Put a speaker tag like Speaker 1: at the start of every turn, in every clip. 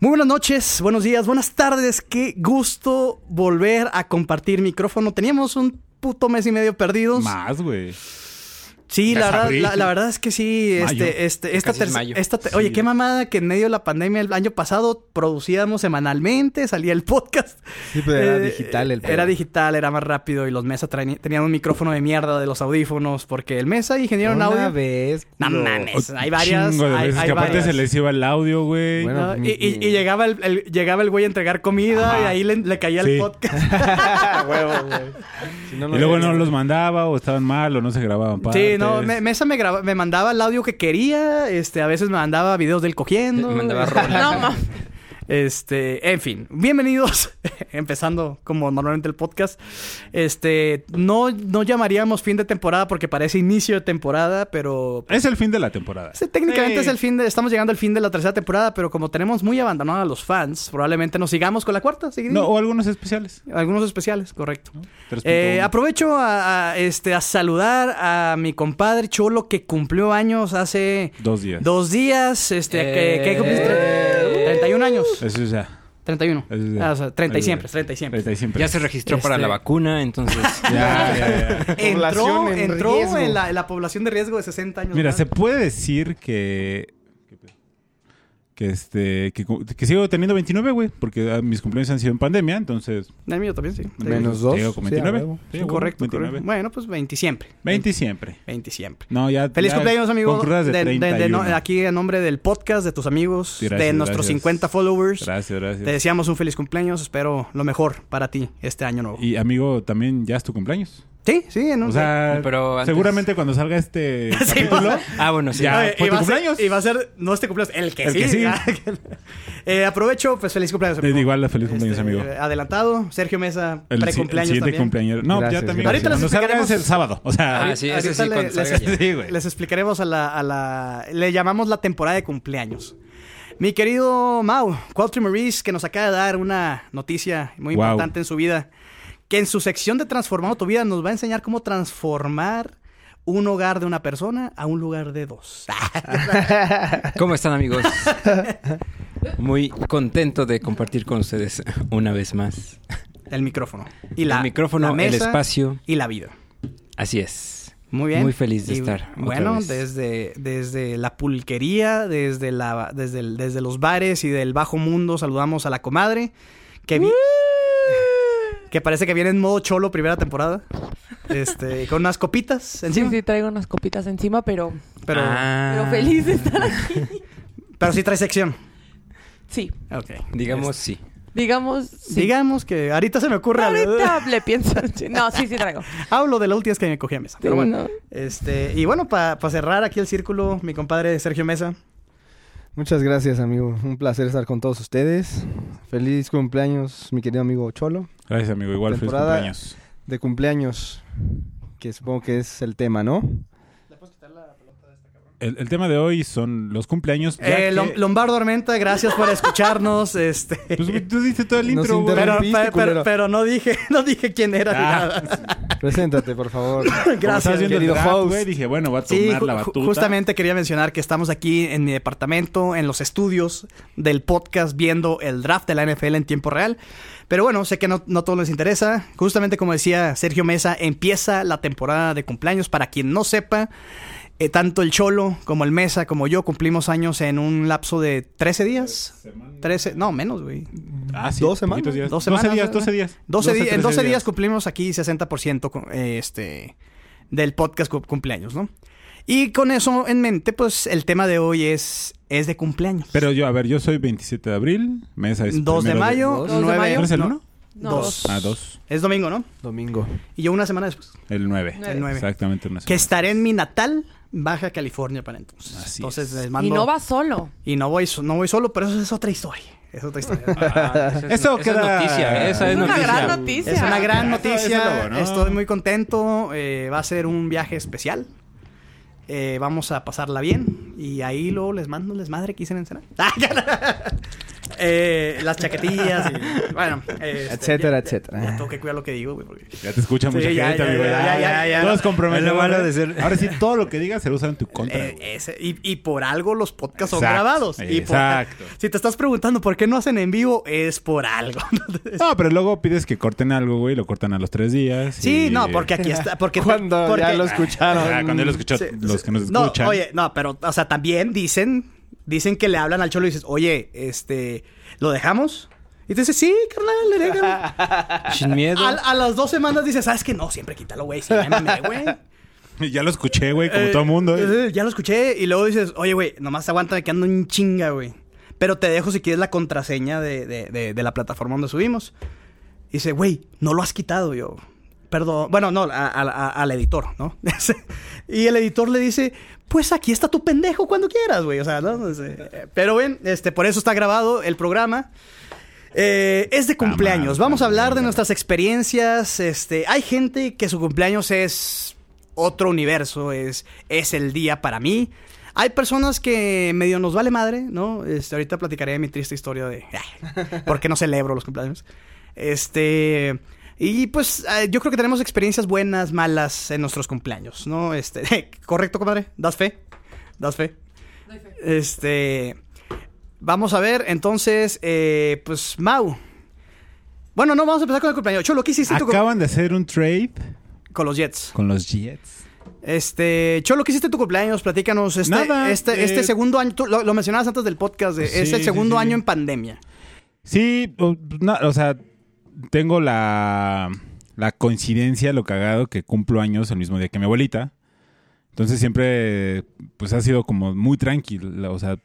Speaker 1: Muy buenas noches, buenos días, buenas tardes. Qué gusto volver a compartir micrófono. Teníamos un puto mes y medio perdidos.
Speaker 2: Más, güey.
Speaker 1: Sí,
Speaker 2: Ya
Speaker 1: la verdad,
Speaker 2: sabré.
Speaker 1: la, la verdad es que sí,
Speaker 2: Mayo.
Speaker 1: este, este, esta,
Speaker 3: Casi es
Speaker 1: ter-
Speaker 3: mayo.
Speaker 1: esta te- oye, qué mamada que en medio de la pandemia el año pasado producíamos semanalmente, salía el podcast.
Speaker 3: Sí, pero era
Speaker 1: Eh,
Speaker 3: digital el
Speaker 1: Era
Speaker 3: pedo.
Speaker 1: digital, era más rápido y los mesas traen- tenían un micrófono de mierda de los audífonos porque el mesa ingeniero en
Speaker 3: Una
Speaker 1: audio.
Speaker 3: vez.
Speaker 1: No
Speaker 3: culo.
Speaker 1: mames, hay varias,
Speaker 2: Chingo de
Speaker 1: hay,
Speaker 2: veces
Speaker 1: hay
Speaker 2: que aparte
Speaker 1: varias.
Speaker 2: se les iba el audio, güey.
Speaker 3: Bueno,
Speaker 1: ¿no? y, y- y llegaba el, el- llegaba el güey a entregar comida y ahí le, le caía el
Speaker 2: Sí.
Speaker 1: podcast.
Speaker 3: Si no, no
Speaker 2: y luego
Speaker 3: era.
Speaker 2: no los mandaba o estaban mal o no se grababan
Speaker 1: Sí,
Speaker 2: partes.
Speaker 1: no, me- Mesa me, graba- me mandaba el audio que quería, este, a veces me mandaba videos del cogiendo.
Speaker 3: Me mandaba
Speaker 4: No,
Speaker 3: rolas.
Speaker 4: mames.
Speaker 1: Este, en fin, bienvenidos. Empezando como normalmente el podcast. Este, no, no llamaríamos fin de temporada porque parece inicio de temporada, pero
Speaker 2: Es el fin de la temporada.
Speaker 1: Sí, técnicamente
Speaker 2: Sí.
Speaker 1: es el fin de, estamos llegando al fin de la tercera temporada, pero como tenemos muy abandonado a los fans, probablemente nos sigamos con la cuarta, seguidilla.
Speaker 2: No, o algunos especiales.
Speaker 1: Algunos especiales, correcto.
Speaker 2: Tres punto
Speaker 1: Eh,
Speaker 2: uno.
Speaker 1: aprovecho a, a, este, a saludar a mi compadre Cholo que cumplió años hace
Speaker 2: Dos días.
Speaker 1: dos días. Este,
Speaker 3: Eh.
Speaker 1: que, que cumpliste tre- 31 años.
Speaker 2: Eso es ya.
Speaker 1: 31.
Speaker 2: Eso es ya.
Speaker 1: Ah, o sea, 30 y
Speaker 2: Eso es
Speaker 1: siempre,
Speaker 2: ya.
Speaker 1: 30 y siempre.
Speaker 2: Treinta y siempre.
Speaker 3: Ya se registró para
Speaker 1: Este-
Speaker 3: la vacuna, entonces.
Speaker 2: Ya, ya, ya.
Speaker 1: Entró,
Speaker 5: Población
Speaker 1: en,
Speaker 5: en
Speaker 1: entró
Speaker 5: riesgo.
Speaker 1: en, la, en la población de riesgo de 60 años.
Speaker 2: Mira,
Speaker 1: más.
Speaker 2: se puede decir que. Que este. Que, cu- que sigo teniendo 29, güey. Porque ah, mis cumpleaños han sido en pandemia, entonces.
Speaker 1: El mío también, sí. Sí.
Speaker 5: Menos dos,
Speaker 2: Sigo con
Speaker 5: sí,
Speaker 2: 29.
Speaker 5: a huevo.
Speaker 2: Sí, a
Speaker 1: Sí,
Speaker 2: huevo,
Speaker 1: correcto,
Speaker 2: 29.
Speaker 1: correcto. Bueno, pues 20 siempre.
Speaker 2: 20 siempre.
Speaker 1: 20 siempre.
Speaker 2: No, ya.
Speaker 1: Feliz
Speaker 2: ya
Speaker 1: cumpleaños, amigo.
Speaker 2: con crudas de
Speaker 1: De- de- de- no-
Speaker 2: 31.
Speaker 1: aquí en nombre del podcast, de tus amigos,
Speaker 2: Gracias,
Speaker 1: de nuestros
Speaker 2: gracias.
Speaker 1: 50 followers.
Speaker 2: Gracias, gracias.
Speaker 1: Te deseamos un feliz cumpleaños. Espero lo mejor para ti este año nuevo.
Speaker 2: Y amigo, también ya es tu cumpleaños.
Speaker 1: Sí, sí, en un-
Speaker 2: O sea,
Speaker 3: Pero antes-
Speaker 2: seguramente cuando salga este
Speaker 1: pues,
Speaker 2: capítulo,
Speaker 3: Ah, bueno, sí.
Speaker 2: Ya.
Speaker 1: Oye,
Speaker 2: ¿fue
Speaker 1: y
Speaker 2: tu
Speaker 1: va eh, a ser-
Speaker 2: cumpleaños?
Speaker 1: Y va a ser, no este cumpleaños, el que
Speaker 2: El
Speaker 1: sí.
Speaker 2: que sí.
Speaker 1: ya. Eh, aprovecho, pues feliz cumpleaños.
Speaker 2: te
Speaker 1: amigo.
Speaker 2: digo igual feliz cumpleaños,
Speaker 1: Este,
Speaker 2: amigo.
Speaker 1: eh, Adelantado, Sergio Mesa,
Speaker 2: El, si- el
Speaker 1: precumpleaños
Speaker 2: siguiente
Speaker 1: también.
Speaker 2: cumpleaños. No,
Speaker 5: Gracias,
Speaker 2: ya también.
Speaker 5: gracias.
Speaker 1: Ahorita les
Speaker 2: cuando salga es
Speaker 1: explicaremos-
Speaker 2: el sábado. O sea,
Speaker 3: Ah, sí, ese
Speaker 1: Ahorita
Speaker 3: sí,
Speaker 1: le-
Speaker 3: cuando
Speaker 1: les,
Speaker 3: salga ya.
Speaker 2: Sí, güey.
Speaker 1: les explicaremos a la, a la- Le llamamos la temporada de cumpleaños. Mi querido Mau, Qualtry Maurice, que nos acaba de dar una noticia muy
Speaker 2: Wow.
Speaker 1: importante en su vida, que en su sección de Transformando tu vida nos va a enseñar cómo transformar un hogar de una persona a un lugar de dos. Ah,
Speaker 3: ¿Cómo están, amigos? Muy contento de compartir con ustedes una vez más.
Speaker 1: El micrófono. Y
Speaker 3: El micrófono,
Speaker 1: la
Speaker 3: el
Speaker 1: mesa
Speaker 3: espacio.
Speaker 1: Y la vida.
Speaker 3: Así es.
Speaker 1: Muy bien.
Speaker 3: Muy feliz de estar otra
Speaker 1: Bueno,
Speaker 3: vez.
Speaker 1: desde desde la pulquería, desde la desde el- desde los bares y del bajo mundo saludamos a la comadre que vi- que parece que viene en modo cholo primera temporada. Este, con unas copitas encima,
Speaker 4: Sí, sí, traigo unas copitas encima, pero,
Speaker 1: pero
Speaker 3: Ah,
Speaker 4: pero feliz de estar aquí.
Speaker 1: pero sí trae sección.
Speaker 4: Sí,
Speaker 1: Ok.
Speaker 3: Digamos sí.
Speaker 4: digamos. sí.
Speaker 1: Digamos que ahorita se me ocurre algo.
Speaker 4: Ahorita le pienso. Sí, No, sí, sí traigo.
Speaker 1: Hablo de la última vez que me cogí a mesa. Pero bueno.
Speaker 4: no.
Speaker 1: Este, y bueno, para cerrar aquí el círculo, mi compadre Sergio Mesa.
Speaker 5: Muchas gracias, amigo. Un placer estar con todos ustedes. Feliz cumpleaños, mi querido amigo Cholo.
Speaker 2: Gracias, amigo. Igual feliz
Speaker 5: Temporada-
Speaker 2: cumpleaños.
Speaker 5: De cumpleaños, que supongo que es el tema, ¿no?
Speaker 2: El, el tema de hoy son los cumpleaños. ya
Speaker 1: Eh,
Speaker 2: que-
Speaker 1: Lom- Lombardo Armenta, gracias por escucharnos. este,
Speaker 2: Pues, güey, tú diste todo el
Speaker 5: Nos
Speaker 2: intro, güey.
Speaker 5: interrumpe-
Speaker 1: pero,
Speaker 5: rompiste,
Speaker 1: pero- pero-
Speaker 5: culero.
Speaker 1: pero no dije, no dije quién era ni
Speaker 2: Ah,
Speaker 1: nada.
Speaker 5: Preséntate, por favor.
Speaker 2: Como
Speaker 1: Gracias,
Speaker 2: estás viendo el
Speaker 5: querido
Speaker 2: draft,
Speaker 5: host.
Speaker 2: güey, dije, bueno, va a tomar
Speaker 1: Sí, ju-
Speaker 2: la
Speaker 1: ju-
Speaker 2: batuta.
Speaker 1: justamente quería mencionar que estamos aquí en mi departamento, en los estudios del podcast, viendo el draft de la NFL en tiempo real. Pero bueno, sé que no, no todo les interesa. Justamente como decía Sergio Mesa, empieza la temporada de cumpleaños. Para quien no sepa, eh, tanto el Cholo como el Mesa como yo cumplimos años en un lapso de 13 días. 13, no, menos, güey.
Speaker 2: Ah, sí.
Speaker 5: Dos
Speaker 2: poquitos
Speaker 5: semanas.
Speaker 2: días.
Speaker 1: Dos
Speaker 2: 12
Speaker 1: semanas,
Speaker 2: días,
Speaker 1: ¿no?
Speaker 2: 12 días.
Speaker 1: 12 días, en
Speaker 2: 13
Speaker 1: 12 días cumplimos aquí 60% con- eh, este, del podcast cu- cumpleaños, ¿no? Y con eso en mente, pues el tema de hoy es, es de cumpleaños.
Speaker 2: Pero yo, a ver, yo soy 27 de abril. Mesa es
Speaker 1: 2 de
Speaker 2: primero
Speaker 1: mayo,
Speaker 5: dos.
Speaker 4: ¿Dos de
Speaker 1: 9
Speaker 4: mayo?
Speaker 2: ¿No es el
Speaker 1: no,
Speaker 2: 1?
Speaker 4: No,
Speaker 1: dos.
Speaker 4: dos.
Speaker 2: Ah, 2.
Speaker 1: Es domingo, ¿no?
Speaker 5: Domingo.
Speaker 1: Y yo una semana después,
Speaker 2: El 9.
Speaker 4: Nueve.
Speaker 1: el 9.
Speaker 2: Exactamente una semana.
Speaker 1: Que estaré en mi natal, Baja California para entonces.
Speaker 2: Así
Speaker 1: entonces
Speaker 2: es.
Speaker 1: les
Speaker 4: Y
Speaker 1: mando-
Speaker 4: no va solo.
Speaker 1: y no voy, so- no voy solo, pero eso es otra historia. Es otra historia.
Speaker 2: Eso
Speaker 3: Ah, esa
Speaker 2: queda-
Speaker 3: Es noticia, ¿eh? esa
Speaker 4: Es
Speaker 3: es,
Speaker 4: una
Speaker 3: noticia.
Speaker 4: gran noticia.
Speaker 1: Es una gran
Speaker 2: Ah, eso es
Speaker 1: noticia.
Speaker 2: lo bueno.
Speaker 1: Estoy muy contento. eh, va a ser un viaje especial. Eh, vamos a pasarla bien. Y ahí luego les mando les madre que hice en Ensenada. Ah, Eh, las chaquetillas y, bueno. este, ya-
Speaker 5: Etcétera, etcétera.
Speaker 1: Ya, tengo que cuidar lo que digo, güey. porque-
Speaker 2: Ya te escucha
Speaker 1: Sí,
Speaker 2: mucha
Speaker 1: ya,
Speaker 2: gente,
Speaker 1: ya,
Speaker 2: amigo.
Speaker 1: ya, ya, ya, ya.
Speaker 2: Todos comprometidos.
Speaker 3: Es lo malo
Speaker 2: güey.
Speaker 3: de ser-
Speaker 2: Ahora sí, todo lo que digas se lo usan en tu contra.
Speaker 1: Eh,
Speaker 2: güey.
Speaker 1: ese- y, y por algo los podcasts son
Speaker 2: Exacto,
Speaker 1: grabados. Y por-
Speaker 2: exacto.
Speaker 1: si te estás preguntando por qué no hacen en vivo, es por algo. eh.
Speaker 2: No, pero luego pides que corten algo, güey, lo cortan a los tres días.
Speaker 1: sí,
Speaker 2: y-
Speaker 1: no, porque aquí está. Porque,
Speaker 5: Cuando
Speaker 1: porque-
Speaker 5: ya lo
Speaker 2: Ah,
Speaker 5: escucharon.
Speaker 2: cuando lo escuchó,
Speaker 1: Sí,
Speaker 2: los
Speaker 1: sí.
Speaker 2: que nos
Speaker 1: no,
Speaker 2: escuchan.
Speaker 1: Oye, no, pero, o sea, también dicen, dicen que le hablan al cholo y dices, oye, este, ¿lo dejamos? Y te dice, sí, carnal, le dejan.
Speaker 3: Sin miedo.
Speaker 1: Al- A, las dos semanas dices, ¿sabes que No, siempre quítalo, güey. Sí, ya me mamé, güey.
Speaker 2: Ya lo escuché, güey, como
Speaker 1: Eh,
Speaker 2: todo mundo. güey.
Speaker 1: eh, ya lo escuché. Y luego dices, oye, güey, nomás aguántame que ando en chinga, güey. Pero te dejo si quieres la contraseña de, de- de- de la plataforma donde subimos. Y dice, güey, no lo has quitado yo. Perdón. Bueno, no, a- a- a- al editor, ¿no? y el editor le dice, pues aquí está tu pendejo cuando quieras, güey. O sea, ¿no? No sé. Pero ven, este, por eso está grabado el programa. Eh, es de cumpleaños.
Speaker 2: madre,
Speaker 1: Vamos a hablar de
Speaker 2: madre.
Speaker 1: nuestras experiencias. Este, hay gente que su cumpleaños es otro universo, es, es el día para mí. Hay personas que medio nos vale madre, ¿no? Este, ahorita platicaré de mi triste historia de ah, por qué no celebro los cumpleaños. Este. Y pues eh, yo creo que tenemos experiencias buenas, malas en nuestros cumpleaños, ¿no? Este, correcto, compadre. ¿Das fe? ¿Das fe? Este. Vamos a ver, entonces, eh, pues, Mau. Bueno, no, vamos a empezar con el cumpleaños. Cholo, ¿qué hiciste tú con,
Speaker 2: Acaban de hacer un trade
Speaker 1: con los Jets?
Speaker 2: con los Jets.
Speaker 1: Este, Cholo, ¿qué hiciste tu cumpleaños? Platícanos. Este,
Speaker 2: Nada,
Speaker 1: este,
Speaker 2: eh,
Speaker 1: este segundo año, tú lo, lo mencionabas antes del podcast, de- es
Speaker 2: Sí,
Speaker 1: el
Speaker 2: sí,
Speaker 1: segundo
Speaker 2: sí.
Speaker 1: año en pandemia.
Speaker 2: Sí, o, no, o sea, tengo la, la coincidencia, lo cagado, que cumplo años el mismo día que mi abuelita. Entonces siempre, pues ha sido como muy tranquilo, o sea,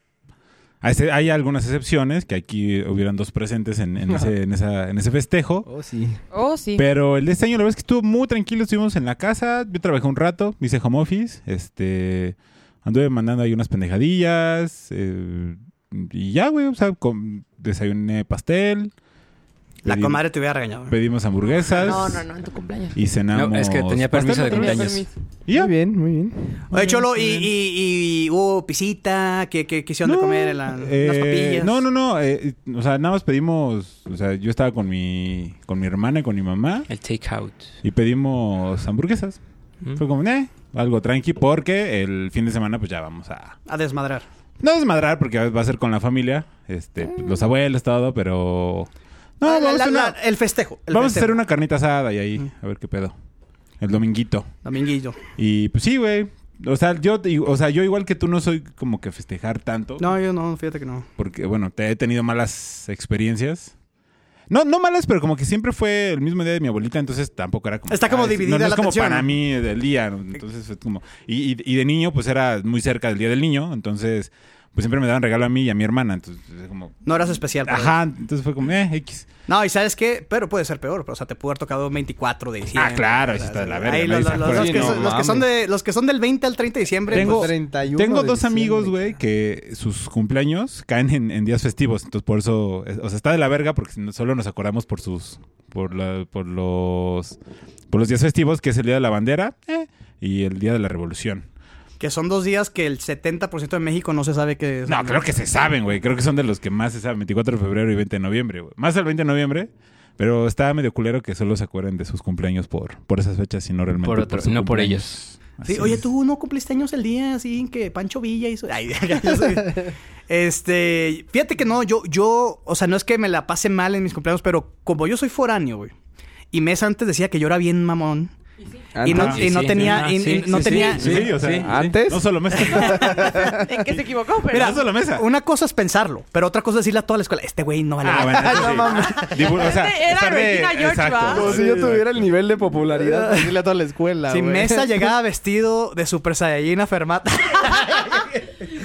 Speaker 2: a ese- hay algunas excepciones, que aquí hubieran dos presentes en, en ese, en, esa- en ese festejo.
Speaker 5: Oh, sí.
Speaker 4: Oh, sí.
Speaker 2: Pero el de este año la verdad es que estuvo muy tranquilo, estuvimos en la casa, yo trabajé un rato, hice home office, este, anduve mandando ahí unas pendejadillas, eh, y ya, güey, o sea, com- desayuné pastel.
Speaker 1: La
Speaker 2: pedí-
Speaker 1: comadre te hubiera regañado.
Speaker 2: Pedimos hamburguesas.
Speaker 4: No, no, no, en tu cumpleaños.
Speaker 2: Y cenamos.
Speaker 3: No, es que tenía permiso de
Speaker 2: pastel otra vez.
Speaker 3: cumpleaños.
Speaker 4: permiso.
Speaker 2: Y ya.
Speaker 5: Muy bien, muy bien.
Speaker 1: Oye, Cholo, y, y, y hubo pisita, que, que quisieron de
Speaker 2: No,
Speaker 1: comer la-
Speaker 2: eh,
Speaker 1: las papillas.
Speaker 2: No, no, no. eh, o sea, nada más pedimos. O sea, yo estaba con mi, con mi hermana y con mi mamá.
Speaker 3: El takeout.
Speaker 2: Y pedimos hamburguesas.
Speaker 3: ¿Mm?
Speaker 2: Fue como, eh, algo tranqui, porque el fin de semana, pues ya vamos a.
Speaker 1: A desmadrar.
Speaker 2: No desmadrar, porque va a ser con la familia. Este, los abuelos, todo, pero. No,
Speaker 1: Mm. Ah, la-
Speaker 2: vamos,
Speaker 1: la-
Speaker 2: a, una-
Speaker 1: la- el festejo. el Mm.
Speaker 2: vamos a
Speaker 1: festejo.
Speaker 2: hacer una carnita asada y ahí, a ver qué pedo. El dominguito.
Speaker 1: Dominguillo.
Speaker 2: Y pues sí, güey. O sea, yo, o sea, yo igual que tú no soy como que festejar tanto.
Speaker 1: No, yo no, fíjate que no.
Speaker 2: Porque, bueno, te he tenido malas experiencias. No, no malas, pero como que siempre fue el mismo día de mi abuelita, entonces tampoco era como...
Speaker 1: Está como
Speaker 2: es- no,
Speaker 1: dividida
Speaker 2: no es
Speaker 1: la
Speaker 2: como
Speaker 1: atención.
Speaker 2: para mí del día, ¿no? entonces fue como... Y, y- y de niño, pues era muy cerca del día del niño, entonces pues siempre me daban regalo a mí y a mi hermana, entonces fue como...
Speaker 1: No eras especial. por
Speaker 2: Ajá, entonces fue como, eh, X.
Speaker 1: No, y sabes qué, pero puede ser peor, o sea, te pudo haber tocado un 24 de diciembre.
Speaker 2: Ah, claro,
Speaker 1: O sea,
Speaker 2: eso está de la verga,
Speaker 1: ahí
Speaker 2: nadie
Speaker 1: los-
Speaker 2: se
Speaker 1: los-
Speaker 2: acuerda.
Speaker 1: los que
Speaker 5: Sí,
Speaker 1: son-
Speaker 5: no
Speaker 1: Los que son de- los que son del 20 al 30 de diciembre,
Speaker 2: Tengo-
Speaker 1: pues,
Speaker 5: 31
Speaker 2: Tengo
Speaker 5: de
Speaker 2: dos
Speaker 5: diciembre.
Speaker 2: amigos, güey, que sus cumpleaños caen en, en días festivos. Entonces, por eso, es- o sea, está de la verga porque no- solo nos acordamos por sus, por, la- por los, por los días festivos, que es el Día de la Bandera eh, y el Día de la Revolución.
Speaker 1: que son dos días que el 70% de México no se sabe que es.
Speaker 2: No, creo que se saben, güey. Creo que son de los que más se saben, 24 de febrero y 20 de noviembre, güey. Más el 20 de noviembre, pero está medio culero que solo se acuerden de sus cumpleaños por, por esas fechas y no realmente
Speaker 3: Por otro,
Speaker 2: su
Speaker 3: no por
Speaker 2: cumpleaños.
Speaker 3: ellos.
Speaker 1: Sí,
Speaker 2: Así
Speaker 1: oye,
Speaker 2: es.
Speaker 1: tú no cumpliste años el día así en que Pancho Villa hizo. Ay, ya sé. este, fíjate que no, yo, yo, o sea, no es que me la pase mal en mis cumpleaños, pero como yo soy foráneo, güey, y mes antes decía que yo era bien mamón. Y no,
Speaker 5: Antes-
Speaker 1: y no
Speaker 3: Sí,
Speaker 1: tenía,
Speaker 3: sí,
Speaker 1: y- y
Speaker 3: sí,
Speaker 1: no
Speaker 3: sí,
Speaker 1: tenía,
Speaker 2: Sí, o sea,
Speaker 3: Sí, sí.
Speaker 5: ¿Antes?
Speaker 2: No solo mesa.
Speaker 4: ¿En qué se equivocó? Pero...
Speaker 2: Mira, no solo mesa.
Speaker 1: Una cosa es pensarlo, pero otra cosa es decirle a toda la escuela, este güey no vale.
Speaker 2: Ah,
Speaker 1: verga".
Speaker 2: bueno, eso sí. Dibu- o sea,
Speaker 4: Era
Speaker 2: estar de-
Speaker 4: Regina George,
Speaker 2: exacto.
Speaker 4: ¿va?
Speaker 5: Como Ah, si yo tuviera el nivel de popularidad para decirle a toda la escuela.
Speaker 1: si
Speaker 5: güey.
Speaker 1: Mesa llegaba vestido de Super Saiyajin afermata,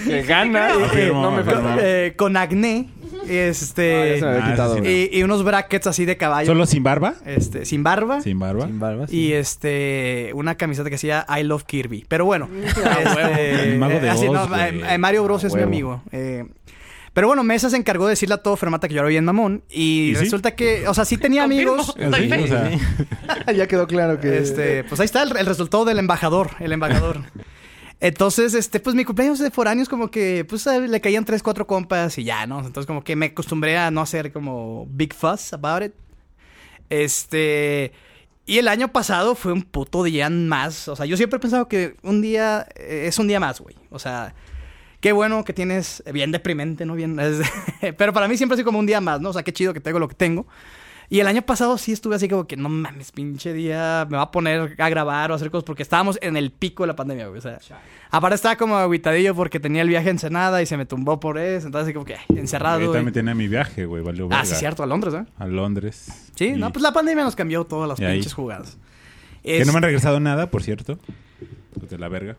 Speaker 5: Que gana.
Speaker 2: No, firmo,
Speaker 5: no me
Speaker 2: firmo.
Speaker 5: firmo.
Speaker 1: eh, con acné,
Speaker 5: Ah,
Speaker 1: este,
Speaker 5: ya se me había
Speaker 2: Ah,
Speaker 5: quitado,
Speaker 2: sí,
Speaker 5: güey.
Speaker 1: y, y unos brackets así de caballo,
Speaker 2: ¿Solo sin barba?
Speaker 1: este, sin barba.
Speaker 2: Sin barba.
Speaker 5: Sin barba, sí.
Speaker 1: Y este, una camiseta que decía I love Kirby. Pero bueno,
Speaker 2: huevo.
Speaker 1: este,
Speaker 2: El mago de
Speaker 1: eh, así,
Speaker 2: Oz,
Speaker 1: no,
Speaker 2: güey.
Speaker 1: eh, eh, Mario Bros
Speaker 5: Ah,
Speaker 1: es
Speaker 5: huevo.
Speaker 1: mi amigo. eh, pero bueno, Mesa se encargó de decirle a todo Fermata que yo era bien mamón. Y,
Speaker 2: ¿Y sí?
Speaker 1: resulta que, o sea, sí tenía
Speaker 4: Confirmo.
Speaker 1: amigos.
Speaker 2: Sí, o sea,
Speaker 5: ya quedó claro que.
Speaker 1: Este, pues ahí está el, el resultado del embajador, el embajador. Entonces, este, pues mi cumpleaños de foráneos como que, pues a- le caían tres, cuatro compas y ya, ¿no? Entonces como que me acostumbré a no hacer como big fuss about it. Este... Y el año pasado fue un puto día más. O sea, yo siempre he pensado que un día eh, es un día más, güey. O sea, qué bueno que tienes... eh, Bien deprimente, ¿no? Bien... es- pero para mí siempre ha sido como un día más, ¿no? O sea, qué chido que tengo lo que tengo. Y el año pasado sí estuve así como que no mames, pinche día, me va a poner a grabar o a hacer cosas porque estábamos en el pico de la pandemia, güey. O sea, aparte estaba como aguitadillo porque tenía el viaje a Ensenada y se me tumbó por eso. Entonces, así como que ay, encerrado.
Speaker 2: Yo
Speaker 1: güey.
Speaker 2: también tenía mi viaje, güey. Valió
Speaker 1: Ah,
Speaker 2: verga.
Speaker 1: sí, cierto, a Londres, ¿eh?
Speaker 2: A Londres.
Speaker 1: Sí,
Speaker 2: Y-
Speaker 1: no, pues la pandemia nos cambió todas las
Speaker 2: Y ahí.
Speaker 1: pinches jugadas.
Speaker 2: Que no me han
Speaker 1: Es-
Speaker 2: regresado nada, por cierto. Los de la verga.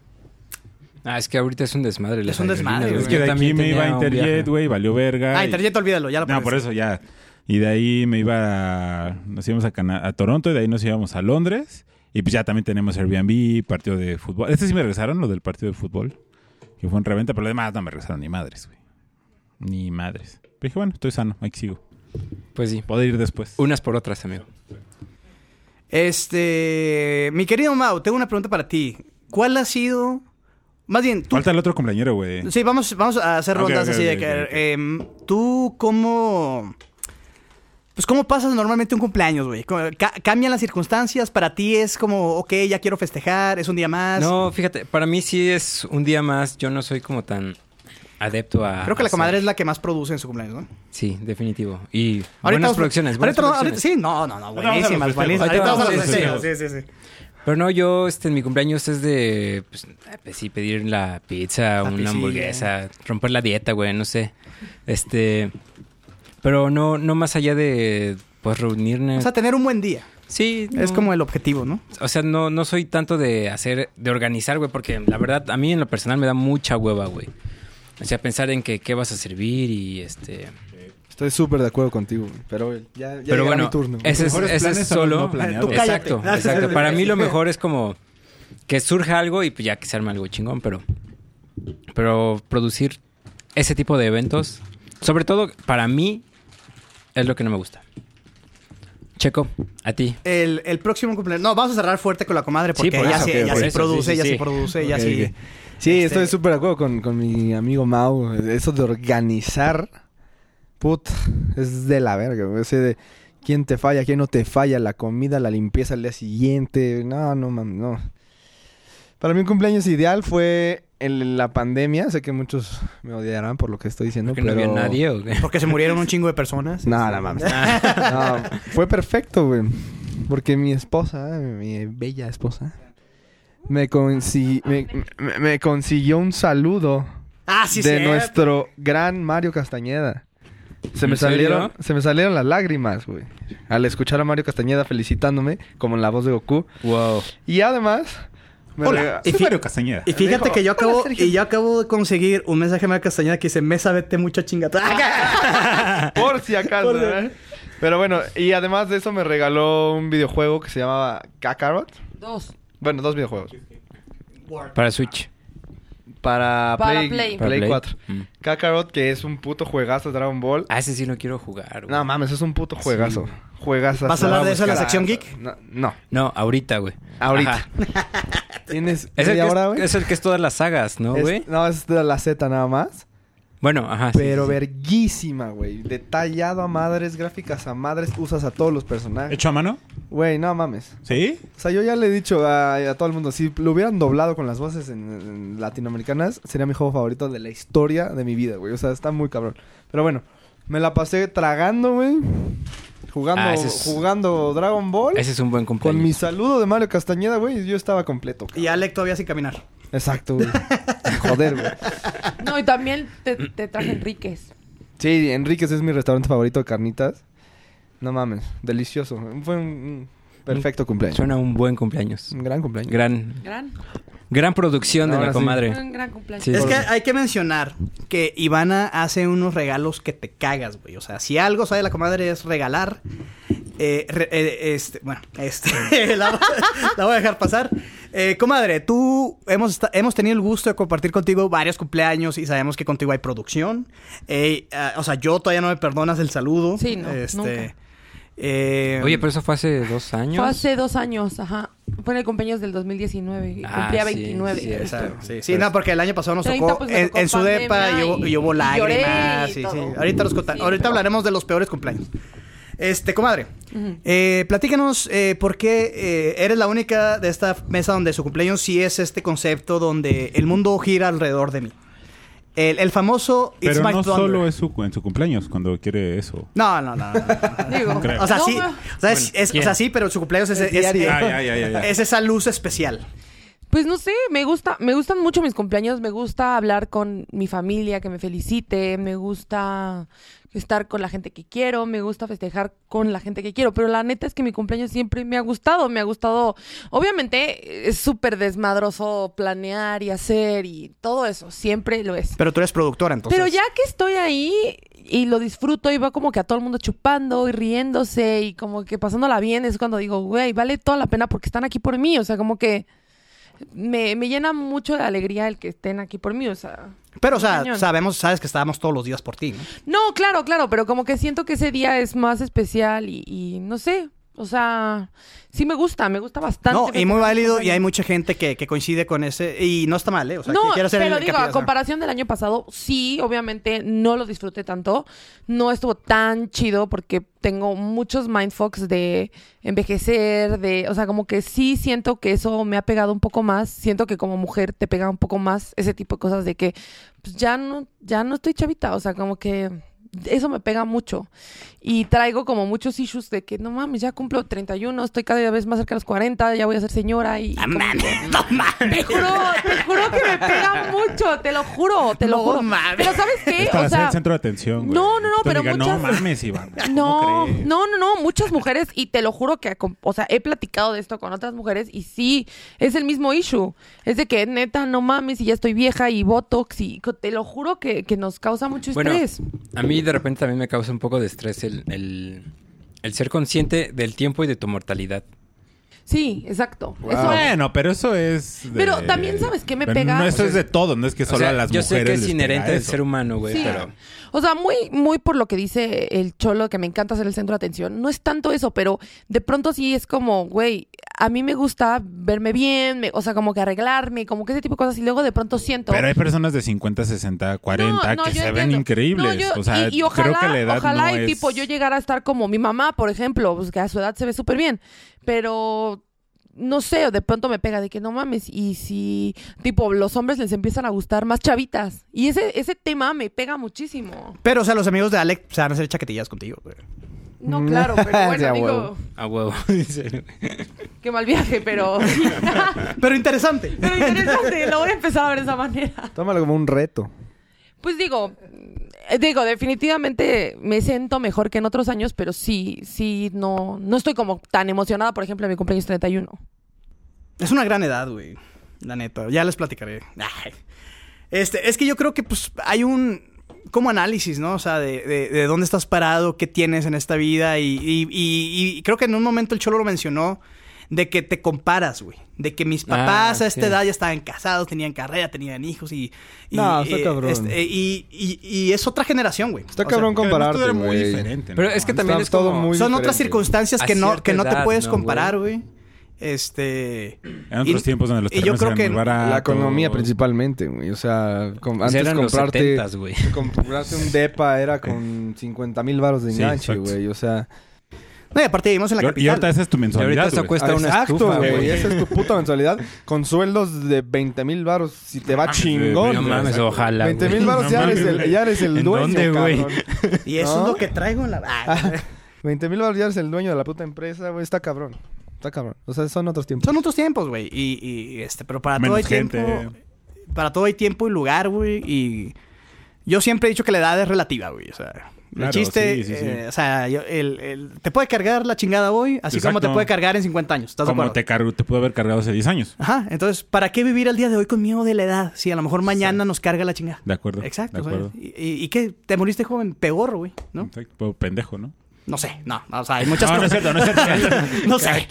Speaker 3: Ah, es que ahorita es un desmadre. las
Speaker 1: Es un desmadre, güey.
Speaker 2: Es
Speaker 3: aerolíneas,
Speaker 2: que
Speaker 3: Yo
Speaker 2: de aquí
Speaker 3: también
Speaker 2: me
Speaker 3: tenía
Speaker 2: iba a
Speaker 3: un viaje.
Speaker 2: Interjet, güey. Valió verga.
Speaker 1: Ah,
Speaker 2: y-
Speaker 1: Interjet, olvídalo, ya lo
Speaker 4: pues
Speaker 2: No, por
Speaker 1: perdiste.
Speaker 2: eso ya. Y de ahí me iba a- Nos íbamos a, Cana- a Toronto y de ahí nos íbamos a Londres. Y pues ya también tenemos Airbnb, partido de fútbol. Este sí me regresaron, lo del partido de fútbol. Que fue en reventa, pero lo demás no me regresaron ni madres, güey. Ni madres. Pero dije, bueno, estoy sano, aquí sigo.
Speaker 3: Pues sí.
Speaker 2: Puedo ir después.
Speaker 3: Unas por otras, amigo.
Speaker 1: Este, mi querido Mau, tengo una pregunta para ti. ¿Cuál ha sido... Más bien, tú
Speaker 2: Falta el otro compañero, güey.
Speaker 1: Sí, vamos, vamos a hacer
Speaker 2: Ok,
Speaker 1: rondas
Speaker 2: ok,
Speaker 1: así de
Speaker 2: ok,
Speaker 1: que...
Speaker 2: ok, ok.
Speaker 1: em, ¿Tú cómo...? Pues, ¿cómo pasas normalmente un cumpleaños, güey? Co- ca- ¿Cambian las circunstancias? ¿Para ti es como, ok, ya quiero festejar, es un día más?
Speaker 3: No, fíjate, para mí sí es un día más. Yo no soy como tan adepto a.
Speaker 1: Creo que la
Speaker 3: hacer-
Speaker 1: comadre es la que más produce en su cumpleaños, ¿no?
Speaker 3: Sí, definitivo. Y
Speaker 1: Ahorita
Speaker 3: buenas
Speaker 1: vamos-
Speaker 3: producciones. buenas
Speaker 1: ahorita- ahorita-
Speaker 3: producciones.
Speaker 1: sí, no, no, no,
Speaker 2: vamos a los
Speaker 1: buenísimas,
Speaker 2: festejos.
Speaker 1: buenísimas.
Speaker 3: Ahorita
Speaker 1: Ahorita vamos a
Speaker 3: vamos
Speaker 1: los
Speaker 3: a los
Speaker 1: festejos, sí, sí, sí.
Speaker 3: Pero no, yo, este, en mi cumpleaños es de, pues, eh, pues sí, pedir la pizza,
Speaker 1: La
Speaker 3: una
Speaker 1: pizzilla.
Speaker 3: hamburguesa, romper la dieta, güey, no sé. Este, pero no, no más allá de, pues, reunirme.
Speaker 1: O sea, tener un buen día.
Speaker 3: sí.
Speaker 1: Es
Speaker 3: no.
Speaker 1: como el objetivo, ¿no?
Speaker 3: O sea, no, no soy tanto de hacer, de organizar, güey, porque la verdad, a mí en lo personal me da mucha hueva, güey. O sea, pensar en que qué vas a servir y, este...
Speaker 5: Estoy súper de acuerdo contigo, güey, pero ya, ya
Speaker 3: pero
Speaker 5: llegará
Speaker 3: bueno,
Speaker 5: mi turno.
Speaker 3: ese es,
Speaker 2: mejores
Speaker 3: ese es
Speaker 2: planes son los
Speaker 3: solo...
Speaker 2: no planeados.
Speaker 1: Tú cállate.
Speaker 3: exacto, exacto. Para mí lo mejor es como que surja algo y pues ya que se arme algo chingón, pero... Pero producir ese tipo de eventos, sobre todo para mí, es lo que no me gusta. Checo, a ti.
Speaker 1: El, el próximo cumpleaños... No, vamos a cerrar fuerte con la comadre porque
Speaker 3: por
Speaker 1: ella
Speaker 3: eso,
Speaker 1: sí
Speaker 3: ok,
Speaker 1: ella
Speaker 3: por
Speaker 1: sí
Speaker 3: eso,
Speaker 1: produce,
Speaker 3: sí, sí,
Speaker 1: ella sí
Speaker 3: sí.
Speaker 1: produce, ella
Speaker 5: Ok,
Speaker 1: sí...
Speaker 5: ok. Sí,
Speaker 1: Este-
Speaker 5: estoy súper de acuerdo con, con mi amigo Mau. Eso de organizar, put, es de la verga. güey. Ese de quién te falla, quién no te falla, la comida, la limpieza al día siguiente. No, no, mames, no. Para mí un cumpleaños ideal fue en la pandemia. Sé que muchos me odiarán por lo que estoy diciendo,
Speaker 3: Porque
Speaker 5: pero...
Speaker 3: no había nadie o qué?
Speaker 1: Porque se murieron un chingo de personas.
Speaker 5: No, no mames. No, fue perfecto, güey. Porque mi esposa, mi bella esposa, me, consi- me, me- me consiguió un saludo
Speaker 1: Ah, sí,
Speaker 5: de
Speaker 1: sí.
Speaker 5: nuestro gran Mario Castañeda. Se me
Speaker 3: ¿En serio?
Speaker 5: salieron, se me salieron las lágrimas, güey. Al escuchar a Mario Castañeda felicitándome, como en la voz de Goku.
Speaker 3: Wow.
Speaker 5: Y además, me
Speaker 1: Hola.
Speaker 5: rega-
Speaker 2: Soy
Speaker 1: Y fi-
Speaker 2: Ah, Mario Castañeda.
Speaker 1: Y fíjate
Speaker 5: Dijo,
Speaker 1: que yo acabo
Speaker 5: "Hola, Sergio".
Speaker 1: y yo acabo de conseguir un mensaje de Mario Castañeda que dice, "Mesa vete mucho chingada."
Speaker 5: por si acaso,
Speaker 1: Por si-
Speaker 5: ¿verdad? Pero bueno, y además de eso me regaló un videojuego que se llamaba Kakarot.
Speaker 4: Dos.
Speaker 5: Bueno, dos videojuegos.
Speaker 3: Para Switch.
Speaker 5: Para,
Speaker 4: Para
Speaker 5: Play,
Speaker 4: Play.
Speaker 5: Play 4.
Speaker 3: Mm.
Speaker 5: Kakarot, que es un puto juegazo de Dragon Ball.
Speaker 3: Ah, ese sí no quiero jugar. güey.
Speaker 5: No mames, es un puto juegazo. Juegazo.
Speaker 1: ¿Vas a hablar
Speaker 5: Lo
Speaker 1: de eso en la
Speaker 5: buscar.
Speaker 1: sección geek?
Speaker 5: No. no.
Speaker 3: No, ahorita, güey.
Speaker 5: Ahorita.
Speaker 3: Ajá.
Speaker 5: ¿Tienes
Speaker 3: Es el, que
Speaker 5: media hora,
Speaker 3: es,
Speaker 5: güey?
Speaker 3: es el que es todas las sagas, ¿no,
Speaker 5: Es-
Speaker 3: güey?
Speaker 5: no, es de la Z nada más.
Speaker 3: Bueno, ajá. sí,
Speaker 5: Pero
Speaker 3: sí, sí.
Speaker 5: verguísima, güey. Detallado a madres, gráficas a madres, usas a todos los personajes.
Speaker 2: ¿Hecho a mano?
Speaker 5: Güey, no mames.
Speaker 2: ¿Sí?
Speaker 5: O sea, yo ya le he dicho a, a todo el mundo, si lo hubieran doblado con las voces en, en latinoamericanas, sería mi juego favorito de la historia de mi vida, güey. O sea, está muy cabrón. Pero bueno, me la pasé tragando, güey. Jugando,
Speaker 3: Ah, ese es-
Speaker 5: jugando Dragon Ball.
Speaker 3: Ese es un buen cumpleaños.
Speaker 5: Con mi saludo de Mario Castañeda, güey, yo estaba completo.
Speaker 1: y Alec todavía sin caminar.
Speaker 5: Exacto, güey. Joder, güey.
Speaker 4: No, y también te, te traje Enríquez.
Speaker 5: Sí, Enriquez es mi restaurante favorito de carnitas. No mames, delicioso. Fue un- un perfecto cumpleaños.
Speaker 3: Suena un buen cumpleaños.
Speaker 5: Un gran cumpleaños.
Speaker 3: Gran,
Speaker 4: Gran.
Speaker 3: gran producción de
Speaker 5: Mm. Ahora
Speaker 3: la
Speaker 5: sí.
Speaker 3: comadre.
Speaker 4: Un gran cumpleaños.
Speaker 3: Sí.
Speaker 1: es que
Speaker 3: por-
Speaker 1: hay que mencionar que Ivana hace unos regalos que te cagas, güey. O sea, si algo sabe la comadre es regalar. Eh, re- eh, este, bueno, este, la, la voy a dejar pasar. Eh, comadre, tú hemos, esta- hemos tenido el gusto de compartir contigo varios cumpleaños y sabemos que contigo hay producción. Eh, ah, o sea, yo todavía no me perdonas el saludo.
Speaker 4: Sí, no, nunca.
Speaker 1: eh,
Speaker 3: Oye, pero eso fue hace dos años.
Speaker 4: Fue hace dos años, ajá. Fue en el cumpleaños del 2019. y
Speaker 3: Ah,
Speaker 4: Cumplía
Speaker 3: sí,
Speaker 4: 29.
Speaker 3: sí, es.
Speaker 1: Exacto, sí, sí, no, porque el año pasado nos
Speaker 4: 30,
Speaker 1: tocó,
Speaker 4: pues, me
Speaker 1: en,
Speaker 4: tocó
Speaker 1: en su
Speaker 4: pandemia
Speaker 1: depa y hubo, y hubo
Speaker 4: y lloré y
Speaker 1: lágrimas. sí,
Speaker 4: todo.
Speaker 1: sí. Ahorita, los cota-
Speaker 4: Sí,
Speaker 1: ahorita
Speaker 4: pero-
Speaker 1: hablaremos de los peores cumpleaños. Este, comadre,
Speaker 4: Ujú.
Speaker 1: eh, platícanos eh, por qué eh, eres la única de esta mesa donde su cumpleaños sí es este concepto donde el mundo gira alrededor de mí. El, el famoso It's
Speaker 2: Pero
Speaker 1: My
Speaker 2: no
Speaker 1: Thunder.
Speaker 2: solo es su, en su cumpleaños cuando quiere eso.
Speaker 1: No, no, no. no, no.
Speaker 4: Digo,
Speaker 2: Creo.
Speaker 1: O sea,
Speaker 4: no,
Speaker 1: sí,
Speaker 4: ma-
Speaker 1: o sea, es-
Speaker 3: Bueno,
Speaker 1: es- o sea, sí, pero su cumpleaños es, es-
Speaker 5: diario.
Speaker 2: Ah, ya, ya, ya, ya.
Speaker 1: es esa luz especial.
Speaker 4: Pues no sé, me gusta, me gustan mucho mis cumpleaños, me gusta hablar con mi familia, que me felicite, me gusta estar con la gente que quiero, me gusta festejar con la gente que quiero, pero la neta es que mi cumpleaños siempre me ha gustado, me ha gustado, obviamente es súper desmadroso planear y hacer y todo eso, siempre lo es.
Speaker 1: Pero tú eres productora, entonces.
Speaker 4: Pero ya que estoy ahí y lo disfruto y va como que a todo el mundo chupando y riéndose y como que pasándola bien, es cuando digo, güey, vale toda la pena porque están aquí por mí. O sea, como que me, me llena mucho de alegría el que estén aquí por mí. O sea,
Speaker 1: Pero, o sea,
Speaker 4: Cañón.
Speaker 1: sabemos, sabes que estábamos todos los días por ti, ¿no?
Speaker 4: no, claro, claro, pero como que siento que ese día es más especial y, y no sé. O sea, sí me gusta, me gusta bastante.
Speaker 1: No, y
Speaker 4: festejar
Speaker 1: muy
Speaker 4: mi
Speaker 1: válido, y
Speaker 4: cumpleaños.
Speaker 1: hay mucha gente que, que coincide con ese, y no está mal, ¿eh? O sea, que
Speaker 4: no,
Speaker 1: quiere hacer
Speaker 4: pero
Speaker 1: el
Speaker 4: digo, a
Speaker 1: hincapié, o sea.
Speaker 4: comparación del año pasado, sí, obviamente no lo disfruté tanto. No estuvo tan chido porque tengo muchos mindfucks de envejecer, de, o sea, como que sí siento que eso me ha pegado un poco más. Siento que como mujer te pega un poco más ese tipo de cosas de que pues, ya no ya no estoy chavita, o sea, como que eso me pega mucho. Y traigo como muchos issues de que no mames, ya cumplo 31, estoy cada vez más cerca de los 40, ya voy a ser señora y
Speaker 1: Ah,
Speaker 4: como
Speaker 1: mames,
Speaker 4: que-
Speaker 1: no mames.
Speaker 4: te juro, te juro que me pega mucho, te lo juro, te lo
Speaker 1: No
Speaker 4: juro.
Speaker 1: mames.
Speaker 4: Pero ¿sabes qué?
Speaker 2: Es para
Speaker 4: o
Speaker 2: ser
Speaker 4: sea,
Speaker 2: el centro de atención, güey.
Speaker 4: no, no, no,
Speaker 2: Entonces
Speaker 4: pero
Speaker 2: diga,
Speaker 4: muchas-
Speaker 2: No mames, Iván. ¿cómo
Speaker 4: no,
Speaker 2: crees?
Speaker 4: no, no, no, muchas mujeres y te lo juro que, con- o sea, he platicado de esto con otras mujeres y sí, es el mismo issue. Es de que neta, no mames, y ya estoy vieja y botox y co- te lo juro que, que nos causa mucho
Speaker 3: Bueno,
Speaker 4: estrés.
Speaker 3: a mí de repente también me causa un poco de estrés el, el, el ser consciente del tiempo y de tu mortalidad.
Speaker 4: Sí, exacto. Eso-
Speaker 2: Bueno, pero eso es. de-
Speaker 4: Pero también, ¿sabes qué me
Speaker 2: Pero
Speaker 4: pega?
Speaker 2: No, eso
Speaker 3: O sea,
Speaker 2: es de todo, no es que
Speaker 3: O
Speaker 2: solo
Speaker 3: sea,
Speaker 2: a las
Speaker 3: yo
Speaker 2: mujeres.
Speaker 3: sé que es
Speaker 2: les
Speaker 3: inherente
Speaker 2: pega
Speaker 3: del
Speaker 2: eso.
Speaker 3: ser humano, güey,
Speaker 4: Sí.
Speaker 3: pero...
Speaker 4: O sea, muy, muy por lo que dice el cholo, que me encanta ser el centro de atención. No es tanto eso, pero de pronto sí es como, güey, a mí me gusta verme bien, me- o sea, como que arreglarme, como que ese tipo de cosas. Y luego de pronto siento...
Speaker 2: Pero hay personas de 50, 60, 40
Speaker 4: No, no,
Speaker 2: que
Speaker 4: yo
Speaker 2: se
Speaker 4: entiendo.
Speaker 2: ven increíbles.
Speaker 4: No, yo-
Speaker 2: o sea,
Speaker 4: y, y ojalá,
Speaker 2: creo que la edad
Speaker 4: ojalá
Speaker 2: no
Speaker 4: y
Speaker 2: es...
Speaker 4: tipo yo llegara a estar como mi mamá, por ejemplo, pues, que a su edad se ve súper bien, pero no sé, de pronto me pega de que no mames y si tipo los hombres les empiezan a gustar más chavitas y ese ese tema me pega muchísimo.
Speaker 1: Pero, o sea, los amigos de Alec se van a hacer chaquetillas contigo, güey.
Speaker 2: Mm.
Speaker 4: No, claro, pero
Speaker 5: Sí, a
Speaker 4: bueno, digo,
Speaker 5: huevo.
Speaker 3: A huevo. dice.
Speaker 4: qué mal viaje, pero
Speaker 1: Pero interesante.
Speaker 4: pero interesante, lo voy a empezar a ver de esa manera.
Speaker 5: Tómalo como un reto.
Speaker 4: Pues digo, eh, digo, definitivamente me siento mejor que en otros años, pero sí, sí, no, no estoy como tan emocionada, por ejemplo, en mi cumpleaños 31.
Speaker 1: Es una gran edad, güey. La neta. Ya les platicaré. Ay. Este, es que yo creo que pues hay un como análisis, ¿no? O sea, de, de- de dónde estás parado, qué tienes en esta vida. Y, y- y- y creo que en un momento el Cholo lo mencionó. De que te comparas, güey. De que mis papás
Speaker 3: Ah,
Speaker 1: a esta
Speaker 3: sí.
Speaker 1: edad ya estaban casados, tenían carrera, tenían hijos y... y, este,
Speaker 5: No, está cabrón.
Speaker 1: y, y- y es otra generación, güey.
Speaker 5: Está
Speaker 1: O sea,
Speaker 5: cabrón
Speaker 2: Que además tú
Speaker 5: compararte,
Speaker 2: eres muy
Speaker 5: güey.
Speaker 2: diferente.
Speaker 3: Pero
Speaker 2: ¿no?
Speaker 3: es que
Speaker 5: Está
Speaker 3: también es
Speaker 5: todo
Speaker 3: como-
Speaker 5: muy
Speaker 1: son otras
Speaker 5: diferente.
Speaker 1: circunstancias
Speaker 3: A
Speaker 1: que no,
Speaker 3: cierta
Speaker 1: que no te
Speaker 3: edad,
Speaker 1: puedes
Speaker 3: ¿no,
Speaker 1: comparar, güey. Este...
Speaker 2: En otros
Speaker 1: y-
Speaker 2: tiempos donde los
Speaker 1: y yo
Speaker 2: terrenos
Speaker 1: creo
Speaker 2: eran
Speaker 1: que
Speaker 2: muy baratos.
Speaker 5: La economía principalmente, güey. O sea, com- antes
Speaker 3: eran los
Speaker 5: comprarte,
Speaker 3: 70s, güey.
Speaker 5: comprarte un depa era con 50 mil baros de
Speaker 2: Sí,
Speaker 5: enganche,
Speaker 2: exacto.
Speaker 5: güey. O sea,
Speaker 1: No, y aparte vivimos en la
Speaker 2: Y ahor-
Speaker 1: capital.
Speaker 2: Y ahorita esa es tu
Speaker 3: Y
Speaker 2: mensualidad.
Speaker 3: ahorita eso
Speaker 2: güey.
Speaker 3: cuesta una
Speaker 5: exacto,
Speaker 3: estufa,
Speaker 5: güey.
Speaker 3: güey.
Speaker 5: Esa es tu puta mensualidad con sueldos de 20 mil baros. Si te va chingón,
Speaker 3: No
Speaker 5: güey.
Speaker 3: mames, ojalá,
Speaker 5: 20 mil
Speaker 3: güey.
Speaker 5: baros ya,
Speaker 2: No
Speaker 5: eres
Speaker 2: mames,
Speaker 5: el, ya eres el
Speaker 2: ¿En
Speaker 5: dueño,
Speaker 2: dónde, güey?
Speaker 5: cabrón.
Speaker 1: Y eso
Speaker 5: ¿No?
Speaker 1: es lo que traigo en la... Ah,
Speaker 5: 20 mil baros ya eres el dueño de la puta empresa, güey. Está cabrón. Está cabrón. O sea, son otros tiempos.
Speaker 1: Son otros tiempos, güey. Y, y, este, pero para todo
Speaker 2: Menos
Speaker 1: hay tiempo.
Speaker 2: gente.
Speaker 1: Para todo hay tiempo y lugar, güey. Y yo siempre he dicho que la edad es relativa, güey. O sea, el
Speaker 2: Claro,
Speaker 1: chiste.
Speaker 2: sí, sí, sí.
Speaker 1: eh, o sea, yo- el, el- te puede cargar la chingada hoy, así como
Speaker 2: Exacto.
Speaker 1: te puede cargar en 50 años. ¿Estás de
Speaker 2: Como
Speaker 1: acuerdo?
Speaker 2: te, cargo, te pudo haber cargado hace 10 años.
Speaker 1: Ajá. Entonces, ¿para qué vivir el día de hoy con miedo de la edad? Si a lo mejor mañana nos carga la chingada.
Speaker 2: De acuerdo.
Speaker 1: Exacto.
Speaker 2: De
Speaker 1: o sea,
Speaker 2: acuerdo.
Speaker 1: y, y- y qué? ¿Te moriste joven? Peor, güey. ¿No?
Speaker 2: Exacto, pues, pendejo, ¿no?
Speaker 1: No sé. No. O sea, hay muchas
Speaker 2: no, no es
Speaker 1: cosas.
Speaker 2: cierto, no es cierto.
Speaker 1: no sé.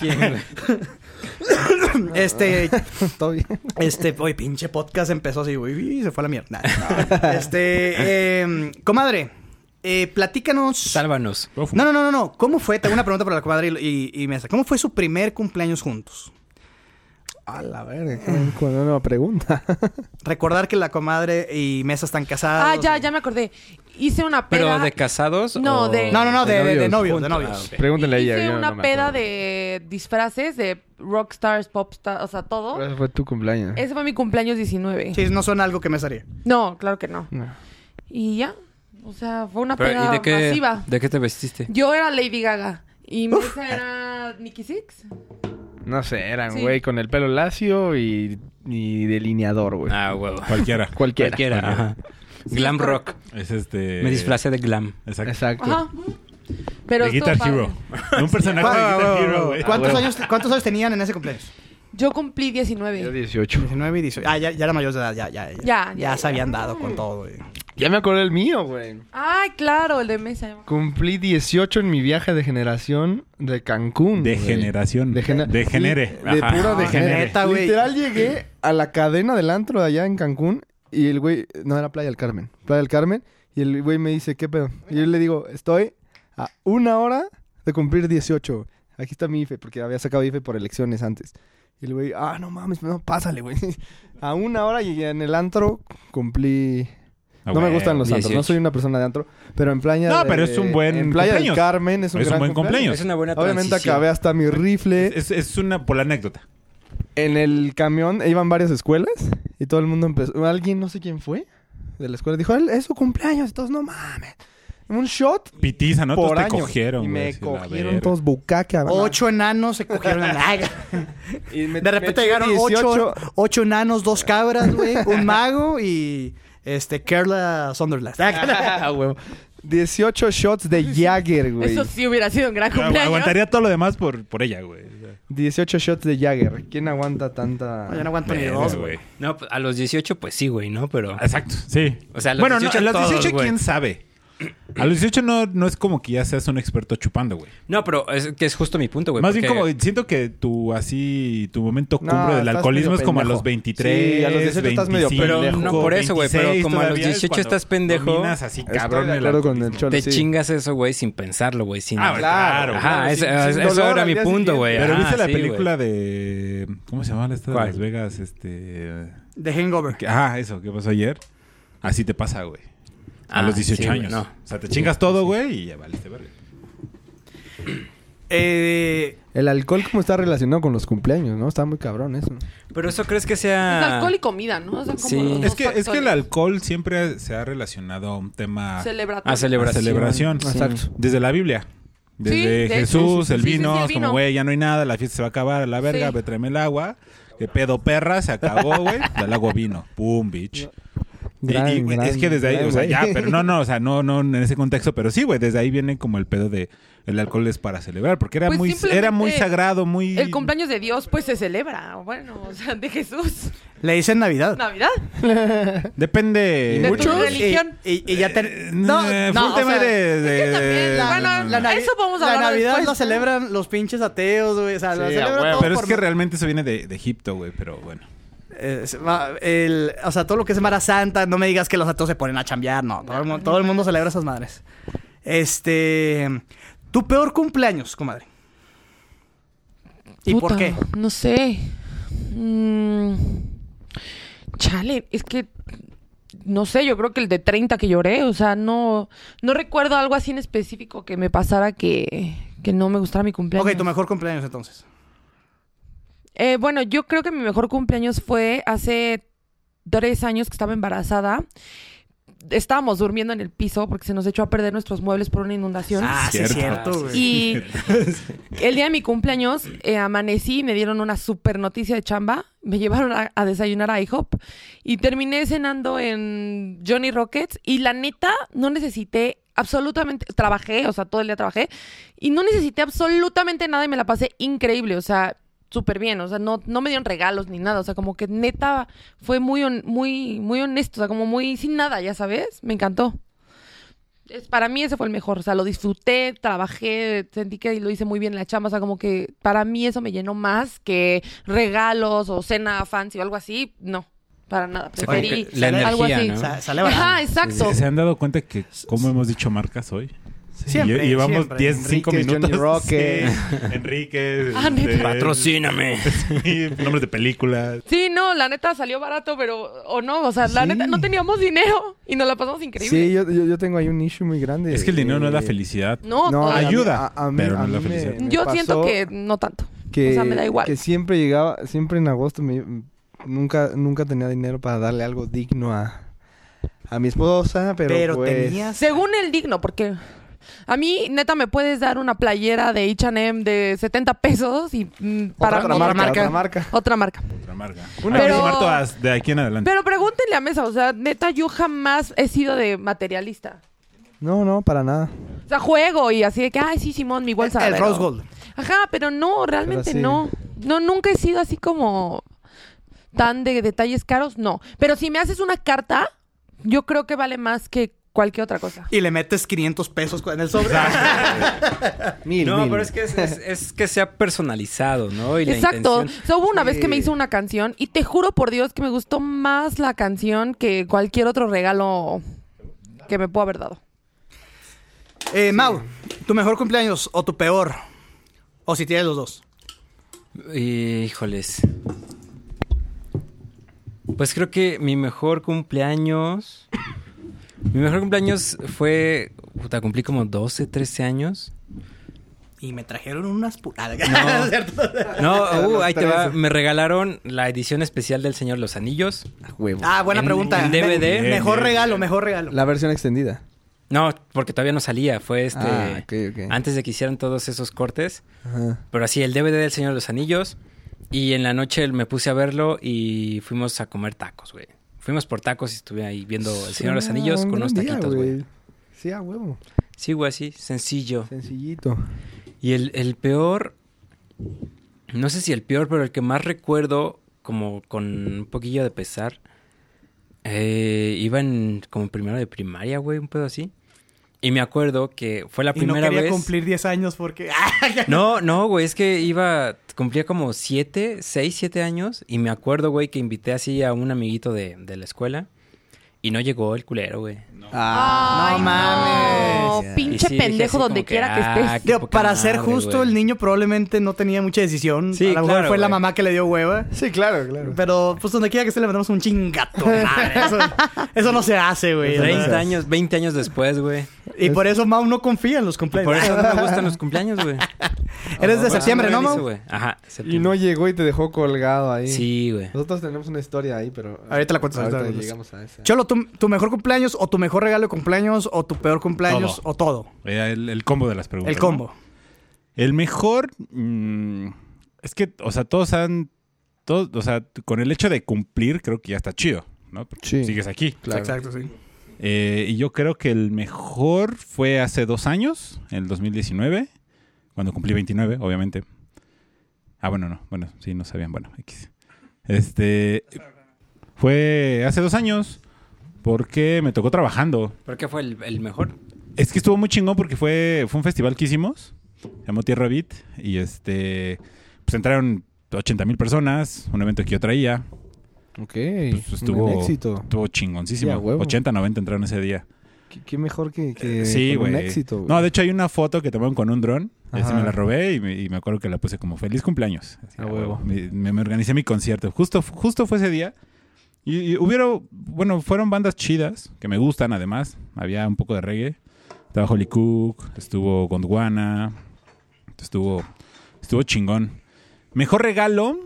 Speaker 1: este.
Speaker 5: Está bien.
Speaker 1: Este, oye, pinche podcast empezó así, güey, y se fue a la mierda. Nah, Este, eh, comadre, eh, platícanos.
Speaker 3: Sálvanos.
Speaker 2: Puedo fumar.
Speaker 1: No, no, no, no, no. ¿Cómo fue? Tengo una pregunta para la comadre y, y, y Mesa. ¿Cómo fue su primer cumpleaños juntos?
Speaker 5: A la verga, qué- qué nueva pregunta.
Speaker 1: Recordar que la comadre y Mesa están casados.
Speaker 4: Ah, ya, ya me acordé. Hice una peda.
Speaker 3: ¿Pero de casados?
Speaker 4: No,
Speaker 3: o-
Speaker 4: de-
Speaker 1: No, no, no, de, de- de novios, de
Speaker 3: Juntos.
Speaker 1: novios.
Speaker 3: Ah, ok.
Speaker 5: Pregúntale a ella.
Speaker 4: Hice
Speaker 5: yo no
Speaker 4: una
Speaker 5: me
Speaker 4: peda
Speaker 5: acuerdo.
Speaker 4: de disfraces, de rockstars, popstars, o sea, todo.
Speaker 5: Ese fue tu cumpleaños.
Speaker 4: Ese fue mi cumpleaños 19.
Speaker 1: Sí, no suena algo que Mesa haría.
Speaker 4: No, claro que no.
Speaker 5: No.
Speaker 4: Y ya. O sea, fue una
Speaker 3: Ah, Pero,
Speaker 4: peda
Speaker 3: ¿Y de qué,
Speaker 4: masiva.
Speaker 3: de qué te vestiste?
Speaker 4: Yo era Lady Gaga. Y Mesa era Nicky Six.
Speaker 5: No sé, eran
Speaker 4: Sí.
Speaker 5: güey con el pelo lacio y, y delineador, güey.
Speaker 3: Ah, huevo.
Speaker 2: Cualquiera.
Speaker 5: Pues, Cualquiera.
Speaker 3: Cualquiera. ajá. Glam rock.
Speaker 2: Es este.
Speaker 3: Me disfracé de glam.
Speaker 2: Exacto.
Speaker 5: Exacto.
Speaker 4: Ajá. Pero
Speaker 2: de
Speaker 4: estuvo
Speaker 2: Guitar
Speaker 4: padre.
Speaker 2: Hero. De un personaje de Guitar Hero, güey.
Speaker 1: ¿Cuántos años, ¿Cuántos años tenían en ese cumpleaños?
Speaker 4: Yo cumplí
Speaker 5: Yo
Speaker 4: 19.
Speaker 5: 18.
Speaker 1: 19 y 18. Ah, ya, ya era mayor de edad, ya, ya. Ya,
Speaker 4: Ya,
Speaker 1: ya,
Speaker 4: ya,
Speaker 1: se
Speaker 4: ya.
Speaker 1: habían dado con todo. güey.
Speaker 5: Ya me acordé el mío, güey.
Speaker 4: Ay, claro, el de Mesa.
Speaker 5: Cumplí 18 en mi viaje de generación de Cancún.
Speaker 2: De
Speaker 5: güey.
Speaker 2: generación.
Speaker 5: De gener-
Speaker 2: Degenere.
Speaker 5: De
Speaker 2: Ajá.
Speaker 5: puro
Speaker 2: No,
Speaker 5: degenere.
Speaker 1: neta, güey.
Speaker 5: Literal llegué a la cadena del antro de allá en Cancún y el güey, no era Playa del Carmen, Playa del Carmen, y el güey me dice, ¿qué pedo? Y yo le digo, estoy a una hora de cumplir 18. Aquí está mi IFE, porque había sacado IFE por elecciones antes. Y el güey, ah, no mames, no, pásale, güey. A una hora llegué en el antro, cumplí...
Speaker 2: Ah,
Speaker 5: no me
Speaker 2: güey.
Speaker 5: gustan los antros, no
Speaker 3: 18.
Speaker 5: soy una persona de antro, pero en Playa
Speaker 2: No,
Speaker 5: de-
Speaker 2: pero es un buen
Speaker 5: En Playa
Speaker 2: cumpleaños.
Speaker 5: del Carmen es un,
Speaker 2: Es un
Speaker 5: gran
Speaker 2: buen cumpleaños.
Speaker 3: Es una buena
Speaker 5: Obviamente
Speaker 3: transición.
Speaker 5: acabé hasta mi rifle.
Speaker 2: Es, es una por la anécdota.
Speaker 5: En el camión iban varias escuelas y todo el mundo empezó. Alguien, no sé quién fue, de la escuela, dijo: "Él- Es su cumpleaños, todos no mames. Un shot
Speaker 2: Pitiza, ¿no?
Speaker 5: por
Speaker 2: todos
Speaker 5: año.
Speaker 2: te cogieron.
Speaker 5: y
Speaker 2: güey,
Speaker 5: me
Speaker 2: así, la
Speaker 5: cogieron
Speaker 2: verga.
Speaker 5: todos bucaque.
Speaker 1: Ocho enanos se cogieron a
Speaker 5: Y me-
Speaker 1: De repente
Speaker 5: me eché
Speaker 1: llegaron ocho,
Speaker 5: 18.
Speaker 1: ocho enanos, dos cabras, güey, un mago y este Kerla Sunderland.
Speaker 5: Ah, huevo. 18 shots de Jagger, güey.
Speaker 4: Eso sí hubiera sido un gran
Speaker 2: Yo
Speaker 4: cumpleaños.
Speaker 2: Aguantaría todo lo demás por, por ella, güey.
Speaker 5: 18 shots de Jagger. ¿Quién aguanta tanta.?
Speaker 1: Ah, No, yo no aguanto ni
Speaker 2: Verga,
Speaker 1: dos, güey.
Speaker 3: No, pues, a los 18 pues sí, güey, ¿no? Pero...
Speaker 2: Exacto, sí.
Speaker 3: O sea, a los
Speaker 2: bueno, no,
Speaker 3: 18
Speaker 2: a los
Speaker 3: todos,
Speaker 2: 18
Speaker 3: güey.
Speaker 2: quién sabe. A los 18 no, no es como que ya seas un experto chupando, güey.
Speaker 3: No, pero es que es justo mi punto, güey.
Speaker 2: Más bien
Speaker 3: porque-
Speaker 2: como siento que tu así tu momento
Speaker 5: No,
Speaker 2: cumbre del
Speaker 5: estás
Speaker 2: alcoholismo
Speaker 5: medio
Speaker 2: es como a
Speaker 5: pendejo.
Speaker 2: los 23,
Speaker 5: Sí, a los 18 estás medio
Speaker 2: 25,
Speaker 5: pendejo.
Speaker 3: Pero no por eso, güey, pero
Speaker 2: 26
Speaker 3: como a los
Speaker 2: todavía es
Speaker 3: 18
Speaker 2: cuando
Speaker 3: estás pendejo,
Speaker 2: dominas así
Speaker 5: Estoy
Speaker 2: cabrón
Speaker 5: de
Speaker 2: el
Speaker 5: acuerdo con el
Speaker 2: alcoholismo.
Speaker 5: cholo.
Speaker 3: Te
Speaker 5: sí.
Speaker 3: chingas eso, güey, sin pensarlo, güey. Sin...
Speaker 2: Ah, claro.
Speaker 3: Ajá,
Speaker 5: claro,
Speaker 3: eso,
Speaker 5: sin- sin
Speaker 3: eso
Speaker 5: dolor
Speaker 3: era
Speaker 5: al
Speaker 3: mi
Speaker 5: día
Speaker 3: punto,
Speaker 5: siguiente.
Speaker 3: güey.
Speaker 2: Pero
Speaker 3: Ajá,
Speaker 2: viste la
Speaker 3: sí,
Speaker 2: película
Speaker 3: güey.
Speaker 2: de ¿cómo se llamaba esta
Speaker 3: ¿Cuál?
Speaker 2: de Las Vegas? Este
Speaker 1: De Hangover.
Speaker 2: que- ah, eso que pasó ayer. Así te pasa, güey. A
Speaker 3: Ah,
Speaker 2: los 18
Speaker 3: sí, güey,
Speaker 2: años.
Speaker 3: no.
Speaker 2: O sea, te chingas todo, güey, y ya valiste verga.
Speaker 1: Eh,
Speaker 5: El alcohol, ¿cómo está relacionado con los cumpleaños, no? Está muy cabrón eso.
Speaker 3: Pero eso crees que sea...
Speaker 4: Es alcohol y comida, ¿no? O sea, como
Speaker 3: Sí.
Speaker 4: los dos
Speaker 2: Es que es que el
Speaker 4: factores. Ah.
Speaker 2: alcohol siempre se ha relacionado a un tema
Speaker 4: Celebratorio.
Speaker 1: Ah,
Speaker 3: A
Speaker 2: La
Speaker 3: celebración.
Speaker 2: celebración.
Speaker 3: Sí.
Speaker 5: Exacto.
Speaker 2: Desde la Biblia. Desde
Speaker 4: Sí, de hecho,
Speaker 2: Jesús,
Speaker 4: sí, sí,
Speaker 2: el
Speaker 4: sí, sí,
Speaker 2: vino,
Speaker 4: sí, el
Speaker 2: es como,
Speaker 4: vino.
Speaker 2: güey, ya no hay nada, la fiesta se va a acabar a la verga,
Speaker 4: Sí.
Speaker 2: ve, tráeme el agua. Que pedo perra, se acabó, güey. Del agua vino. Pum, bitch. Y- y,
Speaker 5: Gran,
Speaker 2: güey, es
Speaker 5: gran,
Speaker 2: que desde ahí,
Speaker 5: gran,
Speaker 2: o sea,
Speaker 5: güey.
Speaker 2: ya, pero no, no, o sea, no, no en ese contexto, pero sí, güey, desde ahí viene como el pedo de el alcohol es para celebrar, porque era
Speaker 4: Pues
Speaker 2: muy, era muy
Speaker 4: simplemente
Speaker 2: sagrado, muy.
Speaker 4: El cumpleaños de Dios, pues se celebra. Bueno, o sea, de Jesús.
Speaker 1: le dicen Navidad.
Speaker 4: Navidad.
Speaker 2: Depende.
Speaker 4: ¿De tu
Speaker 2: mucho.
Speaker 4: religión?
Speaker 1: Y, y- y ya
Speaker 2: Eh,
Speaker 1: te...
Speaker 2: No,
Speaker 1: No, no,
Speaker 2: fue un
Speaker 1: o
Speaker 2: tema
Speaker 1: sea,
Speaker 2: de, de-
Speaker 4: también la-
Speaker 2: no, no, no.
Speaker 4: la- Eso vamos a
Speaker 1: La
Speaker 4: hablar
Speaker 1: Navidad
Speaker 4: después,
Speaker 1: la
Speaker 4: ¿no?
Speaker 1: celebran los pinches ateos, güey. O sea, la
Speaker 5: Sí, a
Speaker 1: celebran
Speaker 5: huevo.
Speaker 1: todos
Speaker 2: Pero es
Speaker 1: por-
Speaker 2: que realmente eso viene de, de Egipto, güey, pero bueno.
Speaker 1: Eh, se va- el- o sea, todo lo que es Semana Santa, no me digas que los ateos se ponen a chambear, no. Todo el, mu- todo el mundo celebra esas madres. Este. Tu peor cumpleaños, comadre. ¿Y por
Speaker 4: Puta,
Speaker 1: qué?
Speaker 4: No sé. Mm, chale, es que no sé, yo creo que el de 30 que lloré, o sea, no no recuerdo algo así en específico que me pasara que, que no me gustara mi cumpleaños.
Speaker 1: Ok, tu mejor cumpleaños entonces.
Speaker 4: Eh, bueno, yo creo que mi mejor cumpleaños fue hace tres años que estaba embarazada. Estábamos durmiendo en el piso porque se nos echó a perder nuestros muebles por una inundación.
Speaker 1: Ah, sí, es
Speaker 3: cierto.
Speaker 1: cierto, güey.
Speaker 4: Y el día de mi cumpleaños eh, amanecí y me dieron una super noticia de chamba. Me llevaron a, a desayunar a IHOP y terminé cenando en Johnny Rockets. Y la neta, no necesité absolutamente. Trabajé, o sea, todo el día trabajé y no necesité absolutamente nada y me la pasé increíble. O sea, súper bien. O sea, no, no me dieron regalos ni nada. O sea, como que neta fue muy, hon- muy, muy honesto. O sea, como muy sin nada, ya sabes. Me encantó. Es- para mí ese fue el mejor. O sea, lo disfruté, trabajé, sentí que lo hice muy bien en la chamba. O sea, como que para mí eso me llenó más que regalos o cena fancy o algo así. No, para nada.
Speaker 3: sea, como que
Speaker 4: Preferí
Speaker 3: la
Speaker 4: algo
Speaker 3: energía,
Speaker 4: así.
Speaker 3: ¿no?
Speaker 1: Sa- sale barato.
Speaker 4: Ajá, exacto.
Speaker 2: ¿Se han dado cuenta que cómo hemos dicho marcas hoy?
Speaker 1: Siempre,
Speaker 2: y llevamos
Speaker 1: siempre.
Speaker 2: 10, 5
Speaker 5: Enríquez,
Speaker 2: minutos.
Speaker 5: Johnny Roque.
Speaker 2: Sí, Enrique. este,
Speaker 4: Ah, neta.
Speaker 3: Patrocíname.
Speaker 2: nombres de películas.
Speaker 4: Sí, no, la neta salió barato, pero. O no, o sea, la
Speaker 5: Sí.
Speaker 4: neta no teníamos dinero y nos la pasamos increíble.
Speaker 5: Sí, yo, yo, yo tengo ahí un issue muy grande.
Speaker 2: Es que el dinero no es la
Speaker 5: Eh,
Speaker 2: felicidad.
Speaker 4: No,
Speaker 5: no,
Speaker 4: todo.
Speaker 5: a mí-
Speaker 2: Ayuda,
Speaker 5: a- a mí-
Speaker 2: pero no
Speaker 5: a
Speaker 2: es la
Speaker 5: mí me-
Speaker 2: felicidad.
Speaker 5: me
Speaker 4: yo siento
Speaker 5: pasó-
Speaker 4: que no tanto.
Speaker 5: que,
Speaker 4: O sea, me da igual.
Speaker 5: que siempre llegaba, siempre en agosto me- nunca, nunca tenía dinero para darle algo digno a, a mi esposa, pero,
Speaker 1: Pero
Speaker 5: pues,
Speaker 1: tenías.
Speaker 4: Según el digno, porque a mí, neta, me puedes dar una playera de H&M de 70 pesos y mm, para
Speaker 1: Otra
Speaker 5: otra marca, otra marca.
Speaker 4: Otra marca.
Speaker 2: Otra marca.
Speaker 5: Una
Speaker 2: Hay que
Speaker 4: Pero-
Speaker 2: sumar todas de aquí en adelante.
Speaker 4: Pero pregúntenle a Mesa, o sea, neta, yo jamás he sido de materialista.
Speaker 5: No, no, para nada.
Speaker 4: O sea, juego y así de que, ay, sí, Simón, mi bolsa.
Speaker 1: el
Speaker 4: pero-
Speaker 1: Rose Gold.
Speaker 4: Ajá, pero no, realmente
Speaker 5: sí.
Speaker 4: no. No, nunca he sido así como tan de detalles caros, no. Pero si me haces una carta, yo creo que vale más que cualquier otra cosa.
Speaker 1: Y le metes 500 pesos en el sobre.
Speaker 5: Mil,
Speaker 3: No,
Speaker 5: mil.
Speaker 3: pero es que, es, es- es que sea personalizado, ¿no? Y la
Speaker 4: Exacto.
Speaker 3: intención-
Speaker 4: O sea, hubo una vez que me
Speaker 5: Sí.
Speaker 4: hizo una canción y te juro por Dios que me gustó más la canción que cualquier otro regalo que me pueda haber dado.
Speaker 1: Eh, Mau, ¿tu mejor cumpleaños o tu peor? O si tienes los dos.
Speaker 3: Híjoles. Pues creo que mi mejor cumpleaños. Mi mejor cumpleaños fue. Puta, cumplí como 12, 13 años.
Speaker 1: Y me trajeron unas Ah, putadas.
Speaker 3: No. No,
Speaker 5: A
Speaker 3: uh,
Speaker 5: los
Speaker 3: ahí te va.
Speaker 5: 13.
Speaker 3: Me regalaron la edición especial del Señor de los Anillos.
Speaker 5: Ah, huevo.
Speaker 1: Ah, buena
Speaker 3: En-
Speaker 1: pregunta.
Speaker 3: en DVD.
Speaker 1: Me- mejor
Speaker 2: Bien,
Speaker 1: regalo, mejor regalo.
Speaker 5: La versión extendida.
Speaker 3: No, porque todavía no salía. Fue este.
Speaker 5: Ah, ok, ok.
Speaker 3: Antes de que hicieran todos esos cortes.
Speaker 5: Ajá.
Speaker 3: Pero así, el DVD del Señor de los Anillos. Y en la noche me puse a verlo y fuimos a comer tacos, güey. Fuimos por tacos y estuve ahí viendo el Señor de los
Speaker 5: Ah,
Speaker 3: Anillos
Speaker 5: un
Speaker 3: con unos
Speaker 5: gran día,
Speaker 3: taquitos, güey.
Speaker 5: Sí, a huevo.
Speaker 3: Sí, güey, así, sencillo.
Speaker 5: Sencillito.
Speaker 3: Y el, el peor, no sé si el peor, pero el que más recuerdo, como con un poquillo de pesar, eh, iba en como primero de primaria, güey, un pedo así. Y me acuerdo que fue la
Speaker 1: y no
Speaker 3: primera
Speaker 1: quería
Speaker 3: vez.
Speaker 1: cumplir 10 años porque. ah,
Speaker 3: No, no, güey, es que iba, cumplía como siete, seis, siete años. Y me acuerdo, güey, que invité así a un amiguito de, de la escuela. Y no llegó el culero, güey.
Speaker 5: Ah,
Speaker 1: no mames.
Speaker 4: Pinche
Speaker 3: Y sí, dije así
Speaker 4: pendejo
Speaker 3: como
Speaker 4: donde
Speaker 3: que,
Speaker 4: quiera que
Speaker 3: ah,
Speaker 4: estés.
Speaker 1: Digo,
Speaker 3: poca
Speaker 1: para ser
Speaker 3: madre,
Speaker 1: justo,
Speaker 3: güey.
Speaker 1: el niño probablemente no tenía mucha decisión.
Speaker 3: Sí,
Speaker 1: a lo mejor
Speaker 3: claro,
Speaker 1: fue la
Speaker 3: güey.
Speaker 1: mamá que le dio hueva.
Speaker 5: Sí, claro, claro.
Speaker 1: Pero pues donde quiera que esté le mandamos un chingato. madre. Eso, eso no se hace, güey.
Speaker 5: Eso no se
Speaker 1: O sea,
Speaker 3: 30 años, 20 años después, güey.
Speaker 1: Y por eso Mau no confía en los
Speaker 3: Y Por
Speaker 1: cumpleaños.
Speaker 3: eso no me gustan los cumpleaños, güey.
Speaker 1: Eres de
Speaker 3: Bueno,
Speaker 1: septiembre, ¿no,
Speaker 3: organizo,
Speaker 1: Mau?
Speaker 3: güey. Ajá, septiembre.
Speaker 5: Y no llegó y te dejó colgado ahí.
Speaker 3: Sí, güey.
Speaker 5: Nosotros tenemos una historia ahí, pero...
Speaker 1: Ahorita la cuentas,
Speaker 5: Ahorita
Speaker 1: ahorita la
Speaker 5: llegamos a esa.
Speaker 1: Cholo, ¿tu, tu mejor cumpleaños o tu mejor regalo de cumpleaños o tu peor cumpleaños
Speaker 2: Todo.
Speaker 1: o todo?
Speaker 2: Era Eh, El, el combo de las preguntas.
Speaker 1: El combo.
Speaker 2: ¿no? El mejor. mm, es que, o sea, todos han. Todos, o sea, con el hecho de cumplir, creo que ya está chido, ¿no? Porque
Speaker 5: Sí.
Speaker 2: Sigues aquí.
Speaker 5: Claro.
Speaker 1: Exacto, sí.
Speaker 2: Eh, y yo creo que el mejor fue hace dos años, el 2019, cuando cumplí 29, obviamente. Ah, bueno, no, bueno, sí, no sabían, bueno, X. Este, fue hace dos años, porque me tocó trabajando.
Speaker 3: ¿Por qué fue el, el mejor?
Speaker 2: Es que estuvo muy chingón porque fue, fue un festival que hicimos, se llamó Tierra Beat, y este, pues entraron 80 mil personas, un evento que yo traía,
Speaker 5: Ok.
Speaker 2: pues estuvo,
Speaker 5: Un gran éxito.
Speaker 2: estuvo chingoncísimo,
Speaker 5: Sí, a huevo.
Speaker 2: 80, 90 entraron ese día.
Speaker 5: ¿Qué, qué mejor que, que
Speaker 2: Eh, sí,
Speaker 5: con
Speaker 2: güey.
Speaker 5: un éxito. güey.
Speaker 2: No, de hecho hay una foto que tomaron con un dron. Esa
Speaker 5: Ajá.
Speaker 2: me la robé y me, y me acuerdo que la puse como feliz cumpleaños. Así,
Speaker 5: A huevo.
Speaker 2: Me, me- me organicé mi concierto. Justo, justo fue ese día. Y, y hubieron, bueno, fueron bandas chidas que me gustan además. Había un poco de reggae. Estaba Holly Cook, estuvo Gondwana, estuvo, estuvo chingón. Mejor regalo.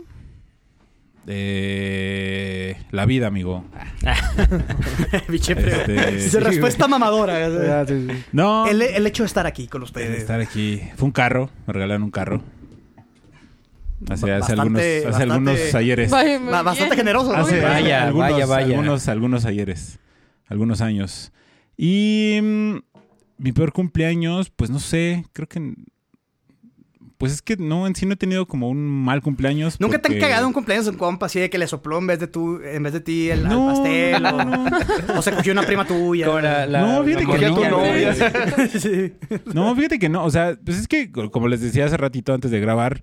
Speaker 2: eh, la vida, amigo.
Speaker 1: Biche, pero-
Speaker 2: Este,
Speaker 1: Sí,
Speaker 2: sí,
Speaker 1: respuesta mamadora.
Speaker 5: Ah, sí, sí.
Speaker 2: No.
Speaker 1: El, el hecho de estar aquí con
Speaker 2: de
Speaker 1: ustedes.
Speaker 2: estar aquí. Fue un carro, me regalaron un carro. Hace,
Speaker 1: Ba-
Speaker 2: hace
Speaker 1: bastante-
Speaker 2: algunos, hace
Speaker 1: bastante-
Speaker 2: algunos ayeres.
Speaker 4: Vaya, muy
Speaker 1: Ba- Bastante
Speaker 4: bien.
Speaker 1: generoso. ¿no?
Speaker 2: Hace
Speaker 1: Muy bien.
Speaker 3: Vaya,
Speaker 2: algunos,
Speaker 3: vaya, vaya.
Speaker 2: Algunos, algunos ayeres. Algunos años. Y mm, mi peor cumpleaños, pues no sé, creo que... Pues es que no, en sí no he tenido como un mal cumpleaños.
Speaker 1: Nunca te han
Speaker 2: porque-
Speaker 1: cagado un cumpleaños de un compa así de que le sopló en vez de tú, en vez de ti el al
Speaker 2: No,
Speaker 1: pastel
Speaker 2: no,
Speaker 1: o-
Speaker 2: no.
Speaker 1: o, se cogió una prima tuya.
Speaker 3: Como la- la-
Speaker 2: No, fíjate
Speaker 3: la
Speaker 2: que ya
Speaker 3: morrilla,
Speaker 2: tu
Speaker 3: güey.
Speaker 2: novia.
Speaker 1: Sí.
Speaker 2: No, fíjate que no. O sea, pues es que, co- como les decía hace ratito antes de grabar,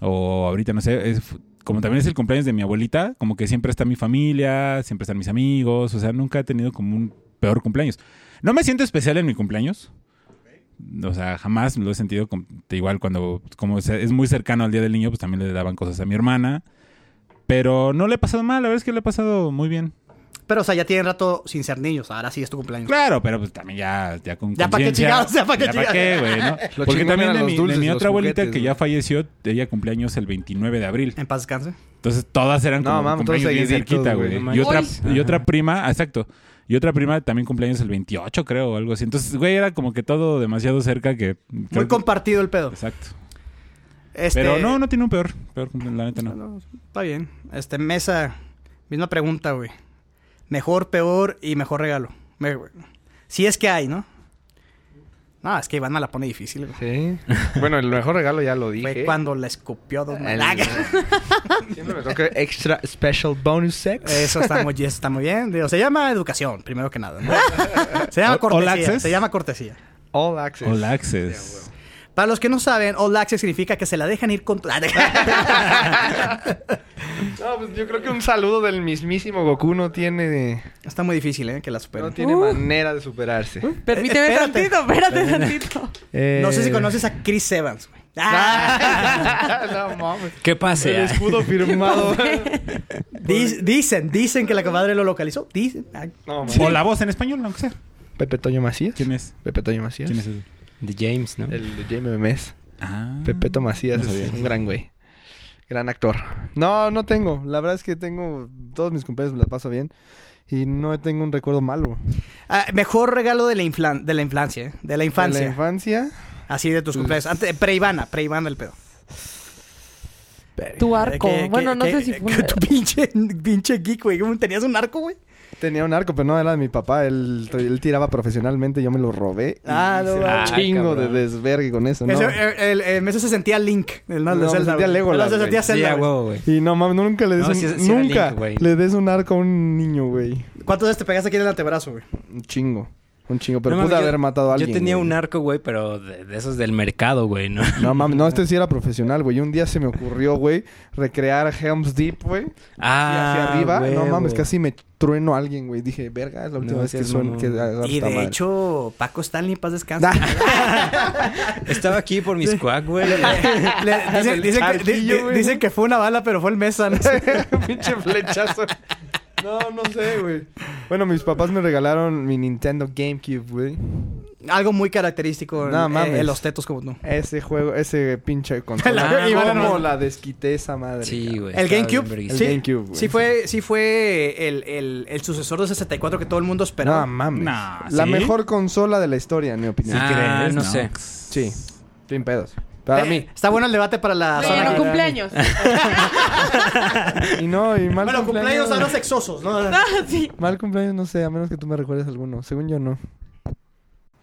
Speaker 2: o ahorita, no sé, es- como también es el cumpleaños de mi abuelita, como que siempre está mi familia, siempre están mis amigos. O sea, nunca he tenido como un peor cumpleaños. No me siento especial en mi cumpleaños. O sea, jamás lo he sentido con- igual cuando, como se- es muy cercano al Día del Niño, pues también le daban cosas a mi hermana. Pero no le he pasado mal, la verdad es que le he pasado muy bien.
Speaker 1: Pero, o sea, ya tienen rato sin ser niños. Ahora sí es tu cumpleaños.
Speaker 2: Claro, pero pues también ya, ya con
Speaker 1: Ya pa' qué
Speaker 2: conciencia.
Speaker 1: chingados, ya pa' qué
Speaker 2: pa' qué, güey, ¿no?
Speaker 5: Lo
Speaker 2: Porque
Speaker 5: chingón
Speaker 2: también
Speaker 5: eran
Speaker 2: de
Speaker 5: los
Speaker 2: mi,
Speaker 5: dulces,
Speaker 2: de mi
Speaker 5: los
Speaker 2: otra abuelita
Speaker 5: juguetes,
Speaker 2: que ya
Speaker 5: güey.
Speaker 2: falleció, ella cumpleaños el 29 de abril.
Speaker 1: En paz descanse.
Speaker 2: Entonces todas eran
Speaker 5: No,
Speaker 2: como
Speaker 5: mames, todos
Speaker 2: cumpleaños bien
Speaker 5: seguiditos,
Speaker 2: cerquita,
Speaker 5: güey,
Speaker 2: güey.
Speaker 3: no
Speaker 2: Y otra,
Speaker 3: manches.
Speaker 2: y otra prima, ah, exacto. Y otra prima también cumpleaños el 28, creo, o algo así. Entonces, güey, era como que todo demasiado cerca que... creo
Speaker 1: Muy
Speaker 2: que-
Speaker 1: compartido el pedo.
Speaker 2: Exacto.
Speaker 1: Este,
Speaker 2: Pero no, no tiene un peor. Peor cumpleaños, la neta no.
Speaker 1: no, Está bien. Este, mesa. Misma pregunta, güey. Mejor, peor y mejor regalo. Me- Si es que hay, ¿no? No, es que Ivana la pone difícil, güey.
Speaker 5: Sí. Bueno, el mejor regalo ya lo dije.
Speaker 1: Fue cuando la escupió Don
Speaker 5: El-
Speaker 1: Malaga.
Speaker 5: Siempre me toca extra special bonus sex.
Speaker 1: Eso está muy, eso está muy bien. Digo, se llama educación, primero que nada. ¿no? Se
Speaker 2: All-
Speaker 1: llama
Speaker 2: all
Speaker 1: cortesía.
Speaker 2: access.
Speaker 1: Se llama cortesía.
Speaker 5: All access.
Speaker 2: All access.
Speaker 1: Para los que no saben, All Access significa que se la dejan ir con... tu- Ah,
Speaker 5: No, pues yo creo que un saludo del mismísimo Goku no tiene,
Speaker 1: está muy difícil, ¿eh? Que la superen.
Speaker 5: no tiene
Speaker 4: Uh.
Speaker 5: manera de superarse.
Speaker 4: Permíteme
Speaker 1: espérate.
Speaker 4: tantito, espérate tantito.
Speaker 1: No
Speaker 5: Eh,
Speaker 1: sé si conoces a Chris Evans, güey.
Speaker 5: Ah. no mames.
Speaker 3: ¿Qué
Speaker 5: El
Speaker 3: pase? ah?
Speaker 5: escudo firmado.
Speaker 1: Dis- dicen, dicen que la comadre lo localizó. Dicen. Ay,
Speaker 5: no, mames.
Speaker 2: O la voz en español, aunque sea.
Speaker 5: Pepe Toño Macías.
Speaker 2: ¿Quién es?
Speaker 5: Pepe Toño Macías.
Speaker 2: ¿Quién es ese?
Speaker 3: De James, ¿no?
Speaker 5: El de Jaime Mes.
Speaker 1: Mm.
Speaker 2: Ah.
Speaker 5: Pepeto Macías
Speaker 2: no sabía.
Speaker 5: es un gran güey. Gran actor. No, no tengo. La verdad es que tengo. Todos mis compañeros me la paso bien. Y no tengo un recuerdo malo.
Speaker 1: ah, mejor regalo de la, inflan- de la infancia, ¿eh? de la infancia.
Speaker 5: De la Mm. infancia.
Speaker 1: Así de tus cumpleaños. Antes, pre-Ivana, pre-Ivana el pedo.
Speaker 4: Tu arco.
Speaker 1: Que- que-
Speaker 4: bueno, no
Speaker 1: que-
Speaker 4: sé si fue.
Speaker 1: que tu pinche, pinche geek, güey. ¿Cómo ¿Tenías un arco, güey?
Speaker 5: Tenía un arco, pero no era de mi papá. Él, él tiraba profesionalmente, yo me lo robé. y
Speaker 1: Ah, no
Speaker 5: hice
Speaker 1: mames.
Speaker 5: un chingo
Speaker 3: Ay, cabrón.
Speaker 5: de desvergue con eso, ¿no?
Speaker 1: Ese- eh. el, el- el Mesa se sentía Link, el no, el de
Speaker 5: No, me
Speaker 1: Zelda.
Speaker 5: sentía
Speaker 1: güey.
Speaker 5: Legolas,
Speaker 1: No, se sentía
Speaker 5: güey.
Speaker 3: Sí,
Speaker 1: Zelda,
Speaker 3: a
Speaker 1: güey.
Speaker 3: huevo, güey.
Speaker 5: Y no mames, nunca le des
Speaker 3: No,
Speaker 5: un,
Speaker 3: sí- sí era
Speaker 5: nunca
Speaker 3: Link, güey.
Speaker 5: le des un arco a un niño, güey.
Speaker 1: ¿Cuántas veces te pegaste aquí en el antebrazo, güey?
Speaker 5: Un chingo. Un chingo, pero
Speaker 3: No
Speaker 5: pude
Speaker 3: mames, yo-
Speaker 5: haber matado a alguien.
Speaker 3: Yo tenía
Speaker 5: güey.
Speaker 3: un arco, güey, pero de, de esos del mercado, güey, ¿no?
Speaker 5: No mames, no, este sí era profesional, güey. Un día se me ocurrió, güey, recrear Helm's Deep, güey. Y hacia arriba, no
Speaker 3: Ah, huevo.
Speaker 5: mames, casi me trueno a alguien, güey. Dije, verga, es la última
Speaker 3: No,
Speaker 5: vez
Speaker 3: sí
Speaker 5: que
Speaker 3: es
Speaker 5: suena
Speaker 3: mamón.
Speaker 5: que agarro
Speaker 1: Y
Speaker 5: esta
Speaker 1: de
Speaker 5: madre.
Speaker 1: hecho, Paco Stanley, paz descansa.
Speaker 3: Estaba aquí por mis cuac, güey.
Speaker 1: Le- dicen, dicen que, di-
Speaker 5: Arquillo,
Speaker 1: di-
Speaker 5: güey.
Speaker 1: dicen que fue una bala, pero fue el Mesa. ¿no?
Speaker 5: Pinche flechazo. No, no sé, güey. Bueno, mis papás me regalaron mi Nintendo GameCube, güey.
Speaker 1: Algo muy característico en-
Speaker 5: No, mames.
Speaker 1: eh, en los tetos como tú.
Speaker 5: Ese juego, ese pinche control.
Speaker 1: La-
Speaker 5: ¿Cómo
Speaker 1: Iván Hernández.
Speaker 5: la desquité esa madre?
Speaker 3: Sí,
Speaker 5: cabrón?
Speaker 3: güey.
Speaker 1: El
Speaker 3: estaba bien
Speaker 1: GameCube,
Speaker 3: verguísima.
Speaker 5: El
Speaker 1: sí,
Speaker 5: GameCube, güey.
Speaker 1: sí fue, sí fue el, el- el sucesor de 64 que todo el mundo esperaba.
Speaker 5: No mames.
Speaker 2: Nah,
Speaker 5: La
Speaker 2: ¿sí?
Speaker 5: mejor consola de la historia, en mi opinión.
Speaker 3: Ah,
Speaker 2: ¿Crees?
Speaker 3: no sé.
Speaker 5: Sí. Sin pedos. Para
Speaker 1: Eh,
Speaker 5: mí.
Speaker 1: Está bueno el debate para la
Speaker 4: Bueno,
Speaker 1: zona. geek.
Speaker 4: cumpleaños.
Speaker 5: Y no, y mal
Speaker 1: Bueno, cumpleaños a los sexosos, ¿no?
Speaker 4: sí.
Speaker 5: Mal cumpleaños, no sé, a menos que tú me recuerdes alguno. Según yo, no.